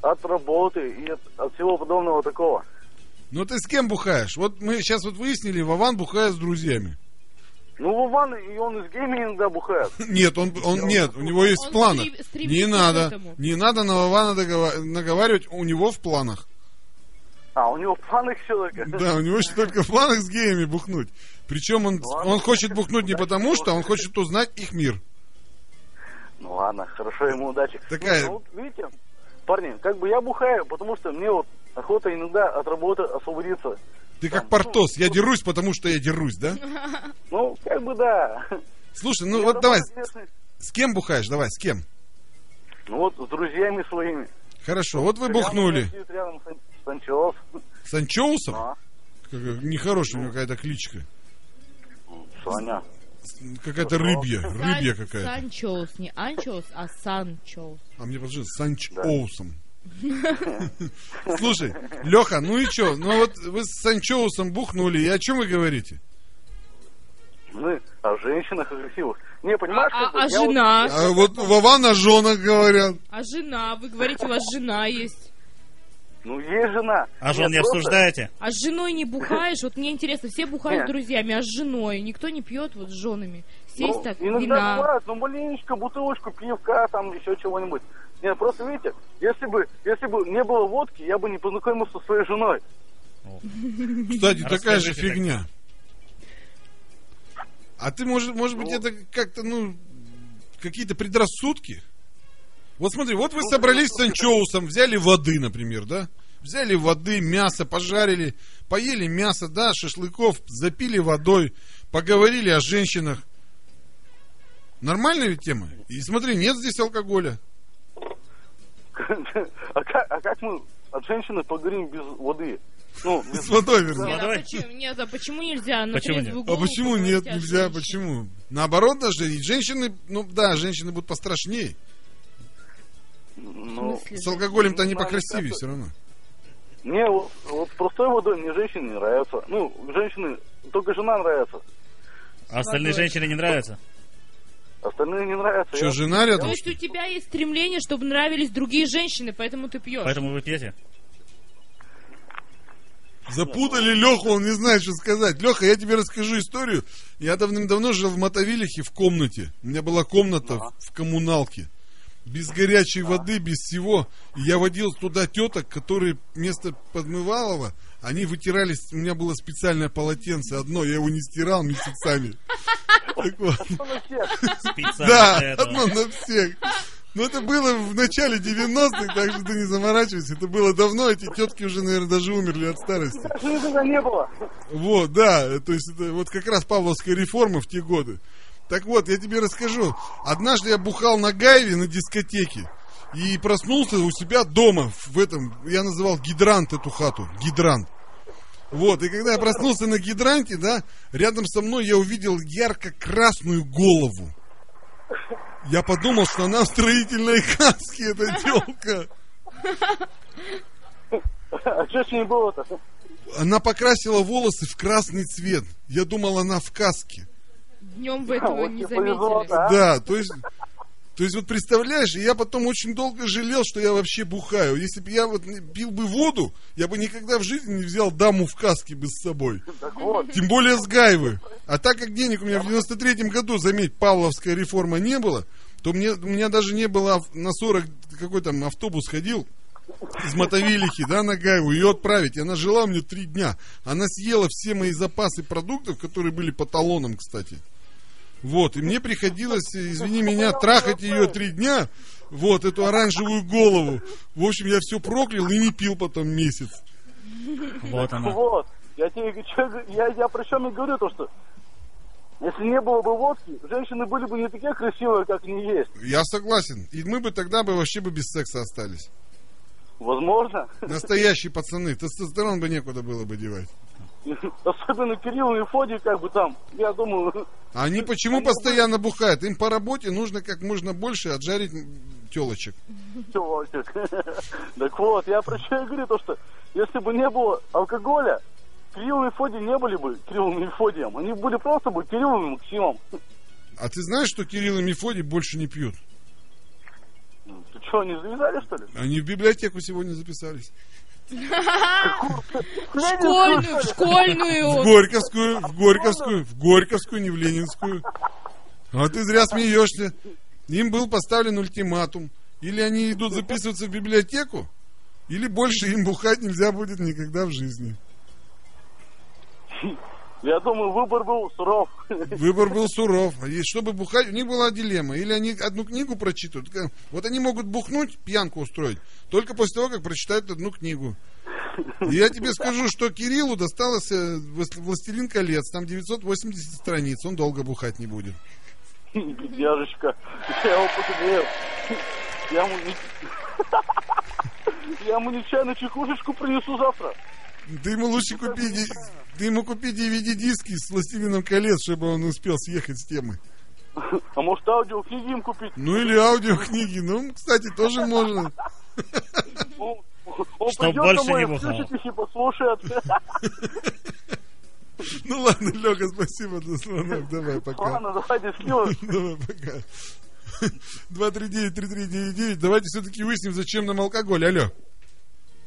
S8: от работы и от, от всего подобного такого.
S1: Ну ты с кем бухаешь? Вот мы сейчас вот выяснили, Вован бухает с друзьями.
S8: Ну, Вован, и он из гейми иногда бухает.
S1: Нет, он, он нет, у него есть
S3: Он
S1: планы.
S3: стри- стремится
S1: Не
S3: к
S1: надо,
S3: этому.
S1: не надо на Вована догова- наговаривать, у него в планах.
S8: А, у него в планах все такое.
S1: Да, у него еще только в планах с геями бухнуть. Причем он,
S8: Ладно.
S1: он хочет бухнуть не потому, что он хочет узнать их мир.
S8: Ну ладно, хорошо, ему удачи.
S1: Такая-
S8: Ну, вот видите, парни, как бы я бухаю, потому что мне вот охота иногда от работы освободиться.
S1: Ты как Портос, я дерусь, потому что я дерусь, да?
S8: Ну, как бы да.
S1: Слушай, ну
S8: Я
S1: вот
S8: работаю
S1: давай,
S8: ответственный.
S1: с кем бухаешь? Давай, с кем?
S8: Ну вот с друзьями своими.
S1: Хорошо, Ну вот вы
S8: Рядом
S1: бухнули.
S8: сидит Рядом с- Санчелов.
S1: С Анчоусом?
S8: А,
S1: Какая- Нехорошая у него какая-то кличка.
S8: Соня.
S1: С- Какая-то рыбья, рыбья
S3: Сан-
S1: какая-то.
S3: Санчоус, не анчоус, а санчоус.
S1: А мне подожди, с Санчоусом. Слушай, Леха, ну и чё? Ну вот вы с Санчоусом бухнули, и о чем вы говорите?
S8: Мы Ну о женщинах агрессивных. Не,
S3: А,
S8: понимаешь,
S3: а-
S8: как бы
S3: а
S8: я вот-
S3: жена?
S1: А вот у Вована о женах говорят.
S3: А жена? Вы говорите, у вас жена есть.
S8: ну, есть жена.
S4: А жен не
S8: Нет, просто-
S4: обсуждаете?
S3: А с женой не бухаешь? Вот мне интересно, все бухают с
S8: Нет.
S3: друзьями, а с женой? Никто не пьет вот с женами. Сесть
S8: Ну,
S3: так,
S8: иногда
S3: вина.
S8: бывает, ну, маленечко, бутылочку, пивка, там, еще чего-нибудь. Не, ну, просто, видите, если бы, если бы не было водки, я бы не познакомился со своей женой.
S1: Кстати, такая же
S4: Расскажите, так.
S1: фигня. А ты, может, может быть,
S8: Ну.
S1: это как-то, ну, какие-то предрассудки? Вот смотри, вот вы собрались с анчоусом, взяли воды, например, да? Взяли воды, мясо, пожарили, поели мясо, да, шашлыков, запили водой, поговорили о женщинах. Нормальная ведь тема. И смотри, нет здесь алкоголя.
S8: А как, а как мы от женщины поговорим без воды? Ну, без...
S1: С водой, вернее.
S9: Нет, а почему, нет, а почему нельзя?
S3: Ну,
S9: на
S10: Почему нет?
S9: трезвую
S1: А
S9: голову
S1: почему
S9: поговорить
S1: нет,
S9: о
S1: нельзя,
S9: женщине?
S1: почему? Наоборот даже, и женщины, ну да, женщины будут пострашнее.
S9: В
S8: Ну,
S9: смысле?
S1: С алкоголем-то они
S8: Ну, наверное,
S1: покрасивее
S8: так.
S1: все равно.
S8: мне вот, вот простой водой мне женщины не нравятся. Ну, женщины, только жена нравится.
S10: А остальные женщины не нравятся?
S8: Остальные не нравятся.
S1: Что,
S8: Я-
S1: жена
S9: То
S1: рядом?
S9: есть у тебя есть стремление, чтобы нравились другие женщины, поэтому ты пьешь.
S10: Поэтому вы пьете?
S1: Запутали Леху, он не знает, что сказать. Леха, я тебе расскажу историю. Я давным-давно жил в Мотовилихе в комнате. У меня была комната в- в коммуналке. Без горячей воды, без всего. И я водил туда теток, которые вместо подмывалого, они вытирались. У меня было специальное полотенце одно, я его не стирал месяцами. Так вот.
S10: Специально для
S1: Да,
S10: этого.
S1: одно на всех. Но это было в начале 90-х, так что ты не заморачивайся. Это было давно, эти тетки уже, наверное, даже умерли от старости.
S8: Жены тогда не было.
S1: Вот, да, то есть это вот как раз Павловская реформа в те годы. Так вот, я тебе расскажу. Однажды я бухал на Гайве на дискотеке и проснулся у себя дома в этом, я называл гидрант эту хату, гидрант. Вот, и когда я проснулся на гидранте, да, рядом со мной я увидел ярко-красную голову. Я подумал, что она в строительной каске, эта телка.
S8: А что с ней было-то?
S1: Она покрасила волосы в красный цвет. Я думал, она в каске.
S9: Днем вы этого
S8: Вот
S9: не
S8: тебе повезло,
S9: заметили.
S8: да?
S1: Да, то есть... То есть, вот представляешь, и я потом очень долго жалел, что я вообще бухаю. Если бы я вот не- пил бы воду, я бы никогда в жизни не взял даму в каске бы с собой.
S8: Так вот.
S1: Тем более с Гайвы. А так как денег у меня в 93-м году, заметь, Павловская реформа не было, то мне, у меня даже не было ав- на 40 какой там автобус ходил из Мотовилихи, да, на Гаеву, ее отправить. И она жила у меня три дня. Она съела все мои запасы продуктов, которые были по талонам, кстати. Вот, и мне приходилось, э, извини меня, трахать ее три дня, вот, эту оранжевую голову. В общем, я все проклял и не пил потом месяц.
S10: Вот она.
S8: Вот. Я тебе говорю, чё- я, я про чем и говорю то, что если не было бы водки, женщины были бы не такие красивые, как они есть.
S1: Я согласен. И мы бы тогда бы вообще бы без секса остались.
S8: Возможно.
S1: Настоящие пацаны. Тестостерон бы некуда было бы девать.
S8: Особенно Кирилл и Фоди, как бы там, я думаю,
S1: А они почему
S8: Они
S1: постоянно бухают? Им по работе нужно как можно больше отжарить телочек.
S8: чувачек. Так вот, я про что и говорю, то, что если бы не было алкоголя, Кирилл и Фоди не были бы Кириллом и Фодием. Они были просто бы Кириллом и Максимом.
S1: А ты знаешь, что Кирилл и Мефодий больше не пьют?
S8: Ну, Ты что, не завязали, что ли?
S1: Они в библиотеку сегодня записались.
S9: Школьную, в
S1: В
S9: школьную.
S1: Горьковскую, в Горьковскую, в Горьковскую, не в Ленинскую. А ты зря смеешься. Им был поставлен ультиматум. Или они идут записываться в библиотеку, или больше им бухать нельзя будет никогда в жизни.
S8: Я думаю, выбор был суров.
S1: Выбор был суров. И чтобы бухать, у них была дилемма. Или они одну книгу прочитают. К- Вот они могут бухнуть, пьянку устроить, только после того, как прочитают одну книгу. И я тебе скажу, что Кириллу досталось э, «Влас- «Властелин колец». Там 980 страниц. Он долго бухать не будет.
S8: Бедняжечка. Я его пожалею. Я ему... не- Я ему нечаянно чехушечку принесу завтра.
S1: Ты ему лучше купи... ди- Ты ему купи DVD-диски с «Властелином колец», чтобы он успел съехать с темы.
S8: А может аудиокниги им купить?
S1: Ну или аудиокниги. Ну, кстати, тоже можно.
S8: Он, он
S10: Чтоб
S8: придет
S10: больше
S8: домой,
S10: не бухал.
S8: включит их и послушает.
S1: Ну ладно, Леха, спасибо за звонок. Давай, пока.
S8: Ладно, давайте сливок.
S1: Давай, пока. 239-3399. Давайте все-таки выясним, зачем нам алкоголь. Алло.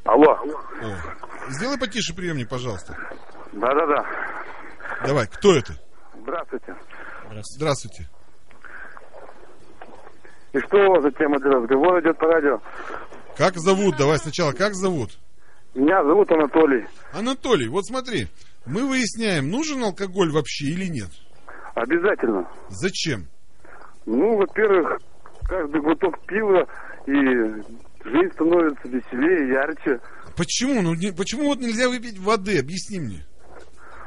S2: Алло.
S1: О. Сделай потише приемник, пожалуйста.
S2: Да-да-да.
S1: Давай, кто это?
S2: Здравствуйте.
S10: Здравствуйте.
S1: Здравствуйте.
S2: И что у вас за тема для разговора идет по радио?
S1: Как зовут? Давай сначала, как зовут?
S2: Меня зовут Анатолий.
S1: Анатолий, вот смотри. Мы выясняем, нужен алкоголь вообще или нет.
S2: Обязательно.
S1: Зачем?
S2: Ну, во-первых, каждый глоток пива и жизнь становится веселее, ярче.
S1: Почему? Ну, не- почему вот нельзя выпить воды? Объясни мне.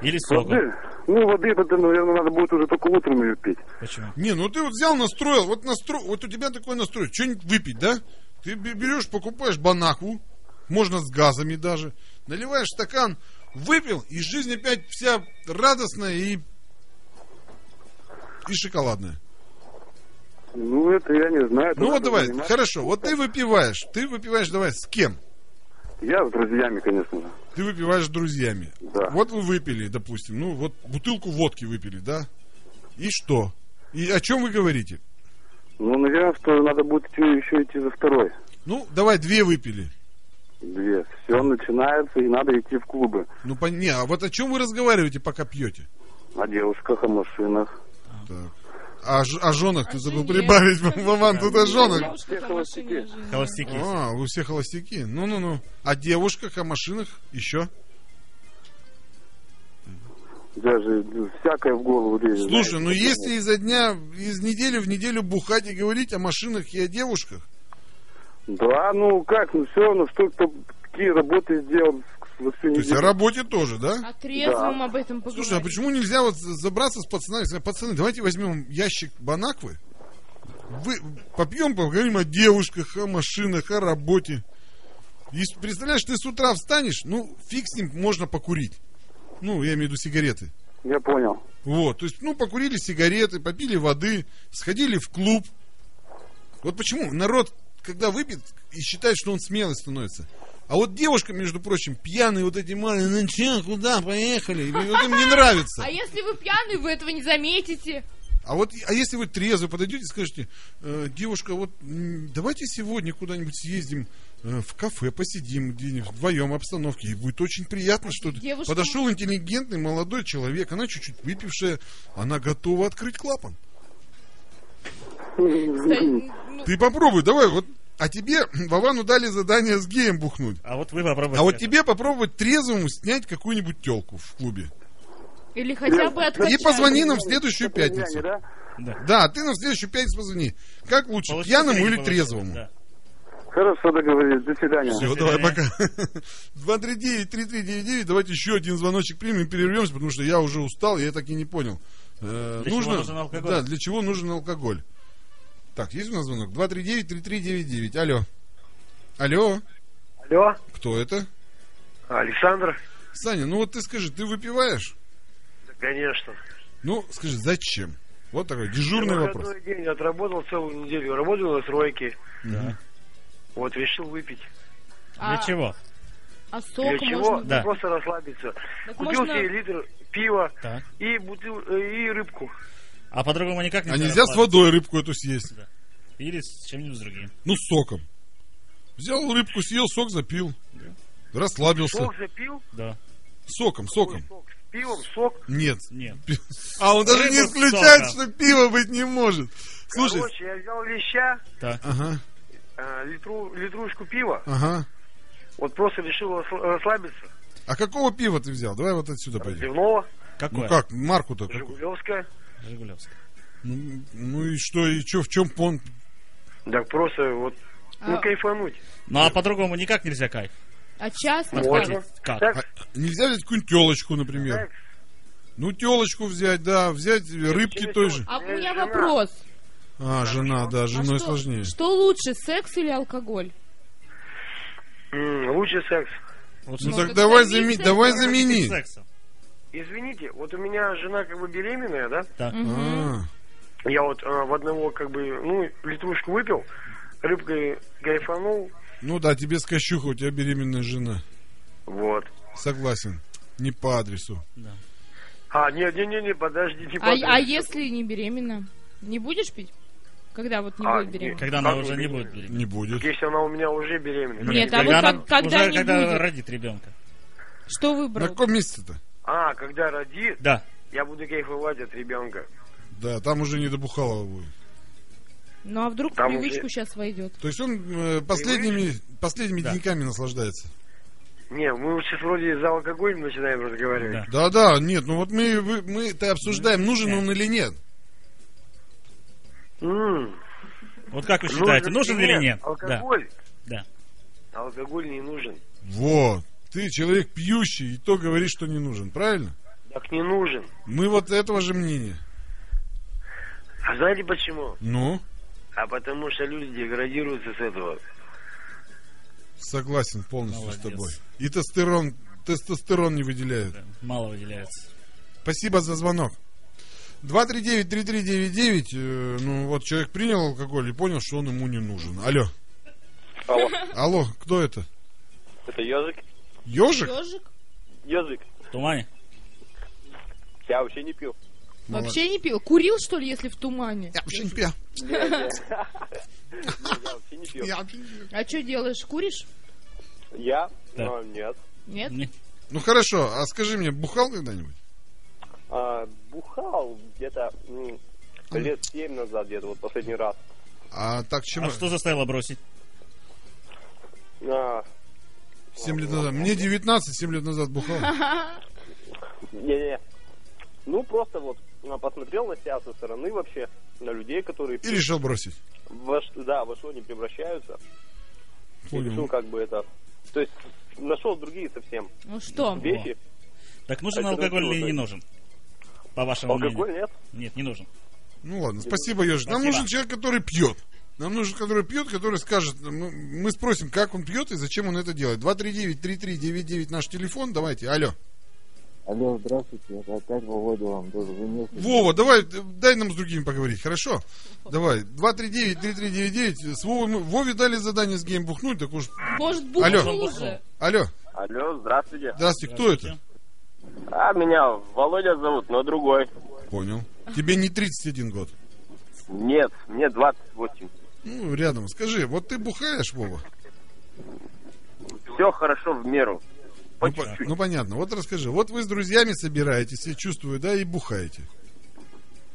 S10: Или сока.
S2: Воды,
S11: Ну, в обед это, наверное, надо будет уже только утром ее пить.
S2: Почему?
S1: Не, ну ты вот взял, настроил, вот настро... вот у тебя такой настрой, что-нибудь выпить, да? Ты бе- берешь, покупаешь банаку, можно с газами даже, наливаешь стакан, выпил, и жизнь опять вся радостная и... и шоколадная.
S11: Ну, это я не знаю. это
S1: Ну вот
S11: надо
S1: давай,
S11: заниматься.
S1: хорошо, вот ты выпиваешь, ты выпиваешь давай с кем?
S11: Я с друзьями, конечно же.
S1: Ты выпиваешь с друзьями.
S11: Да.
S1: Вот вы выпили, допустим, ну вот бутылку водки выпили, да? И что? И о чем вы говорите?
S11: Ну, наверное, что надо будет еще, еще идти за второй.
S1: Ну, давай две выпили.
S11: Две. Все начинается, и надо идти в клубы.
S1: Ну, пон- не, а вот о чем вы разговариваете, пока пьете?
S11: О девушках, о машинах.
S1: Так. О, А ж- о женах ты
S6: А
S1: забыл Ну, прибавить, Вован, тут о женах.
S2: Холостяки.
S1: А, вы все холостяки. Ну-ну-ну. О девушках, о машинах еще.
S11: Даже всякое в голову лезет.
S1: Слушай,
S11: знаете,
S1: ну
S11: почему?
S1: если изо дня, из недели в неделю бухать и говорить о машинах и о девушках,
S11: Да, ну как, ну все равно, что кто какие работы сделал за всю
S1: то есть о
S11: неделю.
S1: работе тоже, да?
S3: О трезвом А об этом поговорим.
S1: Слушай, а почему нельзя вот забраться с пацанами? и сказать, Пацаны, давайте возьмем ящик банаквы, вы, попьем, поговорим о девушках, о машинах, о работе. И с- представляешь, ты с утра встанешь, ну, фиг с ним, можно покурить. Ну, я имею в виду сигареты.
S11: Я понял.
S1: Вот, то есть, ну, покурили сигареты, попили воды, сходили в клуб. Вот почему народ, когда выпьет и считает, что он смелый становится. А вот девушка, между прочим, пьяные вот эти маленькие, ну че, куда, поехали, и вот им не нравится.
S3: А если вы пьяный, вы этого не заметите.
S1: А вот, а если вы трезво подойдете и скажете, «Э, девушка, вот м, давайте сегодня куда-нибудь съездим э, в кафе, посидим где-нибудь вдвоем обстановке, и будет очень приятно, что ты-».
S3: девушка-
S1: подошел интеллигентный молодой человек, она чуть-чуть выпившая, она готова открыть клапан.
S3: Кстати, ну,
S1: Ты попробуй, давай, вот, а тебе, Вовану дали задание с геем бухнуть.
S2: А вот вы попробуйте.
S1: А вот тебе попробовать трезвому снять какую-нибудь телку в клубе.
S3: Или хотя бы
S1: И
S3: откачать.
S1: позвони нам в следующую пятницу.
S11: Да?
S2: Да.
S1: Да, ты нам в следующую пятницу позвони. Как лучше,
S2: Получилось
S1: пьяному или
S2: получилось?
S1: трезвому?
S2: Да.
S11: Хорошо договорились, до свидания.
S1: Все,
S2: свидания.
S1: давай, пока. 239-3399, давайте еще один звоночек примем, перервемся, потому что я уже устал, я так и не понял. Э,
S2: Для чего нужен алкоголь?
S1: Да, для чего нужен алкоголь? Так, есть у нас звонок? 239-3399, алло. Алло,
S6: Алло,
S1: кто это?
S6: Александр?
S1: Саня, ну вот ты скажи, ты выпиваешь?
S6: Да, Конечно.
S1: Ну, скажи, зачем? Вот такой дежурный
S6: Я
S1: вопрос.
S6: выходной день отработал целую неделю, работал на стройке.
S1: Мгм.
S6: Вот, решил выпить.
S3: А,
S2: Для чего?
S3: а сок
S6: Для чего?
S3: можно?
S2: да.
S6: Ну, Просто расслабиться.
S3: Так
S6: Купил
S3: можно-
S6: себе литр пива
S2: Так.
S6: и, бутыл... э, и рыбку.
S2: А по-другому никак нельзя.
S1: А нельзя с
S2: расслабиться?
S1: водой рыбку эту съесть?
S2: Или с чем-нибудь другим.
S1: Ну, с соком. Взял рыбку, съел, сок запил. Расслабился.
S6: Сок запил,
S2: Да.
S1: Соком, соком.
S6: сок с пивом, сок.
S1: Нет.
S2: Нет.
S1: А он даже не
S2: Рыба с
S1: исключает,
S2: соком.
S1: что пиво быть не может. Слушай,
S6: Короче, я взял леща,
S2: Так.
S1: ага,
S6: э, литру, литрушку пива.
S1: ага.
S6: Вот просто решил расл- расслабиться.
S1: А какого пива ты взял? Давай вот отсюда пойдем.
S6: Дневного,
S2: Какое?
S1: Ну как, марку-то какую?
S6: Жигулевское.
S2: Жигулевское.
S1: Ну, ну и что, и что, в чем пон?
S6: Так просто вот, ну
S3: А.
S6: кайфануть.
S2: Ну а по-другому никак нельзя кайф.
S3: А часто
S6: Можно.
S3: так?
S2: Как?
S6: Так,
S1: А, нельзя взять какую-нибудь телочку, например?
S6: так,
S1: Ну, телочку взять, да, взять рыбки той
S6: через телочку.
S1: же.
S3: А у
S6: Э,
S3: меня
S6: жена.
S3: вопрос.
S1: А, жена, да,
S3: А
S1: женой
S3: что-
S1: сложнее.
S3: Что лучше, секс или алкоголь?
S6: м, лучше секс.
S2: Лучше
S1: Ну
S2: с-
S1: так
S3: так
S1: давай
S3: займись
S1: замени,
S3: этим.
S1: давай замени.
S2: сексом.
S6: Извините, вот у меня жена как бы беременная, да?
S2: Так.
S1: А,
S6: Я вот э, в одного как бы, ну, литрушку выпил, рыбкой гайфанул,
S1: Ну да, тебе скощуха, у тебя беременная жена.
S6: вот.
S1: Согласен. Не по адресу.
S6: А, нет, не, не, не, подождите,
S3: А,
S6: подождите.
S3: а если не беременна? Не будешь пить? Когда вот не
S6: А,
S3: будет беременна?
S2: Когда она
S6: Как
S2: уже
S6: вы
S2: не
S6: думаете?
S2: будет беременна.
S1: Не будет.
S6: Если она у меня уже беременная.
S3: Нет, а
S2: когда
S3: вот
S2: она
S3: как- когда
S2: уже
S3: не
S2: когда
S3: будет?
S2: родит ребенка.
S3: Что
S1: На
S3: выбрал?
S1: каком месяце-то?
S6: А, когда родит,
S2: Да.
S6: я буду кайфовать от ребенка.
S1: Да, там уже не добухало будет.
S3: Ну а вдруг в
S6: Там
S3: привычку
S6: уже-
S3: сейчас войдет?
S1: То есть он э, последними, последними
S2: Да.
S1: деньками наслаждается.
S6: Не, мы сейчас вроде за алкоголем начинаем разговаривать.
S1: Да, да, нет, ну вот мы, вы- мы это обсуждаем, нужен он или нет.
S6: М,
S2: Вот как вы считаете, нужен или нет? Да.
S6: Алкоголь.
S2: Да.
S6: Алкоголь не нужен.
S1: Вот. Ты человек пьющий, и то говоришь, что не нужен, правильно?
S12: Так не нужен.
S1: Мы вот этого же мнения.
S12: А знаете почему?
S1: Ну,
S12: А потому что люди деградируются с этого.
S1: согласен полностью с
S10: Молодец.
S1: тобой. И тестостерон, тестостерон не выделяют.
S10: Мало выделяется.
S1: Спасибо за звонок. 239-3399. э, Ну, вот человек принял алкоголь и понял, что он ему не нужен. Алло.
S13: Алло,
S1: Алло, кто это?
S13: это ежик?
S1: Ежик?
S13: Ежик.
S10: В тумане? Ну
S13: Я вообще не пил.
S1: Молодец.
S3: Вообще не пил? Курил, что ли, если в тумане? Я
S1: вообще не пил.
S3: А что делаешь, куришь?
S13: Я? Но А, нет.
S3: Нет?
S1: Ну хорошо, а скажи мне, бухал когда-нибудь?
S13: А, бухал где-то м, лет семь назад, где-то вот последний раз.
S1: А так чему?
S10: А что заставило бросить?
S13: А,
S1: 7 лет назад. Мне 19, 7 лет назад бухал.
S13: не-не. Ну, просто вот а, посмотрел на себя со стороны вообще, на людей, которые...
S1: И решил бросить.
S13: Во что- да, во что они превращаются. И решил
S10: Понял.
S13: как бы это... То есть нашел другие совсем
S3: Ну что?
S13: вещи.
S10: Так нужен
S13: Альтернатива,
S10: алкоголь или не
S13: то есть.
S10: нужен? По вашему
S13: Алкоголь
S10: мнению.
S13: нет?
S10: Нет, не нужен.
S1: Ну ладно, спасибо, Ежик. Нам
S10: Спасибо.
S1: нужен человек, который пьет. Нам нужен, который пьет, который скажет, ну, мы, мы спросим, как он пьет и зачем он это делает. 239-3399 наш телефон, давайте, алло.
S6: Алло, здравствуйте, это опять Володя вам дозвонился.
S1: Вова, давай, э, дай нам с другими поговорить, хорошо? Давай, 239-3399, с Вовой, мы- Вове дали задание с гейм бухнуть, так уж...
S3: Может,
S13: бухнул
S1: алло.
S13: уже.
S1: алло,
S13: Алло, здравствуйте.
S1: здравствуйте, кто это?
S13: А, меня Володя зовут, но другой.
S1: Понял. Тебе не 31 год.
S13: Нет, мне 28.
S1: Ну, рядом. Скажи, вот ты бухаешь, Вова?
S13: Все хорошо в меру.
S1: Ну, по- ну, понятно. Вот расскажи. Вот вы с друзьями собираетесь, я чувствую, да, и бухаете.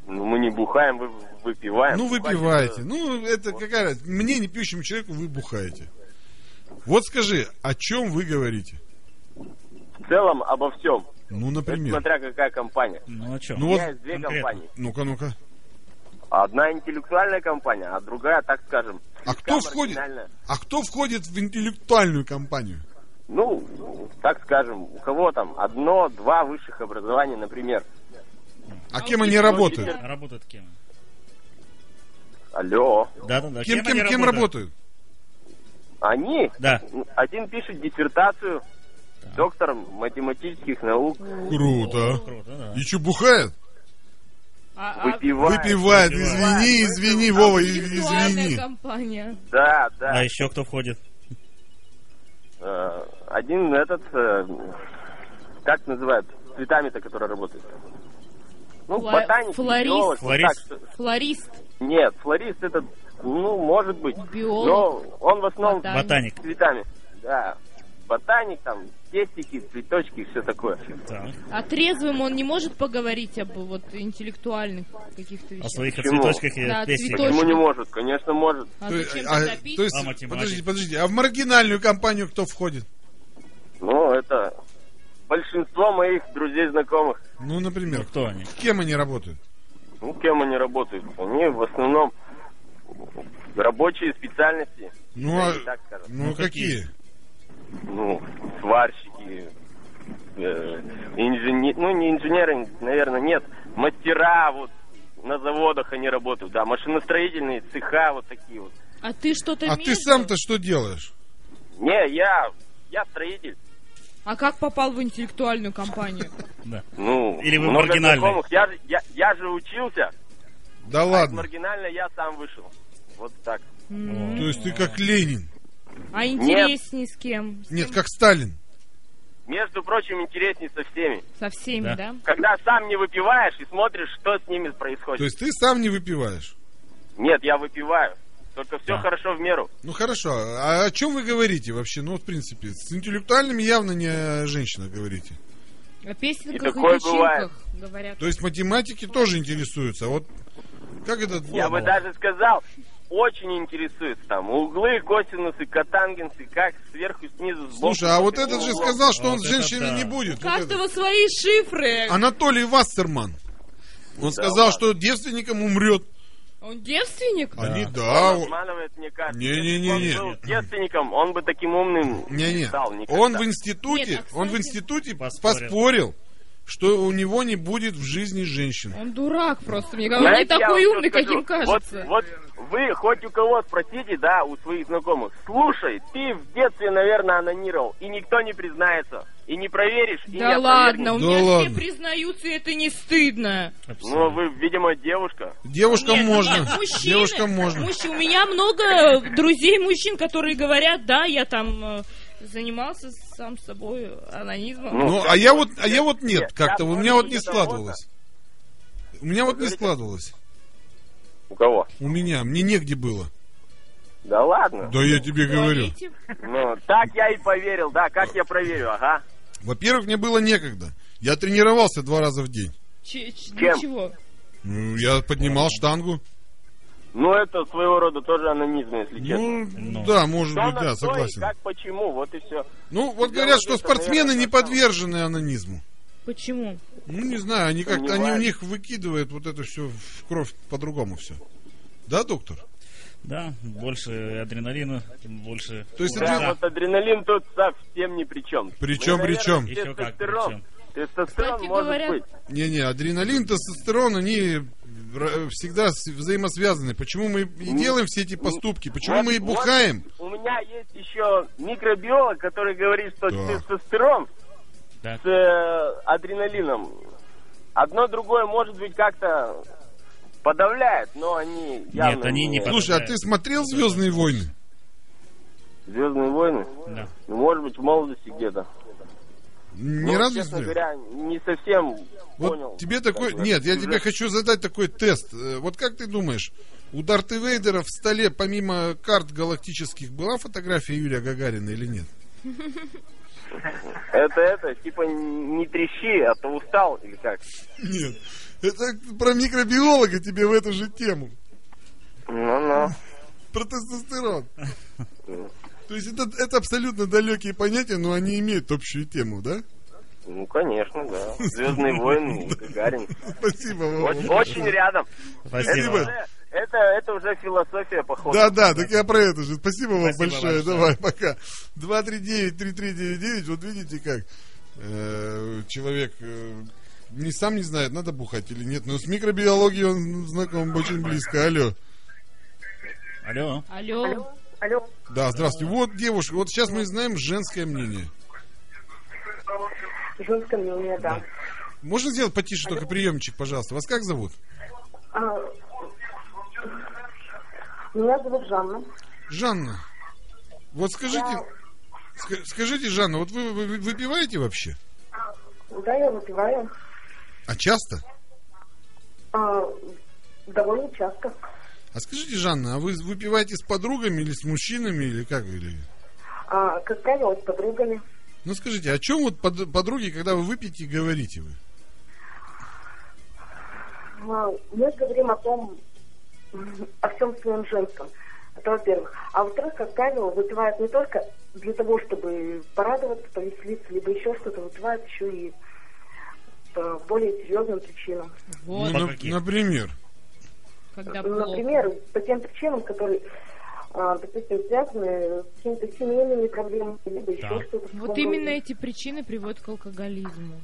S13: Ну, мы не бухаем, вы выпиваем.
S1: Ну,
S13: Бухать
S1: выпиваете.
S13: это-
S1: Ну, это какая разница. Мне, не пьющему человеку, вы бухаете. Вот скажи, о чем вы говорите?
S13: В целом обо всем.
S1: Ну,
S13: Это
S1: например.
S13: смотря какая компания.
S10: Ну, а что?
S1: Ну,
S13: У
S1: вот
S13: меня есть две компании.
S1: Ну-ка, ну-ка.
S13: Одна интеллектуальная компания, а другая, так скажем,
S1: А кто входит?
S13: маргинальная.
S1: А кто входит в интеллектуальную компанию?
S13: Ну, так скажем, у кого там одно, два высших образования, например.
S1: А кем они работают?
S10: Работают кем?
S13: Алло.
S10: Да-да-да.
S1: Кем, кем, кем работают?
S13: Они?
S10: Да.
S13: Один пишет диссертацию доктором математических наук.
S1: Круто. И что, бухает?
S13: Выпивает.
S1: Выпивает. Извини, извини, Вова, и- извини.
S3: А, компания.
S13: Да, да.
S10: А еще кто входит?
S13: Э, Один этот, э, как называют, с цветами-то, которые работают. Ну,
S3: Фла-
S13: ботаник,
S3: флорист.
S13: биолог, вот
S10: Флорист.
S13: так что-
S3: Флорист.
S13: Нет, флорист это, ну, может быть.
S3: Биолог.
S13: Но он в основном
S10: Ботаник.
S13: с цветами. Да, ботаник, там, пестики, цветочки, все такое.
S3: А трезвым он не может поговорить об вот интеллектуальных каких-то вещах?
S10: А своих
S13: Почему?
S10: цветочках и
S3: Да, пестиках.
S13: Почему
S3: цветочки.
S13: не может? Конечно, может.
S3: А
S1: То,
S3: зачем
S1: а,
S3: тогда пить?
S1: то есть,
S10: А математик?
S1: подождите, подождите, а в маргинальную компанию кто входит?
S13: Ну, это большинство моих друзей, знакомых.
S1: Ну, например,
S10: кто они?
S1: Кем они работают?
S13: Ну, кем они работают? Они в основном рабочие специальности.
S1: Ну,
S13: Я
S1: а-
S13: и так скажу.
S1: Ну, какие?
S13: Ну, сварщики, инженеры, ну, не инженеры, наверное, нет, мастера вот на заводах они работают, да, машиностроительные цеха вот такие вот.
S3: А ты что-то
S1: А ты
S3: имеешь?
S1: сам-то что делаешь?
S13: Не, я, я строитель.
S3: А как попал в интеллектуальную компанию?
S13: Ну,
S10: Или вы
S13: много
S10: маргинальный?
S13: знакомых. Я, же- я, я же учился,
S1: Да
S13: а из
S1: ладно.
S13: маргинальной я сам вышел. Вот так.
S1: То есть ты как Ленин.
S3: А интереснее с кем?
S1: Нет, как Сталин.
S13: Между прочим, интереснее со всеми.
S3: Со всеми,
S1: Да.
S3: да?
S13: Когда сам не выпиваешь и смотришь, что с ними происходит.
S1: То есть ты сам не выпиваешь.
S13: Нет, я выпиваю. Только все хорошо в меру.
S1: Ну хорошо, а о чем вы говорите вообще? Ну, в принципе, с интеллектуальными явно не о женщинах говорите.
S9: А
S3: О песенках
S13: И
S3: и,
S13: такое бывает.
S3: песчинках говорят.
S1: То есть математики тоже интересуются. А Вот как этот
S13: Я бы даже сказал, очень интересуется там углы, косинусы, катангенсы, как сверху, снизу, сбоку.
S1: Слушай, а вот этот же
S13: углом.
S1: сказал, что он с женщинами не будет. Вот этот.
S3: Каждого свои шифры.
S1: Анатолий Вассерман. Он сказал, что девственником умрет.
S3: Он девственник?
S1: Они да.
S13: Он обманывает, мне кажется.
S1: Не-не-не-не.
S13: Если бы он был девственником, он бы таким умным
S1: Не, не.
S13: стал никогда.
S1: Он в институте, он в институте поспорил. что у него не будет в жизни женщин.
S3: Он дурак просто. Мне кажется, он не
S13: Знаете, я вам
S3: такой
S13: всё
S3: умный,
S13: скажу.
S3: каким кажется.
S13: Вот, вот вы хоть у кого спросите, да, у своих знакомых. Слушай, ты в детстве, наверное, анонировал, и никто не признается. И не проверишь, и не
S9: Да ладно, у
S13: опровергнешь.
S9: меня все признаются, и это не стыдно.
S13: Ну, вы, видимо, девушка.
S1: Девушкам
S9: Нет,
S1: можно.
S9: нет, мужчины,
S1: Девушкам можно.
S9: мужчины. у меня много друзей мужчин, которые говорят, да, я там э, занимался сам собой анонизмом.
S1: Ну, а я вот, а я вот нет,
S13: Нет,
S1: как-то
S13: я
S1: у меня вот не
S13: помню, это
S1: складывалось. У меня вот не складывалось.
S13: У кого?
S1: У меня, мне негде было.
S13: Да ладно.
S1: Да я тебе говорю.
S13: Ну, так я и поверил, да, как я проверю, ага.
S1: Во-первых, мне было некогда. Я тренировался два раза в день.
S9: Ч- ч-
S13: Чем?
S9: Ничего.
S1: Ну, Я поднимал штангу.
S13: Ну, это своего рода тоже анонизм, если
S1: Ну,
S13: честно.
S1: да, может
S13: Что
S1: быть,
S13: на
S1: да,
S13: что и
S1: согласен.
S13: Как, почему, вот и все.
S1: Ну, вот
S13: Я
S1: говорят,
S13: вот
S1: что
S13: это,
S1: спортсмены
S13: наверное,
S1: не подвержены анонизму.
S9: Почему?
S1: Ну, не знаю, они как-то, они у
S13: Сомневаюсь.
S1: них выкидывают вот это все в кровь по-другому все. Да, доктор?
S10: Да, больше адреналина, больше...
S1: То есть
S13: Да,
S10: ужаса.
S13: вот адреналин тут совсем ни при чем.
S1: При чём, при чём?
S10: Ещё как при
S13: Тестостерон. Тестостерон
S9: Кстати
S13: может
S9: говоря,
S13: быть.
S1: Не-не, адреналин, тестостерон, они ра- всегда с- взаимосвязаны. Почему мы и делаем все эти поступки? Почему
S13: Ну, Вот-
S1: мы и
S13: вот
S1: бухаем?
S13: у меня есть еще микробиолог, который говорит, что тестостерон
S10: Так.
S13: с э, адреналином одно другое может быть как-то подавляет, но они явно
S10: они не
S1: Слушай, а
S10: подавляют.
S1: ты смотрел Звездные войны?
S13: Звездные войны.
S10: Да.
S13: Ну, Может быть, в молодости где-то.
S1: Ни
S13: Ну,
S1: разу не
S13: честно
S1: смотрел?
S13: говоря, не совсем
S1: Вот
S13: понял.
S1: тебе такой...
S13: Как бы
S1: Нет, я
S13: сюжет.
S1: тебе хочу задать такой тест. Э, Вот как ты думаешь, у Дарта Вейдера в столе, помимо карт галактических, была фотография Юрия Гагарина или нет?
S13: Это это, типа не трещи, а то устал или как.
S1: Нет. Это про микробиолога тебе в эту же тему. Ну.
S13: Ну-ну.
S1: Про тестостерон. То есть это, это абсолютно далекие понятия, но они имеют общую тему, да?
S13: Ну, конечно, да. Звездные войны, Гагарин.
S1: Спасибо вам.
S13: Очень, очень рядом.
S1: Спасибо.
S13: Это уже, это, это уже философия, походу.
S1: Да, да, так я про это же. Спасибо вам
S13: Спасибо
S1: большое.
S13: большое.
S1: Давай, пока. 239-3399. Вот видите, как э, человек э, не сам не знает, надо бухать или нет. Но с микробиологией он знаком очень близко. Алло.
S10: Алло.
S9: Алло.
S14: Алло.
S1: Да, здравствуйте. Вот девушка. Вот сейчас мы знаем женское мнение.
S14: Женское мнение, да.
S1: Можно сделать потише только приемчик, пожалуйста? Вас как зовут?
S14: А, Меня зовут Жанна.
S1: Жанна. Вот скажите, ск- скажите, Жанна, вот вы, вы- вы выпиваете вообще?
S14: Да, я выпиваю
S1: А часто?
S14: а, довольно часто.
S1: А скажите, Жанна, а вы выпиваете с подругами или с мужчинами, или как? Или...
S14: А, как правило, с подругами.
S1: Ну скажите, о чем вот под- подруги, когда вы выпьете, говорите вы?
S14: А, Мы говорим о том, м, о всем своем женском. Это во-первых. А во-вторых, как правило, выпивают не только для того, чтобы порадоваться, повеселиться, либо еще что-то, выпивают еще и по более серьезным причинам.
S1: Ну, на- например.
S14: Ну, Например, по тем причинам, которые, а, допустим, связаны с какими-то семейными проблемами, либо еще что-то. в таком
S3: Вот
S14: роде.
S3: именно эти причины приводят к алкоголизму.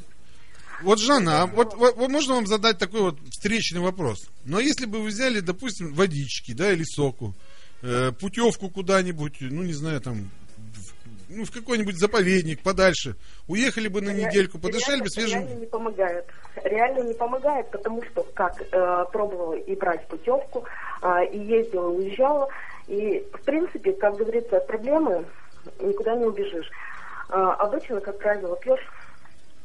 S1: Вот, Жанна, а вот, во- во- можно вам задать такой вот встречный вопрос? Ну, а если бы вы взяли, допустим, водички, да, или соку, э, путевку куда-нибудь, ну, не знаю, там, в, ну, в какой-нибудь заповедник подальше, уехали бы на
S14: Ре-
S1: недельку, подышали бы
S14: реально-
S1: свежим...
S14: Реально не помогает. Реально не помогает, потому что как э, пробовала и брать путевку, а, и ездила, уезжала. И, в принципе, как говорится, от проблемы никуда не убежишь. А, обычно, как правило, пьешь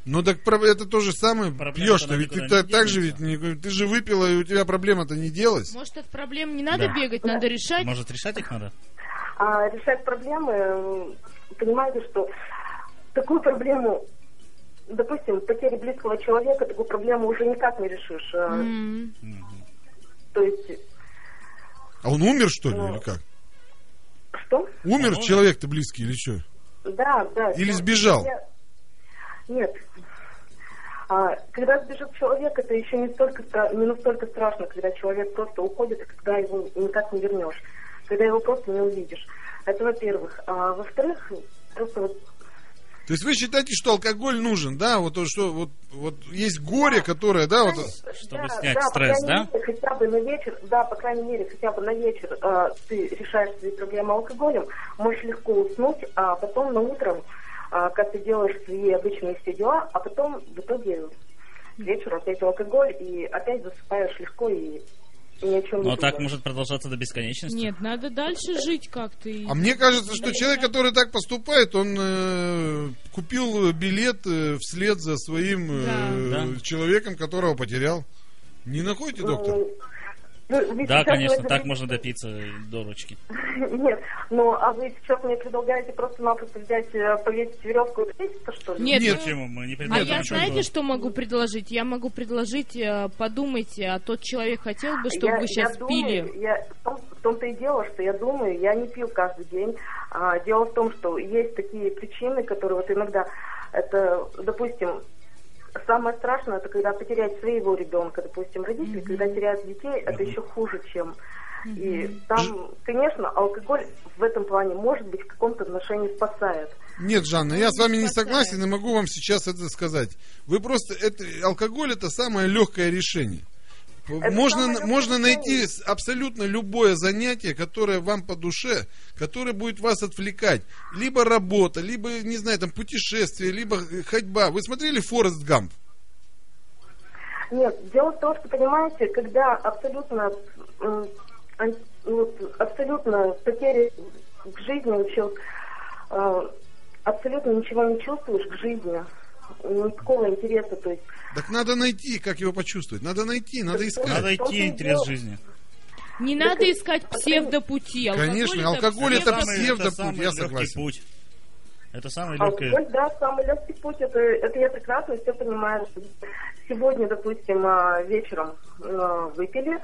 S1: Ну, так про- это то же самое, пьешь-то, ведь ты та- так же, ведь, не- ты же выпила, и у тебя проблема-то не делась.
S3: Может, от проблем не надо
S1: Да.
S3: бегать, надо решать?
S10: Может, решать их надо?
S14: а, решать проблемы, м, понимаете, что такую проблему, допустим, потери близкого человека, такую проблему уже никак не решишь. А, То есть
S1: А он умер, что ли, или как?
S14: Что?
S10: а
S1: Умер человек-то близкий или что?
S14: Да, да.
S1: Или
S14: Я-
S1: сбежал?
S14: я- Нет. А, когда сбежит человек, это еще не, столько, стра- не настолько страшно, когда человек просто уходит, и когда его никак не вернешь, когда его просто не увидишь. Это во-первых. А во-вторых, просто вот
S1: То есть вы считаете, что алкоголь нужен, да? Вот то, что вот, вот есть горе, которое, да, вот.
S10: Чтобы
S14: Да,
S10: снять
S14: да, по
S10: стресс,
S14: крайней
S10: да?
S14: мере, хотя бы на вечер, да, по крайней мере, хотя бы на вечер э, ты решаешь свои проблемы алкоголем, можешь легко уснуть, а потом на утром, э, как ты делаешь свои обычные все дела, а потом в итоге к вечеру опять алкоголь и опять засыпаешь легко и ни о чем не
S10: Но Ну, а так
S14: думаешь.
S10: может продолжаться до бесконечности.
S3: Нет, надо дальше жить как-то. и-
S1: А мне кажется, что человек, который так поступает, он э, купил билет э, вслед за своим э,
S10: Да.
S1: человеком, которого потерял. Не находите, доктор?
S14: Ну, вы
S10: Да,
S14: сейчас
S10: конечно,
S14: мне
S10: так можно допиться до ручки.
S14: предлагаете- Нет, ну а вы сейчас мне предлагаете просто-напросто взять, э, повесить веревку и повеситься, что ли?
S4: ну,
S10: почему? Мы не
S3: А
S10: придумали
S3: я
S10: ничего
S3: знаете,
S10: нового.
S3: что могу предложить? Я могу предложить, э, подумайте, а тот человек хотел бы, чтобы
S14: Я-
S3: вы сейчас
S14: я думаю,
S3: пили.
S14: я- в, том, то и дело, что я думаю, я не пью каждый день. А, дело в том, что есть такие причины, которые вот иногда, это, допустим, самое страшное, это когда потерять своего ребенка, допустим, родители, когда теряют детей, это еще хуже, чем... И там, конечно, алкоголь в этом плане, может быть, в каком-то отношении спасает.
S1: Нет, Жанна, я с вами не согласен и могу вам сейчас это сказать. Вы просто это алкоголь это самое легкое решение. можно можно найти с- абсолютно любое занятие, которое вам по душе, которое будет вас отвлекать. Либо работа, либо, не знаю, там путешествие, либо э, ходьба. Вы смотрели Форест Гамп?
S14: Нет, дело в том, что, понимаете, когда абсолютно, м, ан- ну, вот, абсолютно потери к жизни, вообще вот, э, абсолютно ничего не чувствуешь к жизни, никакого интереса, то есть
S1: Так надо найти, как его почувствовать. Надо найти, надо искать.
S10: Надо идти интерес жизни.
S3: Не надо искать псевдопути. а
S1: Конечно, алкоголь это
S10: самый- это
S1: псевдопуть,
S10: самый
S1: я
S10: легкий
S1: согласен.
S10: путь. Это
S13: А
S10: самый легкий.
S14: Алкоголь, А да, самый легкий путь, это, это я прекрасно все понимаю. Сегодня, допустим, а, вечером а, выпили,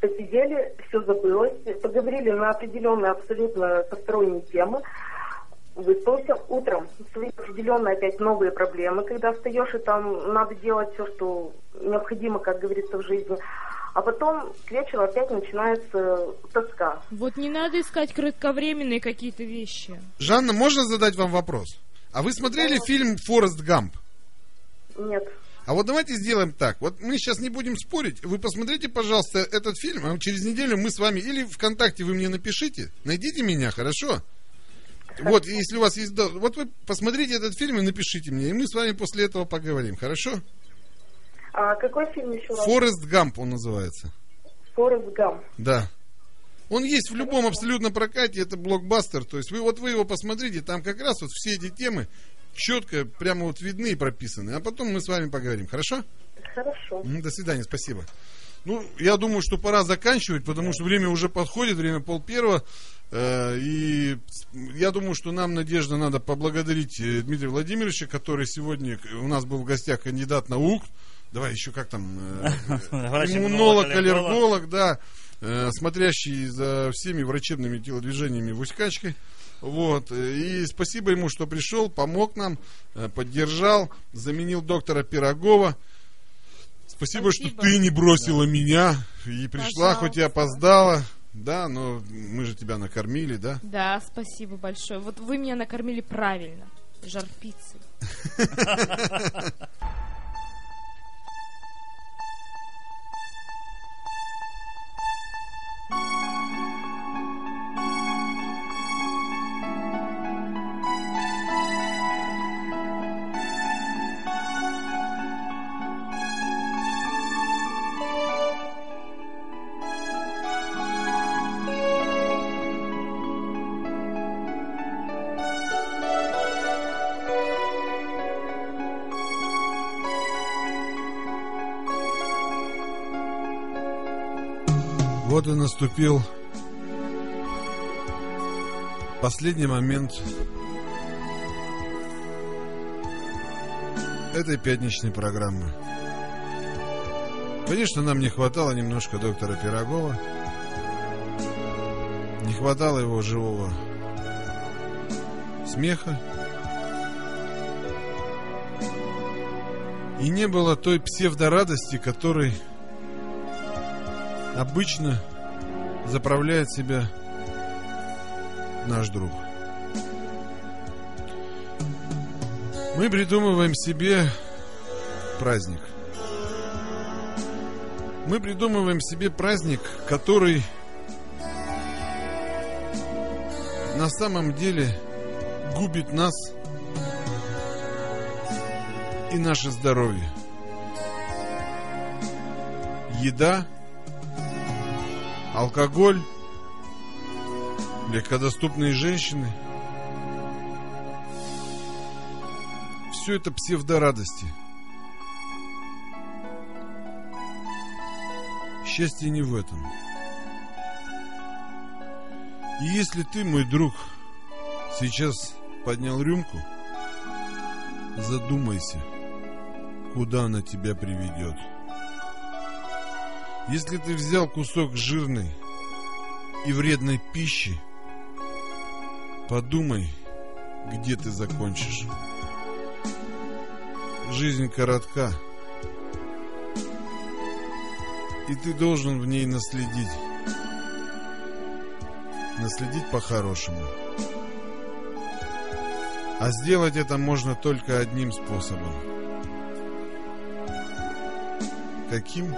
S14: посидели, все забылось, поговорили на определенные абсолютно посторонние темы, выспался утром. Свои определенные опять новые проблемы, когда встаешь и там надо делать все, что необходимо, как говорится, в жизни. А потом к вечеру опять начинается тоска.
S3: Вот не надо искать кратковременные какие-то вещи.
S1: Жанна, можно задать вам вопрос? А вы смотрели фильм Форест Гамп?
S14: Нет.
S1: А вот давайте сделаем так. Вот мы сейчас не будем спорить. Вы посмотрите, пожалуйста, этот фильм, а через неделю мы с вами или ВКонтакте вы мне напишите, найдите меня, хорошо? Вот, и если у вас есть... до- Вот вы посмотрите этот фильм и напишите мне, и мы с вами после этого поговорим, хорошо?
S14: А какой фильм еще? раз?
S1: Форест Гамп он называется.
S14: Форест Гамп.
S1: Да. Он есть в любом абсолютно прокате, это блокбастер. То есть вы вот вы его посмотрите, там как раз вот все эти темы четко, прямо вот видны и прописаны. А потом мы с вами поговорим, хорошо?
S14: Хорошо.
S1: М, До свидания, спасибо. Ну, я думаю, что пора заканчивать, потому что время уже подходит, время пол первого. Э, И с- я думаю, что нам, Надежда, надо поблагодарить э, Дмитрия Владимировича, который сегодня к- у нас был в гостях кандидат наук. Давай еще как там? э,
S10: Врач,
S1: Иммунолог,
S10: аллерголог.
S1: аллерголог, да, э, смотрящий за всеми врачебными телодвижениями в Усть-Качке. Вот. э, И спасибо ему, что пришел, помог нам, э, поддержал, заменил доктора Пирогова. Спасибо, что ты не бросила меня и пришла, хоть и опоздала. Да, но мы же тебя накормили, да?
S3: Да, спасибо большое. Вот вы меня накормили правильно. Жар пиццей.
S1: Вот и наступил последний момент этой пятничной программы. Конечно, нам не хватало немножко доктора Пирогова. Не хватало его живого смеха. И не было той псевдорадости, которой обычно заправляет себя наш друг. Мы придумываем себе праздник. Мы придумываем себе праздник, который на самом деле губит нас и наше здоровье. Еда, алкоголь, легкодоступные женщины – все это псевдорадости. Счастье не в этом. И если ты, мой друг, сейчас поднял рюмку, задумайся, куда она тебя приведет. Если ты взял кусок жирной и вредной пищи, подумай, где ты закончишь. Жизнь коротка. И ты должен в ней наследить. Наследить по-хорошему. А сделать это можно только одним способом. Каким?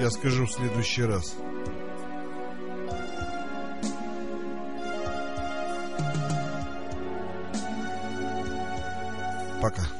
S1: Я скажу в следующий раз. Пока.